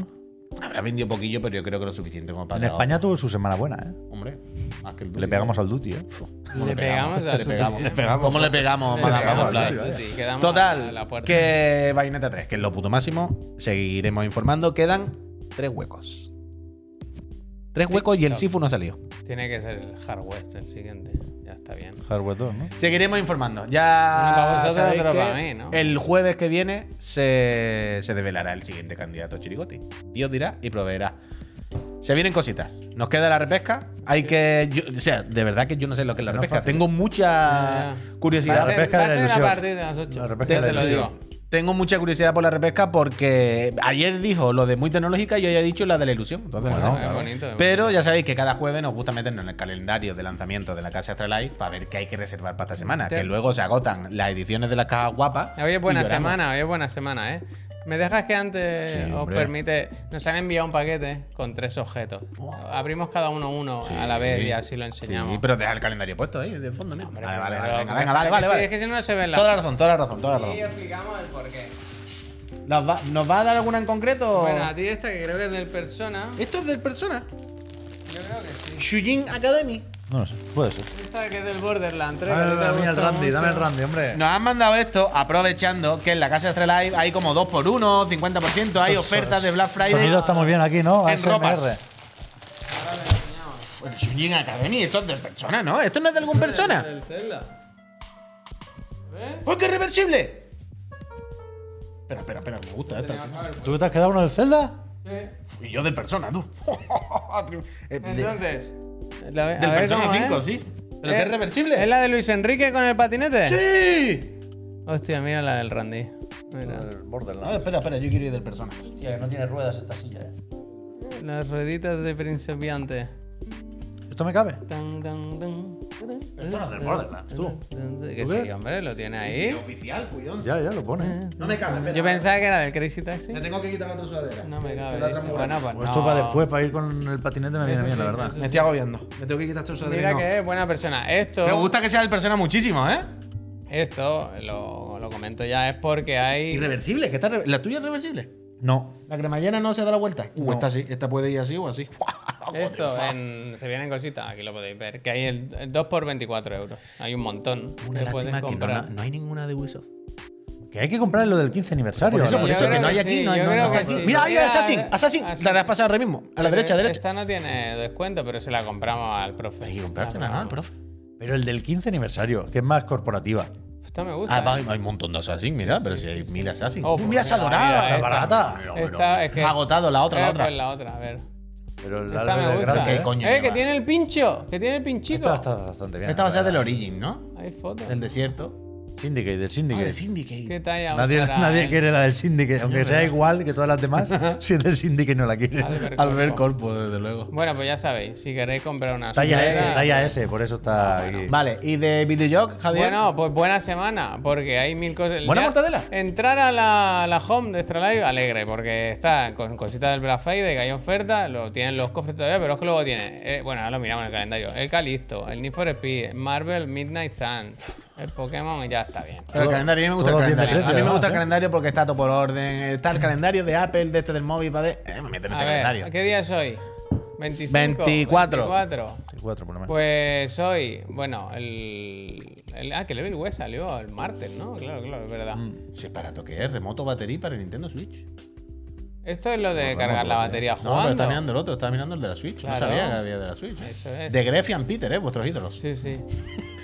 [SPEAKER 1] Habrá vendido poquillo, pero yo creo que lo suficiente como para.
[SPEAKER 4] En
[SPEAKER 1] dar-
[SPEAKER 4] España tuvo su semana buena, ¿eh?
[SPEAKER 1] Hombre, más que el
[SPEAKER 4] Le
[SPEAKER 1] tuyo.
[SPEAKER 4] pegamos al Duty, ¿eh?
[SPEAKER 1] ¿Cómo
[SPEAKER 2] Le pegamos al
[SPEAKER 1] le
[SPEAKER 2] Duty.
[SPEAKER 1] pegamos.
[SPEAKER 2] Le
[SPEAKER 1] ¿Cómo le pegamos,
[SPEAKER 2] Le
[SPEAKER 1] Madame
[SPEAKER 2] pegamos
[SPEAKER 1] Butterfly?
[SPEAKER 2] al Duty, quedamos a
[SPEAKER 1] Total,
[SPEAKER 2] la puerta.
[SPEAKER 1] que Bayonetta 3, que es lo puto máximo. Seguiremos informando. Quedan tres huecos. Tres huecos y el Sifu no ha salido.
[SPEAKER 2] Tiene que ser el Hard West el siguiente. Ya está bien.
[SPEAKER 4] Hardware 2, ¿no?
[SPEAKER 1] Seguiremos informando.
[SPEAKER 2] Uno para
[SPEAKER 1] Ya
[SPEAKER 2] vosotros,
[SPEAKER 1] sabéis
[SPEAKER 2] otro
[SPEAKER 1] que
[SPEAKER 2] para mí, ¿no?
[SPEAKER 1] el jueves que viene se, se develará el siguiente candidato Chirigoti. Dios dirá y proveerá. Se vienen cositas. Nos queda la repesca. Hay que. yo- o sea, de verdad que yo no sé lo que es la
[SPEAKER 4] No es
[SPEAKER 1] repesca.
[SPEAKER 4] fácil.
[SPEAKER 1] Tengo mucha
[SPEAKER 2] Ya,
[SPEAKER 1] curiosidad.
[SPEAKER 2] Va a
[SPEAKER 4] la
[SPEAKER 2] ser-
[SPEAKER 4] repesca
[SPEAKER 2] va a
[SPEAKER 4] de la
[SPEAKER 2] ser a
[SPEAKER 4] ilusión.
[SPEAKER 2] partir de las 8.
[SPEAKER 4] La repesca
[SPEAKER 2] ya
[SPEAKER 4] de
[SPEAKER 2] te
[SPEAKER 4] la
[SPEAKER 2] lo
[SPEAKER 4] ilusión.
[SPEAKER 2] digo.
[SPEAKER 1] Tengo mucha curiosidad por la repesca porque ayer dijo lo de muy tecnológica y hoy ha dicho la de la ilusión. Entonces,
[SPEAKER 2] Bueno,
[SPEAKER 1] bueno,
[SPEAKER 2] es bonito, es
[SPEAKER 1] pero
[SPEAKER 2] bonito.
[SPEAKER 1] ya sabéis que cada jueves nos gusta meternos en el calendario de lanzamiento de la casa Astralife para ver qué hay que reservar para esta semana.
[SPEAKER 2] Te-
[SPEAKER 1] Que luego se agotan las ediciones de las cajas guapas.
[SPEAKER 2] Hoy es buena
[SPEAKER 1] y lloramos.
[SPEAKER 2] semana, hoy es buena semana, ¿eh? ¿Me dejas que antes
[SPEAKER 1] Sí,
[SPEAKER 2] os
[SPEAKER 1] hombre.
[SPEAKER 2] permite? Nos han enviado un paquete con tres objetos. Abrimos cada uno uno a la vez y así lo enseñamos.
[SPEAKER 1] Sí, pero deja el calendario puesto ahí, de fondo, mira.
[SPEAKER 2] Hombre,
[SPEAKER 1] vale, vale,
[SPEAKER 2] pero-
[SPEAKER 1] vale, venga,
[SPEAKER 2] pero-
[SPEAKER 1] venga, vale, vale,
[SPEAKER 2] Sí,
[SPEAKER 1] vale.
[SPEAKER 2] Es que si no, no se ven
[SPEAKER 1] Toda la
[SPEAKER 2] las.
[SPEAKER 1] razón, toda la razón, toda la
[SPEAKER 2] Y
[SPEAKER 1] razón.
[SPEAKER 2] explicamos el porqué.
[SPEAKER 1] ¿Las va- ¿Nos va a dar alguna en concreto?
[SPEAKER 2] Bueno, a ti esta que creo que es del Persona.
[SPEAKER 1] Esto es del persona.
[SPEAKER 2] Yo creo que sí.
[SPEAKER 1] Shujin Academy.
[SPEAKER 4] No lo sé, puede ser.
[SPEAKER 2] Esta que es del Borderland 3.
[SPEAKER 4] Dame, dame el Randy, dame el Randy, hombre.
[SPEAKER 1] Nos han mandado esto aprovechando que en la casa de Astralife hay como 2x1, 50%, hay ofertas de Black Friday.
[SPEAKER 4] Sonido está muy bien aquí, ¿no?
[SPEAKER 1] En
[SPEAKER 4] ASMR.
[SPEAKER 1] ropas. Bueno, Shujin Academy, esto es de persona, ¿no? Esto no es de algún persona.
[SPEAKER 2] Del Zelda. ¿Ves?
[SPEAKER 1] ¡Oh, qué reversible! Espera, espera, espera, me gusta esto.
[SPEAKER 2] Teníamos que haber puesto.
[SPEAKER 4] ¿Tú te has quedado uno del Zelda?
[SPEAKER 2] Sí.
[SPEAKER 1] Y yo de persona, [LAUGHS] tú. Eh, de-
[SPEAKER 2] Entonces. la- a
[SPEAKER 1] del
[SPEAKER 2] ver
[SPEAKER 1] Persona
[SPEAKER 2] cómo es.
[SPEAKER 1] 5, sí. ¿Pero
[SPEAKER 2] Eh,
[SPEAKER 1] que es reversible?
[SPEAKER 2] ¿Es la de Luis Enrique con el patinete?
[SPEAKER 1] ¡Sí!
[SPEAKER 2] Hostia, mira la del Randy. Mira.
[SPEAKER 4] El
[SPEAKER 1] No,
[SPEAKER 4] Borderlands.
[SPEAKER 1] espera, espera, yo quiero ir del persona.
[SPEAKER 4] Hostia, que no tiene ruedas esta silla, ¿eh?
[SPEAKER 2] Las rueditas de principiante.
[SPEAKER 4] ¿Esto me cabe?
[SPEAKER 2] Tan, tan, tan.
[SPEAKER 4] Esto no es del Borderlands, tú.
[SPEAKER 2] Que
[SPEAKER 4] ¿Tú
[SPEAKER 2] sí,
[SPEAKER 4] ves?
[SPEAKER 2] hombre, lo tiene ahí.
[SPEAKER 1] Oficial, cuyón.
[SPEAKER 4] Ya, ya lo pone.
[SPEAKER 1] No me cabe, espera.
[SPEAKER 2] Yo pensaba que era del Crazy Taxi.
[SPEAKER 1] Me tengo que quitar la otra sudadera.
[SPEAKER 2] No me
[SPEAKER 1] Que-
[SPEAKER 2] cabe.
[SPEAKER 1] que la otra
[SPEAKER 2] dice.
[SPEAKER 1] muy
[SPEAKER 2] Bueno,
[SPEAKER 1] grande.
[SPEAKER 2] pues
[SPEAKER 4] Pues esto
[SPEAKER 2] no.
[SPEAKER 4] para después, para ir con el patinete me viene
[SPEAKER 2] Eso
[SPEAKER 4] bien, la
[SPEAKER 2] sí,
[SPEAKER 4] verdad.
[SPEAKER 2] eso
[SPEAKER 1] Me estoy agobiando. Me tengo que quitar esta sudadera. y
[SPEAKER 2] Mira
[SPEAKER 1] no.
[SPEAKER 2] que es buena persona. Esto,
[SPEAKER 1] Me gusta que sea del persona muchísimo, ¿eh?
[SPEAKER 2] esto lo, lo comento ya, es porque hay.
[SPEAKER 1] Irreversible, que está re- la tuya es reversible.
[SPEAKER 4] No.
[SPEAKER 1] La cremallera no se da la vuelta. Uh,
[SPEAKER 4] No.
[SPEAKER 1] esta sí, esta puede ir así o así. [LAUGHS]
[SPEAKER 2] Esto en- se vienen cositas, aquí lo podéis ver. Que hay el, el 2 por 24 euros. Hay un montón. que eh, puedes comprar.
[SPEAKER 1] hay ninguna de Ubisoft.
[SPEAKER 4] Que hay que comprar lo del 15 aniversario.
[SPEAKER 1] Por eso,
[SPEAKER 4] ¿no?
[SPEAKER 1] por
[SPEAKER 2] Yo
[SPEAKER 1] eso, que
[SPEAKER 2] creo
[SPEAKER 1] no hay
[SPEAKER 2] que
[SPEAKER 1] aquí,
[SPEAKER 2] sí,
[SPEAKER 1] no hay
[SPEAKER 2] yo
[SPEAKER 1] no,
[SPEAKER 2] creo
[SPEAKER 1] no,
[SPEAKER 2] que
[SPEAKER 1] aquí.
[SPEAKER 2] sí.
[SPEAKER 1] Mira, ahí hay
[SPEAKER 2] Mira,
[SPEAKER 1] Assassin,
[SPEAKER 2] eh,
[SPEAKER 1] Assassin.
[SPEAKER 2] Assassin.
[SPEAKER 1] La has pasado ahora mismo. A la
[SPEAKER 2] Pero
[SPEAKER 1] derecha, derecha.
[SPEAKER 2] Esta no tiene descuento, pero se la compramos al profe.
[SPEAKER 1] Hay que comprársela,
[SPEAKER 2] La
[SPEAKER 1] ¿no? El
[SPEAKER 2] compramos.
[SPEAKER 1] profe.
[SPEAKER 4] Pero el del 15 aniversario, que es más corporativa.
[SPEAKER 2] Esta me gusta.
[SPEAKER 1] Ah, va,
[SPEAKER 2] ¿eh?
[SPEAKER 1] hay un montón de Assassin, mira, pero si hay mil Assassin.
[SPEAKER 2] Oh,
[SPEAKER 1] Uh, mira,
[SPEAKER 2] pues
[SPEAKER 1] esa
[SPEAKER 2] mira,
[SPEAKER 1] dorada,
[SPEAKER 2] mira,
[SPEAKER 1] está
[SPEAKER 2] esta.
[SPEAKER 1] barata.
[SPEAKER 2] Esta es que-
[SPEAKER 1] Agotado, la otra, la
[SPEAKER 2] Eh,
[SPEAKER 1] otra.
[SPEAKER 2] pues la otra, a ver.
[SPEAKER 4] Pero el
[SPEAKER 2] Esta
[SPEAKER 4] árbol
[SPEAKER 2] me
[SPEAKER 4] es
[SPEAKER 2] gusta.
[SPEAKER 4] grande.
[SPEAKER 1] ¿Qué
[SPEAKER 4] ¿eh?
[SPEAKER 1] coño
[SPEAKER 2] eh, que
[SPEAKER 1] lleva?
[SPEAKER 2] tiene el pincho, que tiene el pinchito.
[SPEAKER 4] Esta está bastante bien.
[SPEAKER 1] Esta va a ser
[SPEAKER 4] la
[SPEAKER 1] del
[SPEAKER 4] verdad.
[SPEAKER 1] Origin, ¿no?
[SPEAKER 2] Hay fotos.
[SPEAKER 1] Del desierto.
[SPEAKER 4] Syndicate, del
[SPEAKER 1] Ah,
[SPEAKER 4] Syndicate.
[SPEAKER 1] del Syndicate.
[SPEAKER 2] ¿Qué talla
[SPEAKER 4] Nadie,
[SPEAKER 2] usará
[SPEAKER 4] nadie
[SPEAKER 2] el-
[SPEAKER 4] quiere la del Syndicate, aunque sea igual que todas las demás.
[SPEAKER 2] [LAUGHS]
[SPEAKER 4] si es del Syndicate, no la quiere.
[SPEAKER 2] Albert
[SPEAKER 1] Albert
[SPEAKER 2] Corpo.
[SPEAKER 1] Corpo, desde luego.
[SPEAKER 2] Bueno, pues ya sabéis, si queréis comprar una
[SPEAKER 4] Talla S,
[SPEAKER 2] sudadera-
[SPEAKER 4] talla S, por eso
[SPEAKER 2] Ah,
[SPEAKER 4] está aquí.
[SPEAKER 1] Vale, ¿y de videojuego, Javier?
[SPEAKER 2] Bueno, pues buena semana, porque hay mil cosas.
[SPEAKER 1] Buena
[SPEAKER 2] Ya-
[SPEAKER 1] mortadela.
[SPEAKER 2] Entrar a la, la home de Extra Live alegre, porque está con cositas del Black Friday, que hay ofertas, lo tienen los cofres todavía, pero es que luego tiene. eh, bueno, ahora lo miramos en el calendario. El Calisto, el Need for Speed, Marvel Midnight Sun, el Pokémon y ya está bien.
[SPEAKER 1] Pero el
[SPEAKER 4] Todo-
[SPEAKER 1] calendario, a mí me gusta el
[SPEAKER 4] todo bien de
[SPEAKER 1] calendario. a mí
[SPEAKER 4] precio,
[SPEAKER 1] me gusta el
[SPEAKER 4] además, ¿eh?
[SPEAKER 1] calendario porque está todo por orden. Está el calendario de Apple, de este del móvil, para ver. Eh, me meten en
[SPEAKER 2] A
[SPEAKER 1] este calendario.
[SPEAKER 2] ver, ¿qué día es hoy? 25,
[SPEAKER 1] 24.
[SPEAKER 2] 24.
[SPEAKER 4] Cuatro, por lo menos.
[SPEAKER 2] Pues hoy, bueno, el, el- Ah, que Level West salió el martes, ¿no? Claro, claro, es verdad.
[SPEAKER 1] Sí, para toque es remoto batería para Nintendo Switch.
[SPEAKER 2] Esto es lo de
[SPEAKER 4] Remoto,
[SPEAKER 2] cargar la
[SPEAKER 4] tío.
[SPEAKER 2] batería
[SPEAKER 1] No, pero
[SPEAKER 2] jugando.
[SPEAKER 1] está mirando el otro, está mirando el de la Switch. No
[SPEAKER 2] Ah, Claro.
[SPEAKER 1] sabía que había de la Switch. ¿eh?
[SPEAKER 2] Eso es.
[SPEAKER 1] De Grefian Peter, ¿eh? Vuestros ídolos.
[SPEAKER 2] Sí, sí.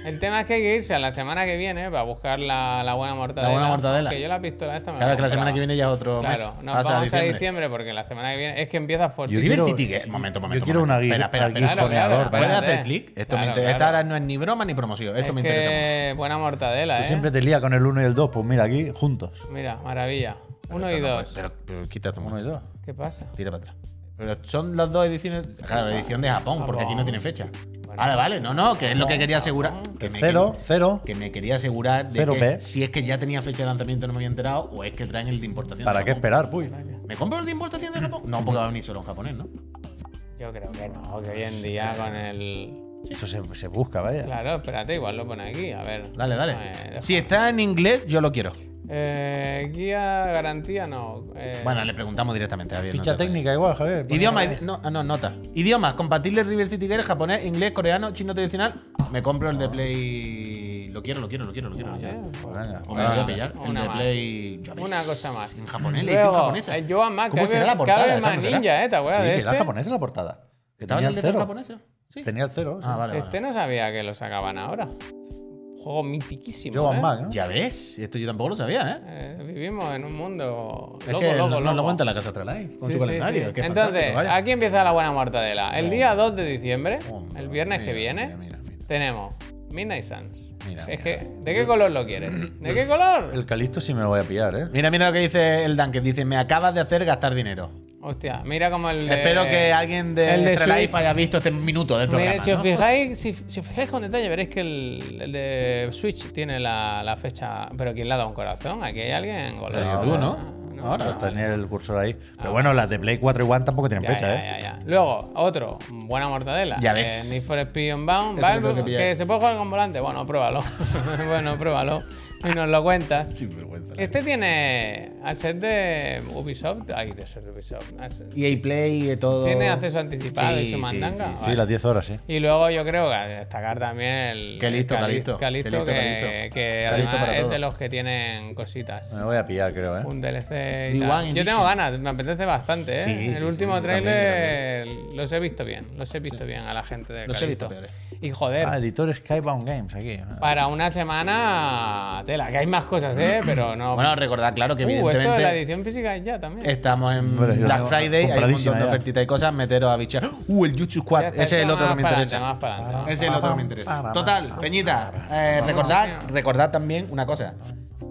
[SPEAKER 2] El tema es que hay que irse a la semana que viene para buscar la, la buena mortadela.
[SPEAKER 1] La buena mortadela.
[SPEAKER 2] Que yo la pistola esta me
[SPEAKER 1] Claro, que la
[SPEAKER 2] compraba.
[SPEAKER 1] semana que viene ya es otro mes.
[SPEAKER 2] Claro, nos
[SPEAKER 1] Pasa
[SPEAKER 2] vamos a diciembre porque la semana que viene es que empieza fuerte.
[SPEAKER 4] Yo
[SPEAKER 1] Diversity
[SPEAKER 4] quiero-
[SPEAKER 1] Game. Momento, momento.
[SPEAKER 4] yo quiero
[SPEAKER 1] momento.
[SPEAKER 4] una guía-
[SPEAKER 1] Espera, espera,
[SPEAKER 4] una
[SPEAKER 1] espera.
[SPEAKER 4] guía
[SPEAKER 2] jorneador,
[SPEAKER 1] ¿Puedes
[SPEAKER 2] ¿vale?
[SPEAKER 1] hacer clic? Esto me
[SPEAKER 2] Claro,
[SPEAKER 1] interesa. Esta
[SPEAKER 2] claro.
[SPEAKER 1] ahora no es ni broma ni promoción. Esto
[SPEAKER 2] Es
[SPEAKER 1] me interesa mucho.
[SPEAKER 2] que buena mortadela,
[SPEAKER 4] Tú
[SPEAKER 2] ¿eh?
[SPEAKER 4] siempre te lías con el 1 y el 2, pues mira, aquí, juntos.
[SPEAKER 2] Mira, maravilla. Uno y
[SPEAKER 1] Esto no
[SPEAKER 2] dos.
[SPEAKER 1] puede- Pero, pero quita tu
[SPEAKER 4] Uno y
[SPEAKER 1] mano.
[SPEAKER 4] dos.
[SPEAKER 2] ¿Qué pasa?
[SPEAKER 1] Tira para atrás. Pero son las dos ediciones. Claro, la edición de Japón, porque aquí no tiene fecha.
[SPEAKER 2] Bueno.
[SPEAKER 1] Ahora vale, no, no, que es lo que quería asegurar. Que me-
[SPEAKER 4] Cero, cero.
[SPEAKER 1] que me quería asegurar de
[SPEAKER 4] Cero
[SPEAKER 1] que
[SPEAKER 4] P.
[SPEAKER 1] si es que ya tenía fecha de lanzamiento no me había enterado o es que traen el de importación.
[SPEAKER 4] ¿Para
[SPEAKER 1] de
[SPEAKER 4] qué
[SPEAKER 1] Japón.
[SPEAKER 4] esperar, puy?
[SPEAKER 1] ¿Me compro el de importación de Japón? No, porque va a venir solo en japonés, ¿no?
[SPEAKER 2] Yo creo que no, que hoy en día con el.
[SPEAKER 4] Eso se, se busca, vaya.
[SPEAKER 2] Claro, espérate, igual lo pone aquí, a ver.
[SPEAKER 1] Dale, dale.
[SPEAKER 2] Eh,
[SPEAKER 1] si está en inglés, yo lo quiero.
[SPEAKER 2] déjame. Eh, guía, garantía, no. Eh,
[SPEAKER 1] Bueno, le preguntamos directamente a Javier. no
[SPEAKER 4] Ficha
[SPEAKER 1] te rayes.
[SPEAKER 4] técnica igual, Javier. Pon-
[SPEAKER 1] Idioma, idi- no, ah, no, nota. Idiomas compatibles River City Girls, japonés, inglés, coreano, chino tradicional. Me compro el de Play. Lo quiero, lo quiero, lo quiero, lo quiero. lo
[SPEAKER 2] vale,
[SPEAKER 1] quiero.
[SPEAKER 2] pues,
[SPEAKER 4] Venga, Ah,
[SPEAKER 1] Me lo voy a
[SPEAKER 2] una-
[SPEAKER 1] pillar. El
[SPEAKER 2] una
[SPEAKER 1] de
[SPEAKER 2] más.
[SPEAKER 1] Play. ya ves.
[SPEAKER 2] Una cosa más.
[SPEAKER 1] Pues, En japonés, le edición
[SPEAKER 2] Luego,
[SPEAKER 1] japonesa.
[SPEAKER 2] el Joan Mac,
[SPEAKER 1] ¿Cómo
[SPEAKER 2] cada
[SPEAKER 1] será
[SPEAKER 2] vez-
[SPEAKER 1] la portada?
[SPEAKER 2] cada vez
[SPEAKER 1] Esa no
[SPEAKER 2] más
[SPEAKER 1] será.
[SPEAKER 2] ninja, ¿eh? ¿Te acuerdas
[SPEAKER 4] Sí,
[SPEAKER 2] de
[SPEAKER 4] que era
[SPEAKER 2] este?
[SPEAKER 4] japonés la portada. Que
[SPEAKER 1] ¿Estaba
[SPEAKER 4] tenía
[SPEAKER 1] el
[SPEAKER 4] el
[SPEAKER 1] letra
[SPEAKER 4] cero.
[SPEAKER 1] japonesa? Sí.
[SPEAKER 4] Tenía el cero.
[SPEAKER 1] Ah,
[SPEAKER 4] sí.
[SPEAKER 1] vale.
[SPEAKER 2] Este
[SPEAKER 1] vale.
[SPEAKER 2] no sabía que lo sacaban ahora. Juego mitiquísimo.
[SPEAKER 4] Joan
[SPEAKER 2] ¿eh?
[SPEAKER 4] Mac, ¿no?
[SPEAKER 1] Ya ves, esto yo tampoco lo sabía, ¿eh?
[SPEAKER 2] Eh, vivimos en un mundo
[SPEAKER 1] Es
[SPEAKER 2] loco,
[SPEAKER 1] que
[SPEAKER 2] loco,
[SPEAKER 1] no-
[SPEAKER 2] loco.
[SPEAKER 1] no lo cuenta la casa Astralife con
[SPEAKER 2] Sí,
[SPEAKER 1] su
[SPEAKER 2] sí,
[SPEAKER 1] calendario.
[SPEAKER 2] sí.
[SPEAKER 1] que
[SPEAKER 2] Entonces,
[SPEAKER 1] fantástico, vaya.
[SPEAKER 2] aquí empieza la buena mortadela. El día 2 de diciembre,
[SPEAKER 1] Hombre,
[SPEAKER 2] el viernes que
[SPEAKER 1] mira,
[SPEAKER 2] viene,
[SPEAKER 1] mira, mira, mira.
[SPEAKER 2] tenemos Midnight Suns.
[SPEAKER 1] Mira,
[SPEAKER 2] es
[SPEAKER 1] mira.
[SPEAKER 2] que, ¿de qué color lo quieres?
[SPEAKER 1] [CLEARS THROAT]
[SPEAKER 2] ¿De qué color?
[SPEAKER 4] El Calixto sí me lo voy a pillar, ¿eh?
[SPEAKER 1] Mira, mira lo que dice el Dan, que dice, me acabas de hacer gastar dinero.
[SPEAKER 2] Hostia, mira como el. de-
[SPEAKER 1] Espero que alguien de,
[SPEAKER 2] el de
[SPEAKER 1] Astralife
[SPEAKER 2] Switch.
[SPEAKER 1] haya visto este minuto del programa.
[SPEAKER 2] Mira, si, os
[SPEAKER 1] ¿no?
[SPEAKER 2] fijáis, si, si os fijáis con detalle, veréis que el, el de Switch tiene la, la fecha. Pero ¿quién le ha dado un corazón? Aquí hay alguien
[SPEAKER 1] Lo
[SPEAKER 2] golpeado.
[SPEAKER 1] dices tú, Pues ¿no?
[SPEAKER 2] No,
[SPEAKER 1] Ahora. Ah,
[SPEAKER 4] Pues tenía el cursor ahí. Pero bueno, las de Play 4 y One tampoco tienen
[SPEAKER 2] Ya,
[SPEAKER 4] fecha,
[SPEAKER 2] ya,
[SPEAKER 4] ¿eh?
[SPEAKER 2] ya, ya. Luego, otro, buena mortadela.
[SPEAKER 1] Ya ves.
[SPEAKER 2] Eh, Need for Speed Unbound.
[SPEAKER 1] Este
[SPEAKER 2] Valve,
[SPEAKER 1] lo tengo que
[SPEAKER 2] que,
[SPEAKER 1] pillar.
[SPEAKER 2] se puede jugar con volante. Bueno, pruébalo. [LAUGHS] bueno, pruébalo. Y nos lo cuentas.
[SPEAKER 1] Sin vergüenza.
[SPEAKER 2] Este tiene al ser de Ubisoft. Ay, de ser de Ubisoft. Al ser-
[SPEAKER 1] EA E Play y todo.
[SPEAKER 2] Tiene acceso anticipado
[SPEAKER 1] Sí,
[SPEAKER 2] y su
[SPEAKER 1] sí,
[SPEAKER 2] mandanga.
[SPEAKER 1] sí, sí.
[SPEAKER 4] Sí,
[SPEAKER 2] Vale.
[SPEAKER 4] las 10 horas, sí.
[SPEAKER 2] Y luego yo creo que a destacar también el.
[SPEAKER 1] Qué listo,
[SPEAKER 2] el
[SPEAKER 1] qué
[SPEAKER 2] Calis-
[SPEAKER 1] listo.
[SPEAKER 2] Calisto,
[SPEAKER 1] Qué listo,
[SPEAKER 2] que,
[SPEAKER 1] qué listo.
[SPEAKER 2] que
[SPEAKER 1] Qué
[SPEAKER 2] además
[SPEAKER 1] listo para
[SPEAKER 2] es
[SPEAKER 1] todo. Ah.
[SPEAKER 2] de los que tienen cositas.
[SPEAKER 4] Me lo voy a pillar, creo, ¿eh?
[SPEAKER 2] Un DLC.
[SPEAKER 1] The
[SPEAKER 2] Y
[SPEAKER 1] One
[SPEAKER 2] tal. Yo
[SPEAKER 1] Edition.
[SPEAKER 2] tengo ganas, me apetece bastante, ¿eh?
[SPEAKER 1] Sí, sí,
[SPEAKER 2] el
[SPEAKER 1] sí,
[SPEAKER 2] último
[SPEAKER 1] yo también
[SPEAKER 2] trailer los he visto bien, los he visto bien a la gente de
[SPEAKER 1] Los he visto
[SPEAKER 2] Y joder,
[SPEAKER 4] Ah, editor Skybound Games aquí.
[SPEAKER 2] para una semana tela, que hay más cosas,
[SPEAKER 1] [CLEARS THROAT]
[SPEAKER 2] ¿eh? Pero no.
[SPEAKER 1] Bueno, recordad, claro, que
[SPEAKER 2] Uh, esto de la
[SPEAKER 1] evidentemente
[SPEAKER 2] edición física ya también.
[SPEAKER 1] estamos en
[SPEAKER 4] Hombre, yo
[SPEAKER 1] Black
[SPEAKER 4] tengo
[SPEAKER 1] Friday, hay un
[SPEAKER 4] compradísima
[SPEAKER 1] montón de
[SPEAKER 4] ya.
[SPEAKER 1] ofertitas y cosas, meteros a bichar. Uh, el Jutsu Squad,
[SPEAKER 2] Ya
[SPEAKER 1] ese
[SPEAKER 2] está,
[SPEAKER 1] es el
[SPEAKER 2] esto
[SPEAKER 1] otro que
[SPEAKER 2] más
[SPEAKER 1] me
[SPEAKER 2] pa'lante,
[SPEAKER 1] interesa. Ah.
[SPEAKER 2] más pa'lante, más
[SPEAKER 1] Ese es el otro que me interesa. Total, Peñita, eh, recordad, recordad también una cosa.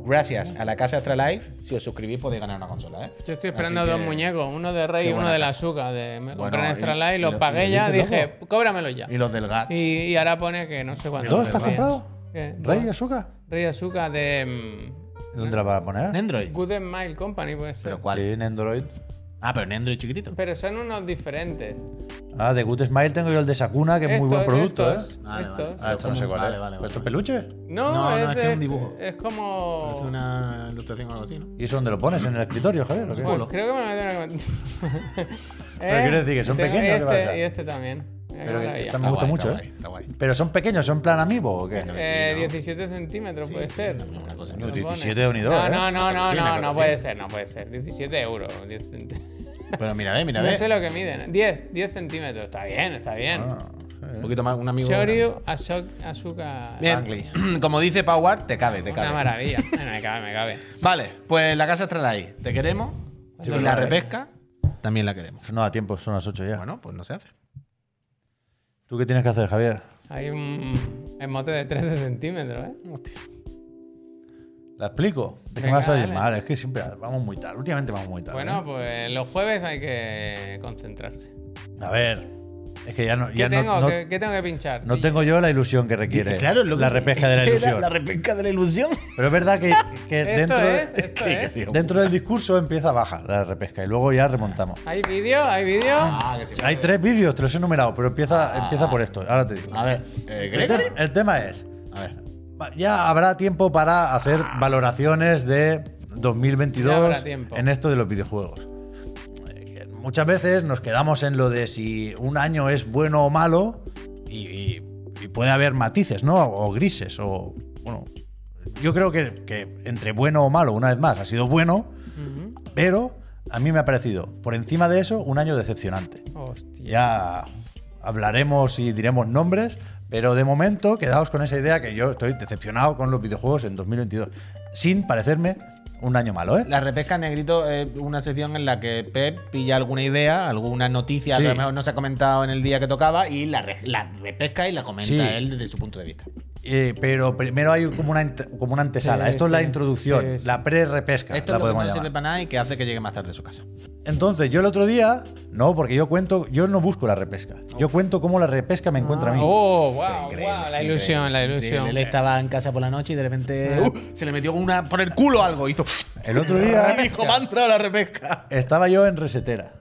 [SPEAKER 1] Gracias a la casa Astralife, si os suscribís podéis ganar una consola, ¿eh?
[SPEAKER 2] Yo estoy esperando
[SPEAKER 1] Así
[SPEAKER 2] dos
[SPEAKER 1] que-
[SPEAKER 2] muñecos, uno de Rey
[SPEAKER 1] qué
[SPEAKER 2] y uno
[SPEAKER 1] buena
[SPEAKER 2] de la
[SPEAKER 1] casa.
[SPEAKER 2] Azúcar. De, me
[SPEAKER 1] Bueno,
[SPEAKER 2] compré en Extra
[SPEAKER 1] y-
[SPEAKER 2] Live,
[SPEAKER 1] y
[SPEAKER 2] los
[SPEAKER 1] lo-
[SPEAKER 2] pagué
[SPEAKER 1] y
[SPEAKER 2] ya,
[SPEAKER 1] lo dices
[SPEAKER 2] dije, cóbramelo ya.
[SPEAKER 1] Y los del GAT.
[SPEAKER 2] Y, y ahora pone que no sé cuándo.
[SPEAKER 4] ¿Dos estás
[SPEAKER 2] Rey-
[SPEAKER 4] comprado?
[SPEAKER 2] ¿Qué?
[SPEAKER 4] ¿Rey y Azuka?
[SPEAKER 2] Rey Azúcar de mm,
[SPEAKER 4] ¿Dónde la vas a poner?
[SPEAKER 1] Nendroid.
[SPEAKER 2] Good Mile Company, puede ser.
[SPEAKER 1] ¿Pero
[SPEAKER 2] Pero,
[SPEAKER 1] cuál?
[SPEAKER 4] Sí, en Android.
[SPEAKER 1] Ah, pero Nendroid chiquitito.
[SPEAKER 2] son unos diferentes.
[SPEAKER 4] Ah, de Good Smile tengo yo el de Sakuna, que es muy buen
[SPEAKER 2] Estos,
[SPEAKER 4] producto,
[SPEAKER 2] estos,
[SPEAKER 4] ¿eh?
[SPEAKER 1] Vale, vale.
[SPEAKER 2] estos.
[SPEAKER 4] Ah, esto no sé cuál
[SPEAKER 1] Vale,
[SPEAKER 4] es.
[SPEAKER 1] vale, vale.
[SPEAKER 4] ¿Estos peluches?
[SPEAKER 1] No,
[SPEAKER 2] No,
[SPEAKER 1] no,
[SPEAKER 2] es,
[SPEAKER 1] es que
[SPEAKER 2] de-
[SPEAKER 1] es un dibujo.
[SPEAKER 2] Es como.
[SPEAKER 1] Parece una ilustración o algo así, ¿no?
[SPEAKER 4] ¿Y eso dónde lo pones? ¿En el escritorio, Javier? o qué?
[SPEAKER 2] Pues creo que me lo voy a
[SPEAKER 1] [LAUGHS]
[SPEAKER 2] tener en cuenta.
[SPEAKER 4] Pero quiero decir que son
[SPEAKER 2] tengo
[SPEAKER 4] pequeños, ¿qué pasa?
[SPEAKER 2] Este, y este también. Mira qué
[SPEAKER 4] Pero que
[SPEAKER 2] maravilla.
[SPEAKER 4] están- Me gusta
[SPEAKER 1] guay,
[SPEAKER 4] mucho,
[SPEAKER 1] está
[SPEAKER 4] ¿eh?
[SPEAKER 1] guay, está guay.
[SPEAKER 4] ¿Pero son pequeños? ¿Son plan amigo o qué?
[SPEAKER 2] Eh,
[SPEAKER 1] ¿no?
[SPEAKER 2] 17 centímetros puede ser.
[SPEAKER 1] Una- una cosa.
[SPEAKER 4] Coño,
[SPEAKER 2] Lo
[SPEAKER 4] tío.
[SPEAKER 2] pone.
[SPEAKER 4] 17 unidad,
[SPEAKER 2] No,
[SPEAKER 4] ¿eh?
[SPEAKER 2] no, no, no,
[SPEAKER 1] Sí, una
[SPEAKER 2] no,
[SPEAKER 1] cosa
[SPEAKER 2] no
[SPEAKER 1] así.
[SPEAKER 2] puede ser, no puede ser. 17 euros. 10 cent-
[SPEAKER 1] Pero mira, ve, mira,
[SPEAKER 2] no
[SPEAKER 1] ve.
[SPEAKER 2] sé lo que miden. 10, 10 centímetros. Está bien, está bien.
[SPEAKER 4] Ah,
[SPEAKER 1] Un
[SPEAKER 4] sí.
[SPEAKER 1] poquito más, un amigo.
[SPEAKER 2] Shoryu, Aso- Asuka.
[SPEAKER 1] Bien, [CLEARS THROAT] como dice Power, te cabe, te
[SPEAKER 2] Una
[SPEAKER 1] cabe. [LAUGHS]
[SPEAKER 2] maravilla. Bueno, me cabe, me cabe.
[SPEAKER 1] Vale, pues la casa Astralife, te queremos.
[SPEAKER 4] Sí,
[SPEAKER 1] y
[SPEAKER 4] verdad,
[SPEAKER 1] la
[SPEAKER 4] eh.
[SPEAKER 1] repesca, también la queremos.
[SPEAKER 4] No da tiempo, son las 8 ya.
[SPEAKER 1] Bueno, pues no se hace.
[SPEAKER 4] ¿Tú qué tienes que hacer, Javier?
[SPEAKER 2] Hay un emote de 13 centímetros, ¿eh?
[SPEAKER 4] ¿La explico? Es que me
[SPEAKER 2] Venga,
[SPEAKER 4] va a salir
[SPEAKER 2] dale.
[SPEAKER 4] mal, es que siempre vamos muy tarde. Últimamente vamos muy tarde.
[SPEAKER 2] Bueno,
[SPEAKER 4] ¿eh?
[SPEAKER 2] pues los jueves hay que concentrarse.
[SPEAKER 4] ¿eh? A ver, es que ya no,
[SPEAKER 2] ¿Qué,
[SPEAKER 4] ya no,
[SPEAKER 2] tengo,
[SPEAKER 4] no-
[SPEAKER 2] ¿qué, qué tengo que pinchar?
[SPEAKER 4] no tengo yo la ilusión que requiere.
[SPEAKER 1] Claro, lo
[SPEAKER 4] la
[SPEAKER 1] que- [LAUGHS]
[SPEAKER 4] repesca de la
[SPEAKER 1] era
[SPEAKER 4] ilusión.
[SPEAKER 1] La repesca de la ilusión.
[SPEAKER 4] Pero es verdad que, que
[SPEAKER 2] Esto
[SPEAKER 4] dentro, de-
[SPEAKER 2] es,
[SPEAKER 4] [LAUGHS]
[SPEAKER 2] esto es.
[SPEAKER 4] dentro del discurso empieza baja la repesca y luego ya remontamos.
[SPEAKER 2] ¿Hay vídeo? ¿Hay vídeo?
[SPEAKER 1] Ah, que sí.
[SPEAKER 4] Hay tres vídeos, te los he numerado, pero empieza, empieza por esto. Ahora te digo.
[SPEAKER 1] A ver, eh,
[SPEAKER 4] El,
[SPEAKER 1] Gregory.
[SPEAKER 4] te- el tema es,
[SPEAKER 1] A ver.
[SPEAKER 4] va- ya habrá tiempo para hacer valoraciones de
[SPEAKER 2] Ya
[SPEAKER 4] 2022
[SPEAKER 2] habrá tiempo.
[SPEAKER 4] en esto de los videojuegos. Eh, que Muchas veces nos quedamos en lo de si un año es bueno o malo y, y- y puede haber matices, ¿no? O grises, o bueno. Yo creo que, que entre bueno o malo, una vez más, ha sido bueno,
[SPEAKER 2] Ujú.
[SPEAKER 4] pero a mí me ha parecido, por encima de eso, un año decepcionante.
[SPEAKER 2] Hostia.
[SPEAKER 4] Ya hablaremos y diremos nombres, pero de momento quedaos con esa idea que yo estoy decepcionado con los videojuegos en 2022, sin parecerme un año malo, ¿eh?
[SPEAKER 1] La repesca negrito es una sección en la que Pep pilla alguna idea, alguna noticia
[SPEAKER 4] Sí.
[SPEAKER 1] que a lo mejor no se ha comentado en el día que tocaba y la, re- la repesca y la comenta
[SPEAKER 4] Sí.
[SPEAKER 1] él desde su punto de vista.
[SPEAKER 4] Eh, pero primero hay como una, int- como una antesala.
[SPEAKER 2] Sí,
[SPEAKER 4] Esto es la
[SPEAKER 2] sí,
[SPEAKER 4] introducción,
[SPEAKER 2] sí, sí.
[SPEAKER 4] la pre-repesca.
[SPEAKER 1] Esto
[SPEAKER 4] la
[SPEAKER 1] es lo que no
[SPEAKER 4] podemos
[SPEAKER 1] sirve
[SPEAKER 4] llamar.
[SPEAKER 1] para nada y que hace que llegue más tarde a su casa.
[SPEAKER 4] Entonces, yo el otro día, no, porque yo cuento, yo no busco la repesca. Yo cuento cómo la repesca me encuentra a mí.
[SPEAKER 2] Oh, wow,
[SPEAKER 1] Increíble,
[SPEAKER 2] wow, la
[SPEAKER 1] increíble,
[SPEAKER 2] ilusión, la
[SPEAKER 1] increíble.
[SPEAKER 2] ilusión.
[SPEAKER 1] Él estaba en casa por la noche y de repente
[SPEAKER 2] Ah.
[SPEAKER 1] ¡uh! se le metió con una por el culo algo. Hizo.
[SPEAKER 4] El otro
[SPEAKER 1] [LAUGHS]
[SPEAKER 2] Ah.
[SPEAKER 4] día
[SPEAKER 1] Y dijo, mantra la repesca.
[SPEAKER 4] estaba yo en Resetera,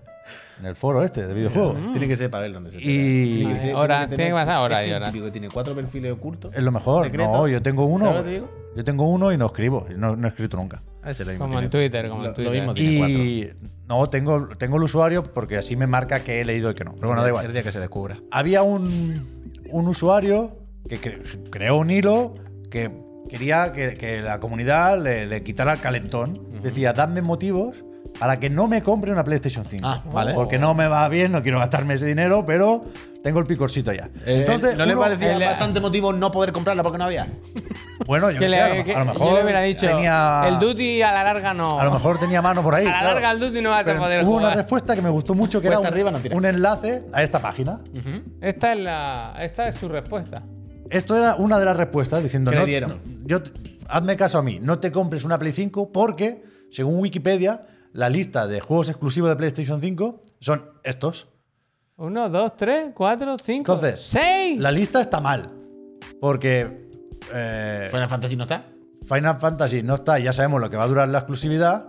[SPEAKER 4] en el foro este de videojuegos.
[SPEAKER 1] Tiene que ser para ver dónde se
[SPEAKER 4] Y-
[SPEAKER 1] Tiene que ser-
[SPEAKER 2] Ahora,
[SPEAKER 1] tener-
[SPEAKER 2] tiene que pasar ahora
[SPEAKER 1] es
[SPEAKER 2] y ahora.
[SPEAKER 1] típico que tiene cuatro perfiles ocultos.
[SPEAKER 4] Es lo mejor.
[SPEAKER 1] ¿Secreto?
[SPEAKER 4] No, yo tengo uno.
[SPEAKER 1] ¿Sabes lo que te digo?
[SPEAKER 4] Yo tengo uno y no escribo. No, no he escrito nunca.
[SPEAKER 1] Ah, Ese lo mismo
[SPEAKER 2] Como en
[SPEAKER 1] tiene.
[SPEAKER 2] Twitter, como
[SPEAKER 1] Lo-
[SPEAKER 2] en
[SPEAKER 1] lo
[SPEAKER 2] Twitter.
[SPEAKER 1] mismo tiene
[SPEAKER 4] Y no, tengo, tengo el usuario porque así me marca que he leído y que no. Pero bueno, da
[SPEAKER 1] El
[SPEAKER 4] igual.
[SPEAKER 1] día que se descubra.
[SPEAKER 4] Había un, un usuario que cre- creó un hilo que quería que, que la comunidad le, le quitara el calentón. Decía, dadme motivos para que no me compre una PlayStation 5.
[SPEAKER 1] Ah, vale.
[SPEAKER 4] Porque no me va bien, no quiero gastarme ese dinero, pero tengo el picorcito ya.
[SPEAKER 1] Eh,
[SPEAKER 4] Entonces,
[SPEAKER 1] ¿No le
[SPEAKER 4] uno-
[SPEAKER 1] parecía
[SPEAKER 2] el-
[SPEAKER 1] bastante motivo no poder comprarla porque no había?
[SPEAKER 4] Bueno, yo
[SPEAKER 2] Que
[SPEAKER 4] qué sé,
[SPEAKER 2] le-
[SPEAKER 4] a lo,
[SPEAKER 2] que-
[SPEAKER 4] a lo
[SPEAKER 2] yo
[SPEAKER 4] mejor
[SPEAKER 2] le hubiera dicho,
[SPEAKER 4] tenía,
[SPEAKER 2] el duty a la larga no.
[SPEAKER 4] a lo mejor tenía mano por ahí.
[SPEAKER 2] A la
[SPEAKER 4] claro.
[SPEAKER 2] larga el ¿eh? duty no vas
[SPEAKER 4] Pero
[SPEAKER 2] a poder
[SPEAKER 4] hubo una
[SPEAKER 2] jugar.
[SPEAKER 4] respuesta que me gustó mucho, que
[SPEAKER 1] Cuesta
[SPEAKER 4] era un,
[SPEAKER 1] arriba no Mm. tira.
[SPEAKER 4] un enlace a esta página.
[SPEAKER 2] Esta es la. Esta es su respuesta.
[SPEAKER 4] Esto era una de las respuestas diciendo,
[SPEAKER 1] ¿Qué le
[SPEAKER 4] no,
[SPEAKER 1] dieron?
[SPEAKER 4] no, yo, t- hazme caso a mí, no te compres una Play 5 porque, según Wikipedia, la lista de juegos exclusivos de PlayStation 5 son estos.
[SPEAKER 2] Uno, dos, tres, cuatro, cinco.
[SPEAKER 4] Entonces,
[SPEAKER 2] ¡Seis!
[SPEAKER 4] La lista está mal, porque eh,
[SPEAKER 1] ¿Final Fantasy no está?
[SPEAKER 4] Final Fantasy no está, ya sabemos lo que va a durar la exclusividad.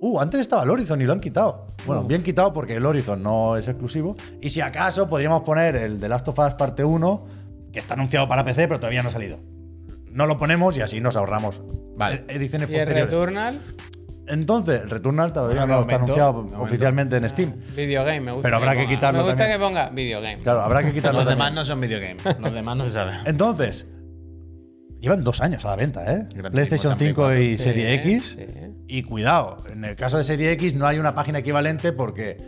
[SPEAKER 4] Uh, antes estaba el Horizon y lo han quitado. Bueno, bien quitado porque el Horizon no es exclusivo. Y si acaso podríamos poner el The Last of Us parte 1, que está anunciado para PC, pero todavía no ha salido. No lo ponemos y así nos ahorramos
[SPEAKER 1] Vale.
[SPEAKER 4] ed- ediciones
[SPEAKER 2] Y el
[SPEAKER 4] posteriores.
[SPEAKER 2] Returnal.
[SPEAKER 4] Entonces, el Returnal todavía
[SPEAKER 3] Bueno, de
[SPEAKER 4] no está
[SPEAKER 3] momento,
[SPEAKER 4] anunciado
[SPEAKER 3] de momento.
[SPEAKER 4] oficialmente en Steam.
[SPEAKER 2] Videogame, me gusta.
[SPEAKER 4] Pero habrá que
[SPEAKER 2] ponga-
[SPEAKER 4] quitarlo
[SPEAKER 2] Me gusta
[SPEAKER 4] también.
[SPEAKER 2] que ponga videogame.
[SPEAKER 4] Claro, habrá que quitarlo
[SPEAKER 1] [LAUGHS] Los demás
[SPEAKER 4] también.
[SPEAKER 1] no son videogames. Los demás no se
[SPEAKER 4] [LAUGHS]
[SPEAKER 1] sabe.
[SPEAKER 4] Entonces, llevan dos años a la venta, ¿eh?
[SPEAKER 1] Grandísimo,
[SPEAKER 4] PlayStation
[SPEAKER 1] también,
[SPEAKER 4] 5
[SPEAKER 2] Sí,
[SPEAKER 4] y Serie X.
[SPEAKER 2] sí.
[SPEAKER 4] Y cuidado, en el caso de Serie X no hay una página equivalente porque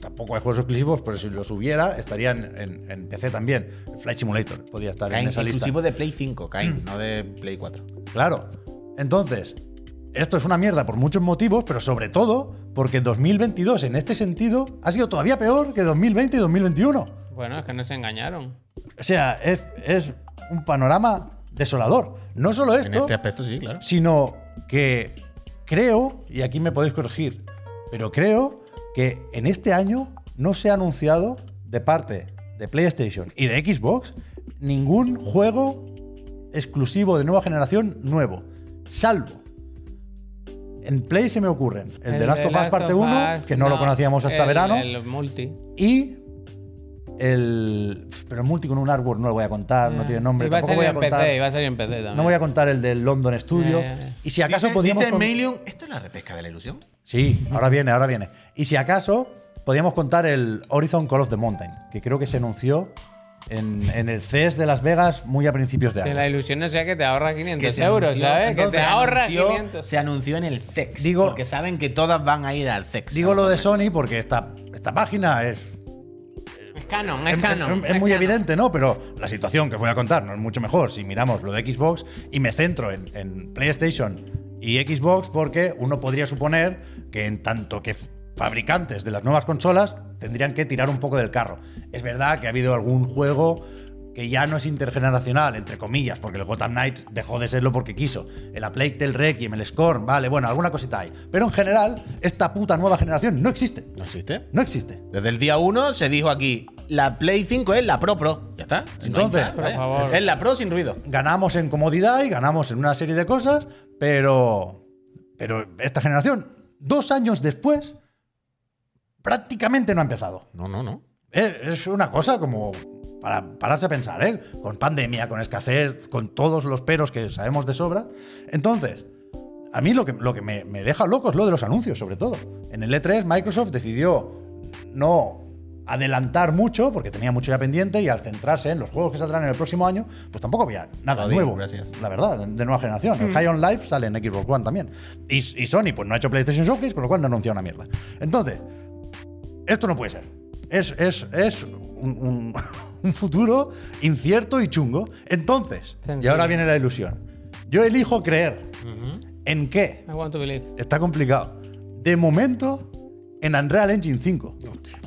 [SPEAKER 4] tampoco hay juegos exclusivos, pero si los hubiera, estarían en, en PC también. Flight Simulator podía estar
[SPEAKER 1] Cain,
[SPEAKER 4] en esa lista.
[SPEAKER 1] Ah, exclusivo de Play 5, Cain, no de Play 4.
[SPEAKER 4] Claro. Entonces, esto es una mierda por muchos motivos, pero sobre todo porque 2022 en este sentido ha sido todavía peor que 2020 y 2021.
[SPEAKER 2] Bueno, es que no se engañaron.
[SPEAKER 4] O sea, es, es un panorama desolador. No solo
[SPEAKER 1] En
[SPEAKER 4] esto,
[SPEAKER 1] este aspecto, sí, claro.
[SPEAKER 4] sino que creo, y aquí me podéis corregir, pero creo que en este año no se ha anunciado de parte de PlayStation y de Xbox ningún juego exclusivo de nueva generación nuevo, salvo. En Play se me ocurren el, de Last of Us parte 1, que no, lo conocíamos hasta
[SPEAKER 2] el-
[SPEAKER 4] verano,
[SPEAKER 2] El multi.
[SPEAKER 4] y el... Pero el multi con un artwork no lo voy a contar, no tiene nombre,
[SPEAKER 2] Iba a
[SPEAKER 4] tampoco
[SPEAKER 2] salir
[SPEAKER 4] voy a
[SPEAKER 2] en
[SPEAKER 4] contar...
[SPEAKER 2] PC, iba a salir en PC también.
[SPEAKER 4] No voy a contar el del London Studio.
[SPEAKER 2] Ya, ya, ya.
[SPEAKER 4] Y si acaso
[SPEAKER 1] dice,
[SPEAKER 4] podíamos.
[SPEAKER 1] dice
[SPEAKER 4] con-
[SPEAKER 1] Mailion, ¿esto es la repesca de la ilusión?
[SPEAKER 4] Sí, ahora viene, ahora viene. Y si acaso podíamos contar el Horizon Call of the Mountain, que creo que se anunció en, en el CES de Las Vegas muy a principios de
[SPEAKER 2] Que
[SPEAKER 4] año.
[SPEAKER 2] la ilusión no sea que te ahorra 500
[SPEAKER 1] se
[SPEAKER 2] euros,
[SPEAKER 1] anunció-
[SPEAKER 2] ¿sabes?
[SPEAKER 1] entonces
[SPEAKER 2] que te
[SPEAKER 1] se
[SPEAKER 2] ahorra
[SPEAKER 1] anunció-
[SPEAKER 2] 500.
[SPEAKER 1] Se anunció en el sex.
[SPEAKER 4] Digo-
[SPEAKER 1] porque saben que todas van a ir al sex.
[SPEAKER 4] Digo lo de Sony porque esta, esta página es,
[SPEAKER 2] es canon, es canon.
[SPEAKER 4] es- es muy evidente, ¿no? Pero la situación que os voy a contar no es mucho mejor si miramos lo de Xbox y me centro en, en PlayStation y Xbox porque uno podría suponer que en tanto que f- fabricantes de las nuevas consolas tendrían que tirar un poco del carro. Es verdad que ha habido algún juego que ya no es intergeneracional, entre comillas, porque el Gotham Knights dejó de serlo porque quiso. El A Plague Tale Requiem, el Scorn, vale, bueno, alguna cosita hay. Pero en general, esta puta nueva generación no existe.
[SPEAKER 1] ¿No existe?
[SPEAKER 4] No existe.
[SPEAKER 1] Desde el día 1 se dijo aquí, la Play 5 es la Pro Pro. Ya está. Si no hay
[SPEAKER 4] Entonces,
[SPEAKER 1] más,
[SPEAKER 2] por
[SPEAKER 1] vaya.
[SPEAKER 2] favor.
[SPEAKER 1] es la Pro sin ruido.
[SPEAKER 4] ganamos en comodidad y ganamos en una serie de cosas, pero, pero esta generación, dos años después, prácticamente no ha empezado.
[SPEAKER 1] No, no, no.
[SPEAKER 4] Es, Eh, es una cosa como para pararse a pensar, ¿eh? Con pandemia, con escasez, con todos los peros que sabemos de sobra. Entonces, a mí lo que, lo que me, me deja loco es lo de los anuncios, sobre todo. En el E3, Microsoft decidió no adelantar mucho, porque tenía mucho ya pendiente, y al centrarse en los juegos que saldrán en el próximo año, pues tampoco había nada
[SPEAKER 1] Lo digo,
[SPEAKER 4] nuevo.
[SPEAKER 1] gracias.
[SPEAKER 4] La verdad, de, de nueva generación. El High on Life sale en Xbox One también. Y, y Sony, pues no ha hecho PlayStation Showcase, con lo cual no ha anunciado una mierda. Entonces, esto no puede ser. Es, es, es un, un- [LAUGHS] un futuro incierto y chungo. Entonces, y
[SPEAKER 2] Sencillo.
[SPEAKER 4] ahora viene la ilusión. Yo elijo creer. ¿En qué?
[SPEAKER 2] I want to believe.
[SPEAKER 4] Está complicado. De momento, en Unreal Engine 5.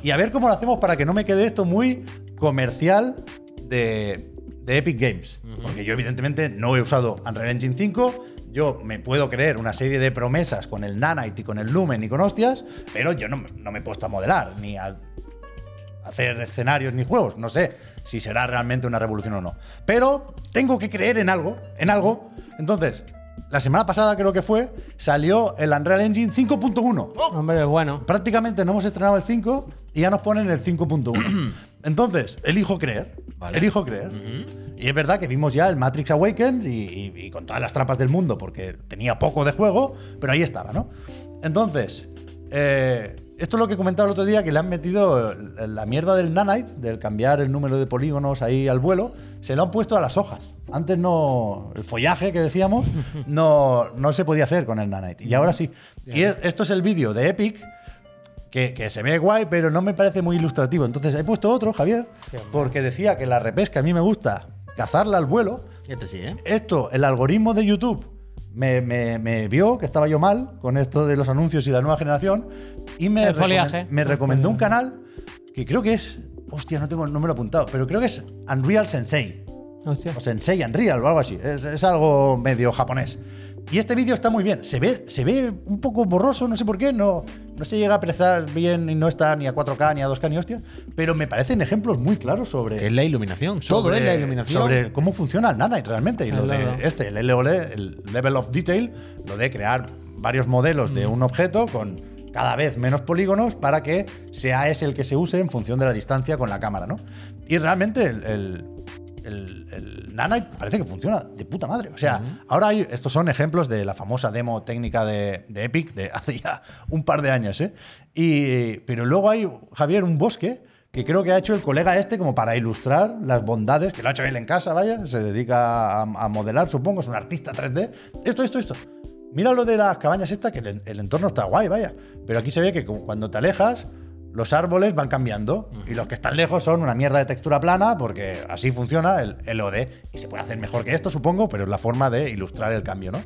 [SPEAKER 4] Y a ver cómo lo hacemos para que no me quede esto muy comercial de, de Epic Games. Porque yo, evidentemente, no he usado Unreal Engine 5. Yo me puedo creer una serie de promesas con el Nanite y con el Lumen y con hostias, pero yo no, no me he puesto a modelar ni a hacer escenarios ni juegos. No sé si será realmente una revolución o no. Pero tengo que creer en algo, en algo. Entonces, la semana pasada creo que fue, salió el Unreal Engine 5.1.
[SPEAKER 2] Hombre, es bueno.
[SPEAKER 4] Prácticamente no hemos estrenado el 5 y ya nos ponen el 5.1. Entonces, elijo creer.
[SPEAKER 1] Vale.
[SPEAKER 4] Elijo creer. Y es verdad que vimos ya el Matrix Awakens y, y- y con todas las trampas del mundo, porque tenía poco de juego, pero ahí estaba, ¿no? Entonces, eh, esto es lo que comentaba el otro día, que le han metido la mierda del nanite, del cambiar el número de polígonos ahí al vuelo, se lo han puesto a las hojas. Antes no, el follaje que decíamos, no, no se podía hacer con el nanite. Y ahora sí. Y es- esto es el vídeo de Epic, que, que se ve guay, pero no me parece muy ilustrativo. Entonces he puesto otro, Javier, porque decía que la repesca a mí me gusta cazarla al vuelo.
[SPEAKER 1] Este sí, ¿eh?
[SPEAKER 4] Esto, el algoritmo de YouTube me, me- me vio que estaba yo mal con esto de los anuncios y la nueva generación y me,
[SPEAKER 2] El foliaje.
[SPEAKER 4] me recomendó un canal que creo que es. Hostia, no tengo el número apuntado, pero creo que es Unreal Sensei.
[SPEAKER 2] Hostia.
[SPEAKER 4] O Sensei Unreal o algo así. Es, es algo medio japonés. Y este vídeo está muy bien. Se ve, se ve un poco borroso, no sé por qué. No, no se llega a apreciar bien y no está ni a 4K ni a 2K ni hostia. Pero me parecen ejemplos muy claros sobre.
[SPEAKER 1] Que es la iluminación. Todo
[SPEAKER 4] sobre-
[SPEAKER 1] es la iluminación.
[SPEAKER 4] Sobre cómo funciona el Nanite realmente. Y lo
[SPEAKER 2] Claro.
[SPEAKER 4] de este, el LOL, el Level of Detail, lo de crear varios modelos
[SPEAKER 1] Mm.
[SPEAKER 4] de un objeto con cada vez menos polígonos para que sea ese el que se use en función de la distancia con la cámara, ¿no? Y realmente el, el- el- el Nanite parece que funciona de puta madre. O sea, ahora hay, estos son ejemplos de la famosa demo técnica de, de Epic de [LAUGHS] hace ya un par de años, ¿eh? Y, pero luego hay, Javier, un bosque que creo que ha hecho el colega este como para ilustrar las bondades, que lo ha hecho él en casa, vaya, se dedica a, a modelar, supongo, es un artista 3D. Esto, esto, esto. Mira lo de las cabañas estas, que el, en- el entorno está guay, vaya. Pero aquí se ve que cu- cuando te alejas, los árboles van cambiando y los que están lejos son una mierda de textura plana, porque así funciona el, el OD. Y se puede hacer mejor que esto, supongo, pero es la forma de ilustrar el cambio, ¿no?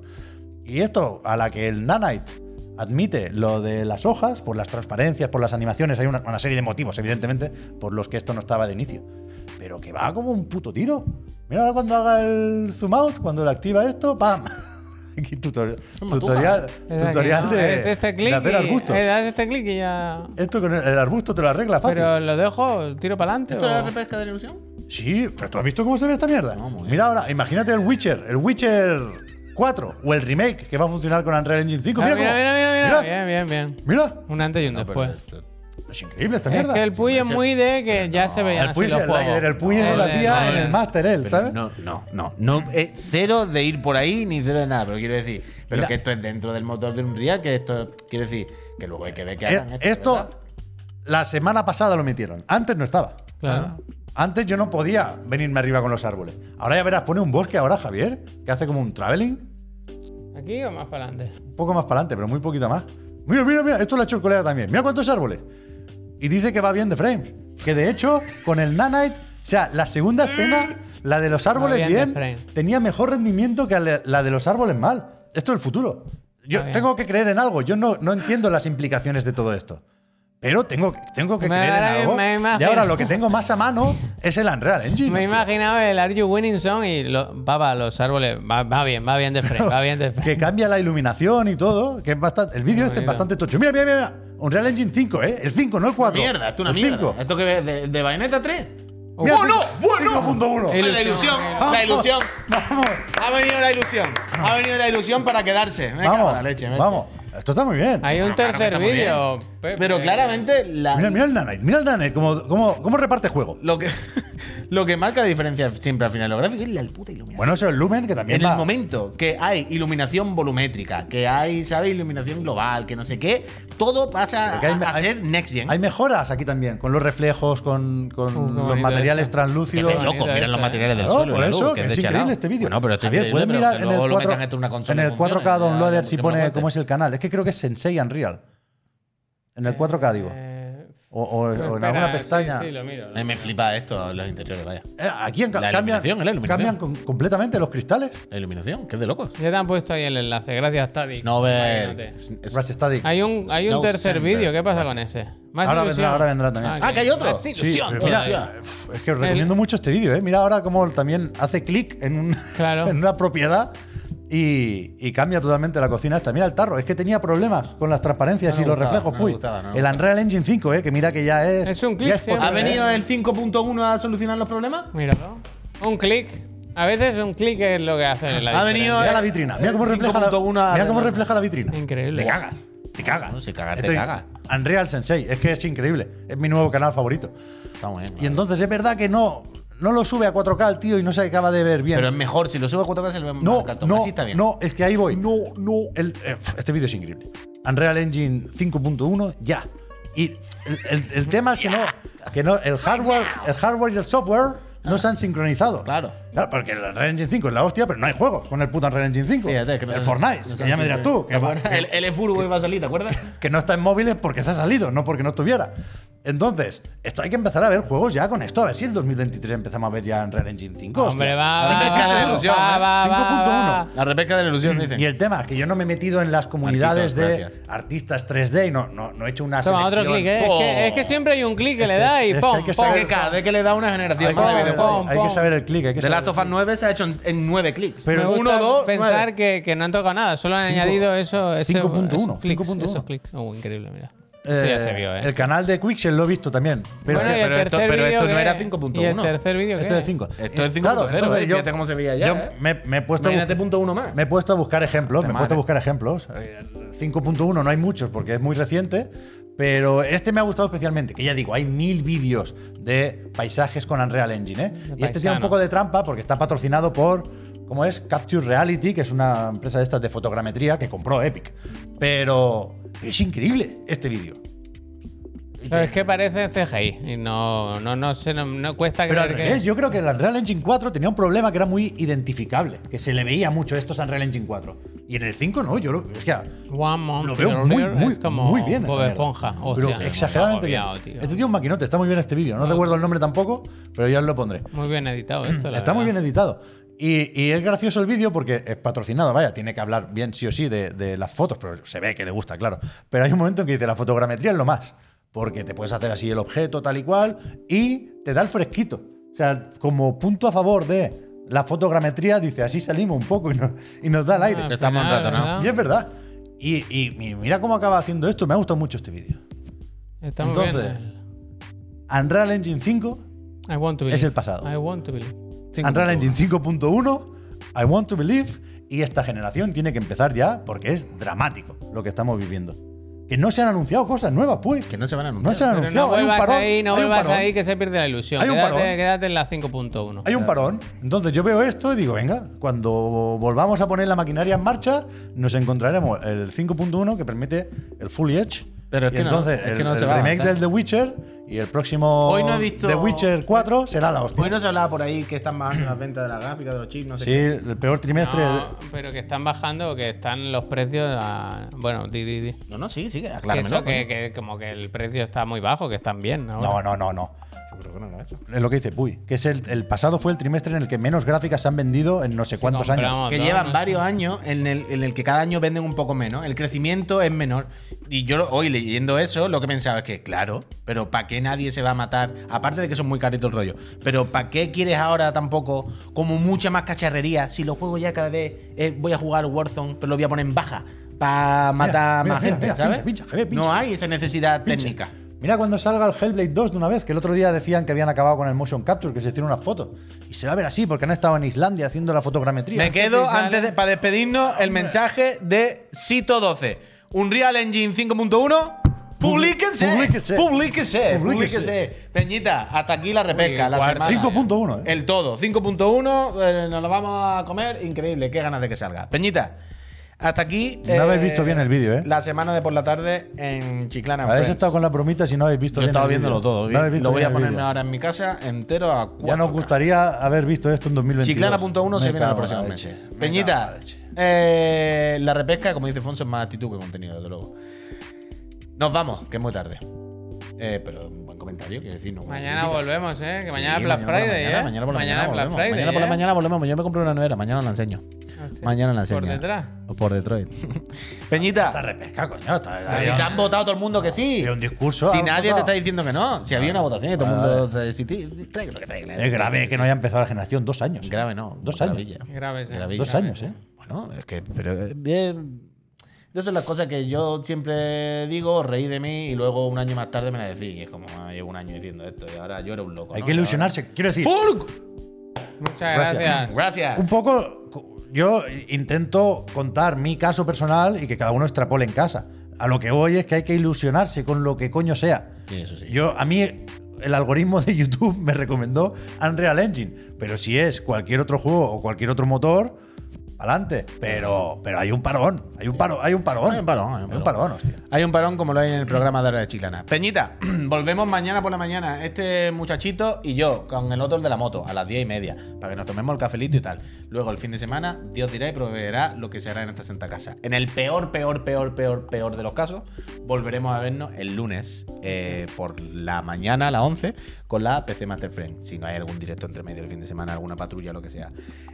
[SPEAKER 4] Y esto, a la que el Nanite admite lo de las hojas, por las transparencias, por las animaciones, hay una, una serie de motivos, evidentemente, por los que esto no estaba de inicio. Pero que va como un puto tiro. Mira ahora cuando haga el zoom out, cuando le activa esto, ¡pam! [LAUGHS] Aquí tutorial,
[SPEAKER 1] Toma,
[SPEAKER 4] tutorial,
[SPEAKER 2] Es aquí,
[SPEAKER 4] tutorial
[SPEAKER 2] ¿no?
[SPEAKER 4] de,
[SPEAKER 2] Es este
[SPEAKER 4] de
[SPEAKER 2] clic
[SPEAKER 4] hacer
[SPEAKER 2] y-
[SPEAKER 4] arbustos.
[SPEAKER 2] eh, das este clic y ya.
[SPEAKER 4] Esto con el, el arbusto te lo arregla fácil.
[SPEAKER 2] Pero lo dejo, tiro Ah, para adelante.
[SPEAKER 1] ¿Esto era la repesca de la ilusión?
[SPEAKER 4] Sí, pero tú has visto cómo se ve esta mierda.
[SPEAKER 1] No, muy bien.
[SPEAKER 4] Mira ahora, imagínate el Witcher, el Witcher 4 o el remake que va a funcionar con Unreal Engine 5. Mira,
[SPEAKER 2] Ah, mira, mira, mira, mira,
[SPEAKER 4] cómo- mira,
[SPEAKER 2] Bien, bien, bien.
[SPEAKER 4] mira.
[SPEAKER 2] Un antes y un después.
[SPEAKER 4] Es increíble esta
[SPEAKER 2] Es
[SPEAKER 4] mierda.
[SPEAKER 2] que el Puy es muy de que ya se veían
[SPEAKER 4] El
[SPEAKER 2] así
[SPEAKER 4] Puy es
[SPEAKER 2] los
[SPEAKER 4] el-
[SPEAKER 2] juegos.
[SPEAKER 4] el Puy es
[SPEAKER 2] No,
[SPEAKER 4] la
[SPEAKER 2] no,
[SPEAKER 4] tía
[SPEAKER 2] no,
[SPEAKER 4] en el
[SPEAKER 2] no.
[SPEAKER 4] máster, él, ¿sabes?
[SPEAKER 1] No, no, no. no eh, cero de ir por ahí ni cero de nada. Pero quiero decir, pero
[SPEAKER 4] Mira.
[SPEAKER 1] que esto es dentro del motor de un Real, que esto. Quiero decir, que luego hay que ver que
[SPEAKER 4] Eh,
[SPEAKER 1] hagan esto.
[SPEAKER 4] Esto,
[SPEAKER 1] ¿verdad?
[SPEAKER 4] la semana pasada lo metieron. Antes no estaba.
[SPEAKER 2] Claro.
[SPEAKER 4] Antes yo no podía venirme arriba con los árboles. Ahora ya verás, pone un bosque ahora, Javier, que hace como un traveling,
[SPEAKER 2] ¿Aquí o más para adelante?
[SPEAKER 4] un poco más para adelante, pero muy poquito más. Mira, mira, mira, esto lo ha hecho el colega también. Mira cuántos árboles. Y dice que va bien de frames. Que de hecho, con el Nanite, o sea, la segunda escena, la de los árboles
[SPEAKER 2] bien de
[SPEAKER 4] bien,
[SPEAKER 2] frames.
[SPEAKER 4] tenía mejor rendimiento que la- la de los árboles mal. Esto es el futuro. Yo
[SPEAKER 2] Está bien.
[SPEAKER 4] tengo que creer en algo. Yo no, no entiendo las implicaciones de todo esto. Pero tengo, tengo que
[SPEAKER 2] Me-
[SPEAKER 4] creer en
[SPEAKER 2] ahora
[SPEAKER 4] algo.
[SPEAKER 2] me imagino.
[SPEAKER 4] y ahora lo que tengo más a mano es el Unreal Engine.
[SPEAKER 2] Me
[SPEAKER 4] hostia.
[SPEAKER 2] imaginaba el Are You Winning Song y lo, va, va, los árboles. Va, va bien, va bien de
[SPEAKER 4] [LAUGHS]
[SPEAKER 2] frente, [LAUGHS] va bien de
[SPEAKER 4] Que
[SPEAKER 2] frente.
[SPEAKER 4] cambia la iluminación y todo. Que es bastante, el vídeo este es
[SPEAKER 2] bonito.
[SPEAKER 4] bastante tocho. Mira, mira, mira. Unreal Engine 5, ¿eh? El 5, no el 4.
[SPEAKER 1] Mierda, esto es una
[SPEAKER 4] el
[SPEAKER 1] mierda.
[SPEAKER 4] 5.
[SPEAKER 1] ¿Esto que ves de, de Bayonetta 3?
[SPEAKER 4] Mira,
[SPEAKER 1] ¡Bueno!
[SPEAKER 4] cinco-
[SPEAKER 1] ¡Bueno!
[SPEAKER 4] 5.1.
[SPEAKER 2] El-
[SPEAKER 1] La ilusión,
[SPEAKER 4] Vamos,
[SPEAKER 1] la ilusión.
[SPEAKER 4] Vamos,
[SPEAKER 1] Ha venido la ilusión. Ha venido la ilusión para quedarse. Me cago en
[SPEAKER 4] vamos.
[SPEAKER 1] la leche, me-
[SPEAKER 4] vamos. Esto está muy bien.
[SPEAKER 2] Hay
[SPEAKER 1] Bueno, claro
[SPEAKER 2] un
[SPEAKER 1] que
[SPEAKER 2] tercer
[SPEAKER 1] está muy bien.
[SPEAKER 2] vídeo. Pepe.
[SPEAKER 1] Pero claramente la,
[SPEAKER 4] Mira, mira el Nanite, mira el Nanite, cómo, cómo- cómo reparte juego.
[SPEAKER 1] lo, que, [LAUGHS] lo que marca la diferencia siempre al final de los gráficos es la puta iluminación.
[SPEAKER 4] Bueno, eso es el Lumen, que también
[SPEAKER 1] en
[SPEAKER 4] va.
[SPEAKER 1] el momento que hay iluminación volumétrica, que hay, ¿sabes? Iluminación global, que no sé qué, todo pasa
[SPEAKER 4] Porque hay-
[SPEAKER 1] a, a
[SPEAKER 4] hay-
[SPEAKER 1] ser next gen.
[SPEAKER 4] Hay mejoras aquí también, con los reflejos, con, con
[SPEAKER 2] Uh, qué
[SPEAKER 4] los
[SPEAKER 2] bonito
[SPEAKER 4] materiales
[SPEAKER 2] esto.
[SPEAKER 1] Que
[SPEAKER 4] translúcidos.
[SPEAKER 1] ves loco,
[SPEAKER 2] Bonito
[SPEAKER 1] miran los
[SPEAKER 2] eso,
[SPEAKER 1] materiales del
[SPEAKER 4] Claro,
[SPEAKER 1] suelo. y
[SPEAKER 4] por
[SPEAKER 1] la
[SPEAKER 4] eso,
[SPEAKER 1] luz,
[SPEAKER 4] que
[SPEAKER 1] es
[SPEAKER 4] es
[SPEAKER 1] de
[SPEAKER 4] increíble
[SPEAKER 1] chalao.
[SPEAKER 4] este vídeo.
[SPEAKER 1] Bueno, pero esto es
[SPEAKER 4] Javier,
[SPEAKER 1] increíble,
[SPEAKER 4] puedes
[SPEAKER 1] pero
[SPEAKER 4] mirar en
[SPEAKER 1] que
[SPEAKER 4] el,
[SPEAKER 1] luego lo
[SPEAKER 4] 4,
[SPEAKER 1] metan esto en una consola
[SPEAKER 4] en
[SPEAKER 1] y
[SPEAKER 4] el
[SPEAKER 1] no
[SPEAKER 4] 4K
[SPEAKER 1] funcione, ya,
[SPEAKER 4] downloader
[SPEAKER 1] ya,
[SPEAKER 4] si
[SPEAKER 1] ya
[SPEAKER 4] pone
[SPEAKER 1] me
[SPEAKER 4] cómo es el canal. Es que creo que es Sensei Unreal. En el 4K, digo.
[SPEAKER 2] Eh,
[SPEAKER 4] O, o- o en
[SPEAKER 2] espera,
[SPEAKER 4] alguna
[SPEAKER 2] sí,
[SPEAKER 4] pestaña.
[SPEAKER 2] Sí, lo miro.
[SPEAKER 1] Me, me flipa esto, los interiores, vaya.
[SPEAKER 4] Eh, Aquí en ca-
[SPEAKER 1] La
[SPEAKER 4] cambian,
[SPEAKER 1] iluminación, la iluminación.
[SPEAKER 4] cambian con- completamente los cristales.
[SPEAKER 1] La iluminación, que es de locos.
[SPEAKER 2] Ya te han puesto ahí el enlace. Gracias, Tadi.
[SPEAKER 1] Snowbell.
[SPEAKER 2] Imagínate.
[SPEAKER 4] Rush Static.
[SPEAKER 2] Hay un, hay un
[SPEAKER 1] Snow
[SPEAKER 2] tercer
[SPEAKER 1] Center.
[SPEAKER 2] vídeo. ¿Qué pasa con ese? Más
[SPEAKER 4] Ahora
[SPEAKER 2] ilusión.
[SPEAKER 4] vendrá, ahora vendrá también.
[SPEAKER 1] Ah, que hay otro.
[SPEAKER 2] Más
[SPEAKER 4] Sí,
[SPEAKER 2] ilusión
[SPEAKER 4] pero mira,
[SPEAKER 2] todavía.
[SPEAKER 4] uf, es que os recomiendo mucho este vídeo, ¿eh? Mira ahora cómo también hace clic en, un-
[SPEAKER 2] Claro.
[SPEAKER 4] [LAUGHS] en una propiedad y, y cambia totalmente la cocina esta. Mira el tarro, es que tenía problemas con las transparencias
[SPEAKER 1] No me
[SPEAKER 4] y los
[SPEAKER 1] gustaba,
[SPEAKER 4] reflejos,
[SPEAKER 1] no me
[SPEAKER 4] Puy.
[SPEAKER 1] gustaba, no me
[SPEAKER 4] el
[SPEAKER 1] gustaba.
[SPEAKER 4] Unreal Engine 5, ¿eh? Que mira que ya es...
[SPEAKER 2] Es un clic
[SPEAKER 4] ya
[SPEAKER 2] siempre,
[SPEAKER 1] ¿Ha
[SPEAKER 4] potente,
[SPEAKER 1] venido
[SPEAKER 4] ¿eh?
[SPEAKER 1] el 5.1 a solucionar los problemas?
[SPEAKER 2] Míralo. Un clic. A veces un clic es lo que hace la
[SPEAKER 1] Ha venido
[SPEAKER 2] diferencia.
[SPEAKER 4] Mira la vitrina, mira cómo refleja la,
[SPEAKER 1] 5.1
[SPEAKER 4] mira cómo refleja la vitrina.
[SPEAKER 2] Increíble.
[SPEAKER 4] Te cagas, te cagas.
[SPEAKER 1] No, si cagas, te
[SPEAKER 4] Estoy-
[SPEAKER 1] cagas.
[SPEAKER 4] Unreal Sensei, es que es increíble. Es mi nuevo canal favorito.
[SPEAKER 1] Está muy bien.
[SPEAKER 4] Y entonces es verdad que no, no lo sube a 4K el tío y no se acaba de ver bien.
[SPEAKER 1] Pero es mejor, si lo subo a 4K se le ve
[SPEAKER 4] No,
[SPEAKER 1] más cartón.
[SPEAKER 4] no,
[SPEAKER 1] Así está bien.
[SPEAKER 4] no, es que ahí voy. No, no. este vídeo es increíble. Unreal Engine 5.1, ya. Y el, el- el tema es que no, que no el, hardware, el hardware y el software no se han sincronizado.
[SPEAKER 1] Claro.
[SPEAKER 4] Claro, porque el Unreal Engine 5 es la hostia, pero no hay juegos con el puto Unreal Engine 5.
[SPEAKER 1] Fíjate, que no
[SPEAKER 4] el
[SPEAKER 1] son-
[SPEAKER 4] Fortnite,
[SPEAKER 1] no son
[SPEAKER 4] que ya me dirás tú,
[SPEAKER 1] ¿Te
[SPEAKER 4] que,
[SPEAKER 1] [LAUGHS] acuerdas? El, el Furbo iba a salir, ¿te acuerdas?
[SPEAKER 4] que no está en móviles porque se ha salido, no porque no estuviera. Entonces, esto hay que empezar a ver juegos ya con esto, a ver si en 2023 empezamos a ver ya Unreal Engine 5.
[SPEAKER 2] Hombre,
[SPEAKER 4] hostia.
[SPEAKER 2] va,
[SPEAKER 1] La
[SPEAKER 2] va,
[SPEAKER 1] repesca de la
[SPEAKER 2] va,
[SPEAKER 1] ilusión,
[SPEAKER 2] va,
[SPEAKER 1] ¿eh?
[SPEAKER 2] va, va,
[SPEAKER 4] 5.1.
[SPEAKER 2] va.
[SPEAKER 1] La repesca de la ilusión, dicen.
[SPEAKER 4] Mm, Y el tema es que yo no me he metido en las comunidades
[SPEAKER 1] Artistas,
[SPEAKER 4] de
[SPEAKER 1] gracias.
[SPEAKER 4] artistas 3D y no, no, no he hecho una
[SPEAKER 2] Toma,
[SPEAKER 4] selección.
[SPEAKER 2] otro clic, ¿eh? Es, que,
[SPEAKER 1] Oh.
[SPEAKER 2] es que siempre hay un clic que le da y
[SPEAKER 4] Es que hay
[SPEAKER 2] pum,
[SPEAKER 4] que
[SPEAKER 2] pum.
[SPEAKER 4] saber-
[SPEAKER 1] Que cada vez que le da una generación
[SPEAKER 4] Hay,
[SPEAKER 1] más
[SPEAKER 4] que
[SPEAKER 1] de
[SPEAKER 4] saber,
[SPEAKER 1] videojuegos.
[SPEAKER 2] pom,
[SPEAKER 4] hay
[SPEAKER 2] pom.
[SPEAKER 4] que saber el clic, hay que
[SPEAKER 1] The Last
[SPEAKER 4] saber.
[SPEAKER 1] of Us 9 se ha hecho en, en 9 clics.
[SPEAKER 4] Pero-
[SPEAKER 2] Me gusta
[SPEAKER 1] uno, dos,
[SPEAKER 2] pensar
[SPEAKER 1] nueve.
[SPEAKER 2] que, que no han tocado nada, solo han
[SPEAKER 4] Cinco-
[SPEAKER 2] añadido eso, ese,
[SPEAKER 4] 5.1,
[SPEAKER 2] esos clics,
[SPEAKER 4] 5.1.
[SPEAKER 2] esos clics. Oh, increíble, mira.
[SPEAKER 4] Eh,
[SPEAKER 2] Esto ya se vio, ¿eh?
[SPEAKER 4] El canal de Quixel lo he visto también. Pero
[SPEAKER 1] Bueno,
[SPEAKER 4] que-
[SPEAKER 1] pero esto- pero
[SPEAKER 2] vídeo
[SPEAKER 1] esto no
[SPEAKER 2] que-
[SPEAKER 1] era 5.1.
[SPEAKER 2] ¿Y el tercer vídeo qué
[SPEAKER 4] este de
[SPEAKER 2] es?
[SPEAKER 4] 5.
[SPEAKER 1] Esto es 5.0, eh, fíjate cómo se veía ya,
[SPEAKER 4] Yo
[SPEAKER 1] eh.
[SPEAKER 4] me, me he puesto a
[SPEAKER 1] Imagínate
[SPEAKER 4] bu-
[SPEAKER 1] punto uno más.
[SPEAKER 4] me he puesto a buscar ejemplos,
[SPEAKER 1] Puta
[SPEAKER 4] me he puesto
[SPEAKER 1] madre.
[SPEAKER 4] a buscar ejemplos. Eh, 5.1 no hay muchos porque es muy reciente, pero este me ha gustado especialmente, que ya digo, hay mil vídeos de paisajes con Unreal Engine, ¿eh? Y este tiene un
[SPEAKER 2] paisano.
[SPEAKER 4] poco de trampa porque está patrocinado por, ¿cómo es? Capture Reality, que es una empresa de estas de fotogrametría que compró Epic. Pero es increíble este vídeo.
[SPEAKER 2] Pero es que parece CGI y no, no, no, se, no, no cuesta
[SPEAKER 4] Pero al
[SPEAKER 2] creer que-
[SPEAKER 4] revés, yo creo que el Unreal Engine 4 tenía un problema que era muy identificable, que se le veía mucho esto es Unreal Engine 4. Y en el 5 no, yo lo, es que
[SPEAKER 2] One month
[SPEAKER 4] lo veo muy,
[SPEAKER 2] earlier
[SPEAKER 4] muy,
[SPEAKER 2] es como
[SPEAKER 4] muy bien. esta
[SPEAKER 2] Bob
[SPEAKER 4] mierda.
[SPEAKER 2] Esponja.
[SPEAKER 4] pero
[SPEAKER 2] Hostia,
[SPEAKER 4] exageradamente bien.
[SPEAKER 2] agobiado, tío.
[SPEAKER 4] Este tío es un maquinote, está muy bien este vídeo. No recuerdo el nombre tampoco, pero ya os lo pondré.
[SPEAKER 2] Muy bien
[SPEAKER 4] [CLEARS THROAT]
[SPEAKER 2] editado esto, la
[SPEAKER 4] Está muy bien
[SPEAKER 2] verdad.
[SPEAKER 4] editado. Y, y es gracioso el vídeo porque es patrocinado, vaya, tiene que hablar bien sí o sí de, de las fotos, pero se ve que le gusta, claro. Pero hay un momento en que dice, la fotogrametría es lo más, porque te puedes hacer así el objeto tal y cual y te da el fresquito. O sea, como punto a favor de la fotogrametría, dice, así salimos un poco y nos, y nos da el aire.
[SPEAKER 2] Ah,
[SPEAKER 1] que estamos
[SPEAKER 2] final,
[SPEAKER 1] ratonados.
[SPEAKER 2] ¿verdad?
[SPEAKER 4] y es verdad. Y, y mi- mira cómo acaba haciendo esto, me ha gustado mucho este vídeo.
[SPEAKER 2] Está muy bien.
[SPEAKER 4] Entonces, Unreal Engine 5,
[SPEAKER 2] I want to
[SPEAKER 4] es
[SPEAKER 2] believe.
[SPEAKER 4] el pasado.
[SPEAKER 2] I want to believe.
[SPEAKER 4] Unreal Engine 5.1, I Want to Believe, y esta generación tiene que empezar ya porque es dramático lo que estamos viviendo. Que no se han anunciado cosas nuevas, pues.
[SPEAKER 1] Que no se van a
[SPEAKER 4] No
[SPEAKER 1] anunciar.
[SPEAKER 4] se
[SPEAKER 2] Pero
[SPEAKER 4] han
[SPEAKER 2] no
[SPEAKER 4] anunciado. hay un
[SPEAKER 2] vuelvas
[SPEAKER 4] parón.
[SPEAKER 2] ahí, no
[SPEAKER 4] hay un
[SPEAKER 2] vuelvas
[SPEAKER 4] parón,
[SPEAKER 2] ahí que se pierde la ilusión.
[SPEAKER 4] Hay un
[SPEAKER 2] quédate,
[SPEAKER 4] parón.
[SPEAKER 2] quédate en la 5.1.
[SPEAKER 4] Hay un parón. Entonces yo veo esto y digo, venga, cuando volvamos a poner la maquinaria en marcha, nos encontraremos el 5.1 que permite el Full Edge.
[SPEAKER 1] Pero es
[SPEAKER 4] Y
[SPEAKER 1] que no,
[SPEAKER 4] entonces
[SPEAKER 1] es que
[SPEAKER 4] el,
[SPEAKER 1] no
[SPEAKER 4] el
[SPEAKER 1] se va a
[SPEAKER 4] remake
[SPEAKER 1] avanzar.
[SPEAKER 4] del The Witcher y el próximo
[SPEAKER 1] Hoy no he visto-
[SPEAKER 4] The Witcher 4 será la hostia.
[SPEAKER 1] Hoy no se hablaba por ahí que están bajando las ventas de las gráficas, de los chips, no sé
[SPEAKER 4] sí,
[SPEAKER 1] qué.
[SPEAKER 4] el peor trimestre.
[SPEAKER 2] No, pero que están bajando, que están los precios a... Bueno, di, di, di.
[SPEAKER 1] No, no, sí, sí,
[SPEAKER 2] Que
[SPEAKER 1] acláramelo.
[SPEAKER 2] eso, que,
[SPEAKER 1] coño.
[SPEAKER 2] que como que el precio está muy bajo, que están bien ahora.
[SPEAKER 4] No, no, no, no.
[SPEAKER 1] Yo creo que no era eso.
[SPEAKER 4] Es lo que dice Puy, que es el, el pasado fue el trimestre en el que menos gráficas se han vendido en no sé cuántos años.
[SPEAKER 2] compramos.
[SPEAKER 1] Que
[SPEAKER 2] No,
[SPEAKER 1] llevan
[SPEAKER 2] no sé.
[SPEAKER 1] varios años en el, en el que cada año venden un poco menos. El crecimiento es menor. Y yo lo- hoy leyendo eso, lo que pensaba es que, claro, pero ¿para qué nadie se va a matar? Aparte de que son muy caritos el rollo. Pero ¿para qué quieres ahora tampoco como mucha más cacharrería? Si los juegos ya cada vez eh, voy a jugar Warzone, pero lo voy a poner en baja. Para matar
[SPEAKER 4] mira,
[SPEAKER 1] más
[SPEAKER 4] mira,
[SPEAKER 1] gente,
[SPEAKER 4] mira,
[SPEAKER 1] ¿sabes?
[SPEAKER 4] pincha, pincha, Javier, pincha.
[SPEAKER 1] No hay esa necesidad técnica.
[SPEAKER 4] Mira cuando salga el Hellblade 2 de una vez, que el otro día decían que habían acabado con el motion capture, que se hicieron unas fotos. Y se va a ver así, porque han estado en Islandia haciendo la fotogrametría.
[SPEAKER 1] Me quedo
[SPEAKER 2] si sale-
[SPEAKER 1] antes de, para despedirnos el mensaje de Sito 12. Unreal Engine 5.1. Publíquense.
[SPEAKER 4] Publíquese.
[SPEAKER 1] Publíquense. Publíquese.
[SPEAKER 4] Publíquese.
[SPEAKER 1] Peñita, hasta aquí la repesca.
[SPEAKER 2] Uy,
[SPEAKER 1] la
[SPEAKER 2] cuarto.
[SPEAKER 1] semana.
[SPEAKER 4] 5.1, ¿eh?
[SPEAKER 1] El todo. 5.1. eh, nos lo vamos a comer. Increíble. Qué ganas de que salga. Peñita. Hasta aquí.
[SPEAKER 4] No habéis visto bien el vídeo, ¿eh?
[SPEAKER 1] La semana de por la tarde en Chiclana.
[SPEAKER 4] Habéis
[SPEAKER 1] Friends.
[SPEAKER 4] estado con las bromitas y no habéis visto
[SPEAKER 1] Yo estaba
[SPEAKER 4] el vídeo.
[SPEAKER 1] viéndolo todo.
[SPEAKER 4] No habéis visto
[SPEAKER 1] lo voy
[SPEAKER 4] bien
[SPEAKER 1] a
[SPEAKER 4] el
[SPEAKER 1] ponerme
[SPEAKER 4] vídeo.
[SPEAKER 1] ahora en mi casa entero a 4
[SPEAKER 4] Ya nos gustaría haber visto esto en 2022.
[SPEAKER 1] Chiclana.1 se
[SPEAKER 4] Me
[SPEAKER 1] viene la
[SPEAKER 4] cago en
[SPEAKER 1] próxima
[SPEAKER 4] leche.
[SPEAKER 1] mes.
[SPEAKER 4] Me cago en
[SPEAKER 1] Peñita,
[SPEAKER 4] la leche.
[SPEAKER 1] eh, la repesca, como dice Fonso, es más actitud que contenido, desde luego. Nos vamos, que es muy tarde. Eh, pero un buen comentario, quiero decir. No,
[SPEAKER 2] Mañana
[SPEAKER 1] crítica.
[SPEAKER 2] volvemos, ¿eh? Que
[SPEAKER 1] Sí,
[SPEAKER 2] mañana es Black
[SPEAKER 1] por la
[SPEAKER 2] Friday,
[SPEAKER 1] mañana,
[SPEAKER 2] ¿eh?
[SPEAKER 1] Mañana por la mañana,
[SPEAKER 2] es Black
[SPEAKER 1] volvemos.
[SPEAKER 2] Friday.
[SPEAKER 1] Mañana por la
[SPEAKER 2] ¿eh?
[SPEAKER 1] mañana volvemos. Yo me compré una nevera, mañana la enseño.
[SPEAKER 2] Hostia.
[SPEAKER 1] Mañana la enseño.
[SPEAKER 2] ¿Por detrás?
[SPEAKER 1] O por Detroit.
[SPEAKER 4] Está
[SPEAKER 1] Peñita,
[SPEAKER 4] repesca, coño. Está,
[SPEAKER 1] si te han votado todo el mundo que sí.
[SPEAKER 4] Había un discurso,
[SPEAKER 1] Si
[SPEAKER 4] han
[SPEAKER 1] nadie
[SPEAKER 4] votado.
[SPEAKER 1] te está diciendo que no. Si había una votación que todo el
[SPEAKER 4] Vale,
[SPEAKER 1] mundo. te- si ti- traigo lo que traigo.
[SPEAKER 4] Es grave que no haya empezado la generación dos años.
[SPEAKER 1] Grave no.
[SPEAKER 4] Dos
[SPEAKER 1] maravilla.
[SPEAKER 4] años.
[SPEAKER 2] Graves, ¿eh?
[SPEAKER 1] Maravilla.
[SPEAKER 4] Dos años, ¿eh?
[SPEAKER 1] Bueno, es que, pero eh, bien. Esas son las cosas que yo siempre digo, reí de mí y luego un año más tarde me la decís. Y es como, ah, llevo un año diciendo esto y ahora yo era un loco.
[SPEAKER 4] Hay
[SPEAKER 1] ¿no?
[SPEAKER 4] que
[SPEAKER 1] Y ahora-
[SPEAKER 4] ilusionarse. Quiero decir,
[SPEAKER 1] ¡Furg!
[SPEAKER 2] Muchas
[SPEAKER 4] Gracias.
[SPEAKER 2] gracias.
[SPEAKER 1] Gracias.
[SPEAKER 4] un poco cu- yo intento contar mi caso personal y que cada uno extrapole en casa. A lo que voy es que hay que ilusionarse con lo que coño sea.
[SPEAKER 1] Sí, eso sí.
[SPEAKER 4] Yo, a mí, el algoritmo de YouTube me recomendó Unreal Engine. Pero si es cualquier otro juego o cualquier otro motor, adelante. Pero, pero hay un parón. Hay un parón. Hay un parón.
[SPEAKER 1] Hay un parón, hay un
[SPEAKER 4] parón, hostia.
[SPEAKER 1] Hay un parón como lo hay en el programa de Hora de Chiclana. Peñita, [CLEARS THROAT] volvemos mañana por la mañana. Este muchachito y yo, con el otro de la moto, a las 10 y media, para que nos tomemos el cafelito y tal. Luego, el fin de semana, Dios dirá y proveerá lo que se hará en esta santa casa. En el peor, peor, peor, peor, peor de los casos, volveremos a vernos el lunes eh, por la mañana a las 11 con la PC Master Friend. Si no hay algún directo entre medio el fin de semana, alguna patrulla, lo que sea.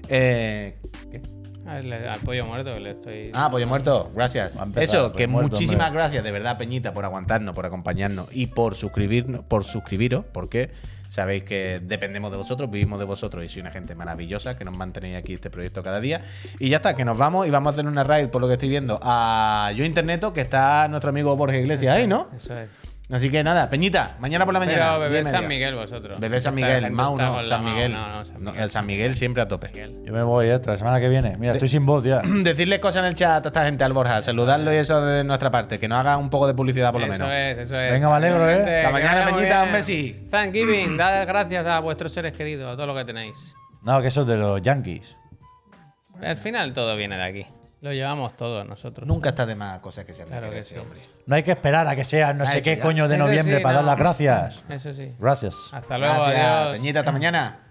[SPEAKER 1] Eh, ¿qué?
[SPEAKER 2] Ah, le- Al pollo muerto que le estoy.
[SPEAKER 1] Ah, pollo muerto, gracias.
[SPEAKER 4] Va a empezar,
[SPEAKER 1] Eso,
[SPEAKER 4] pollo
[SPEAKER 1] que
[SPEAKER 4] muerto,
[SPEAKER 1] muchísimas
[SPEAKER 4] hombre.
[SPEAKER 1] gracias de verdad, Peñita, por aguantarnos, por acompañarnos y por suscribirnos, por suscribiros, porque sabéis que dependemos de vosotros, vivimos de vosotros y sois una gente maravillosa que nos mantenéis aquí este proyecto cada día. Y ya está, que nos vamos y vamos a hacer una raid, por lo que estoy viendo, a Yo Interneto, que está nuestro amigo Borges Iglesias ahí, ¿no?
[SPEAKER 2] Eso es.
[SPEAKER 1] Así que nada, Peñita, mañana por la mañana.
[SPEAKER 2] Pero bebé
[SPEAKER 1] diez y media.
[SPEAKER 2] San Miguel vosotros.
[SPEAKER 1] Bebé San
[SPEAKER 2] Esta
[SPEAKER 1] Miguel,
[SPEAKER 2] gente
[SPEAKER 1] Mau,
[SPEAKER 2] está
[SPEAKER 1] no,
[SPEAKER 2] con la
[SPEAKER 1] San
[SPEAKER 2] Mau,
[SPEAKER 1] Miguel.
[SPEAKER 2] No, no, San
[SPEAKER 1] No,
[SPEAKER 2] Miguel.
[SPEAKER 1] el San Miguel siempre a tope.
[SPEAKER 2] Miguel.
[SPEAKER 4] Yo me voy esta, la semana que viene. Mira, estoy sin voz [CLEARS THROAT] ya.
[SPEAKER 1] [CLEARS THROAT] Decirles cosas en el chat a esta gente, al Borja, saludarlo y eso de nuestra parte, que nos haga un poco de publicidad por lo
[SPEAKER 2] eso
[SPEAKER 1] menos.
[SPEAKER 2] es, eso es.
[SPEAKER 4] Venga, me alegro, ¿eh?
[SPEAKER 2] Gente,
[SPEAKER 1] Hasta
[SPEAKER 2] que
[SPEAKER 1] mañana,
[SPEAKER 2] vaya muy
[SPEAKER 1] Peñita,
[SPEAKER 2] bien.
[SPEAKER 1] un besi.
[SPEAKER 2] Thanksgiving, dad gracias a vuestros seres queridos, a todo lo que tenéis.
[SPEAKER 4] No, que eso es de los Yankees.
[SPEAKER 2] Al final todo viene de aquí. Lo llevamos todos nosotros.
[SPEAKER 1] Nunca está de más cosas que se han de
[SPEAKER 2] Claro que
[SPEAKER 1] querer,
[SPEAKER 2] sí.
[SPEAKER 1] ese hombre.
[SPEAKER 4] No hay que esperar a que sea no
[SPEAKER 1] Ha
[SPEAKER 4] sé
[SPEAKER 1] hecho
[SPEAKER 4] qué
[SPEAKER 1] ya.
[SPEAKER 4] coño de
[SPEAKER 2] Eso
[SPEAKER 4] noviembre
[SPEAKER 2] sí,
[SPEAKER 4] para
[SPEAKER 2] no.
[SPEAKER 4] dar las gracias.
[SPEAKER 2] Eso sí.
[SPEAKER 4] Gracias.
[SPEAKER 2] Hasta luego,
[SPEAKER 1] Gracias,
[SPEAKER 2] adiós.
[SPEAKER 1] Peñita, hasta mañana.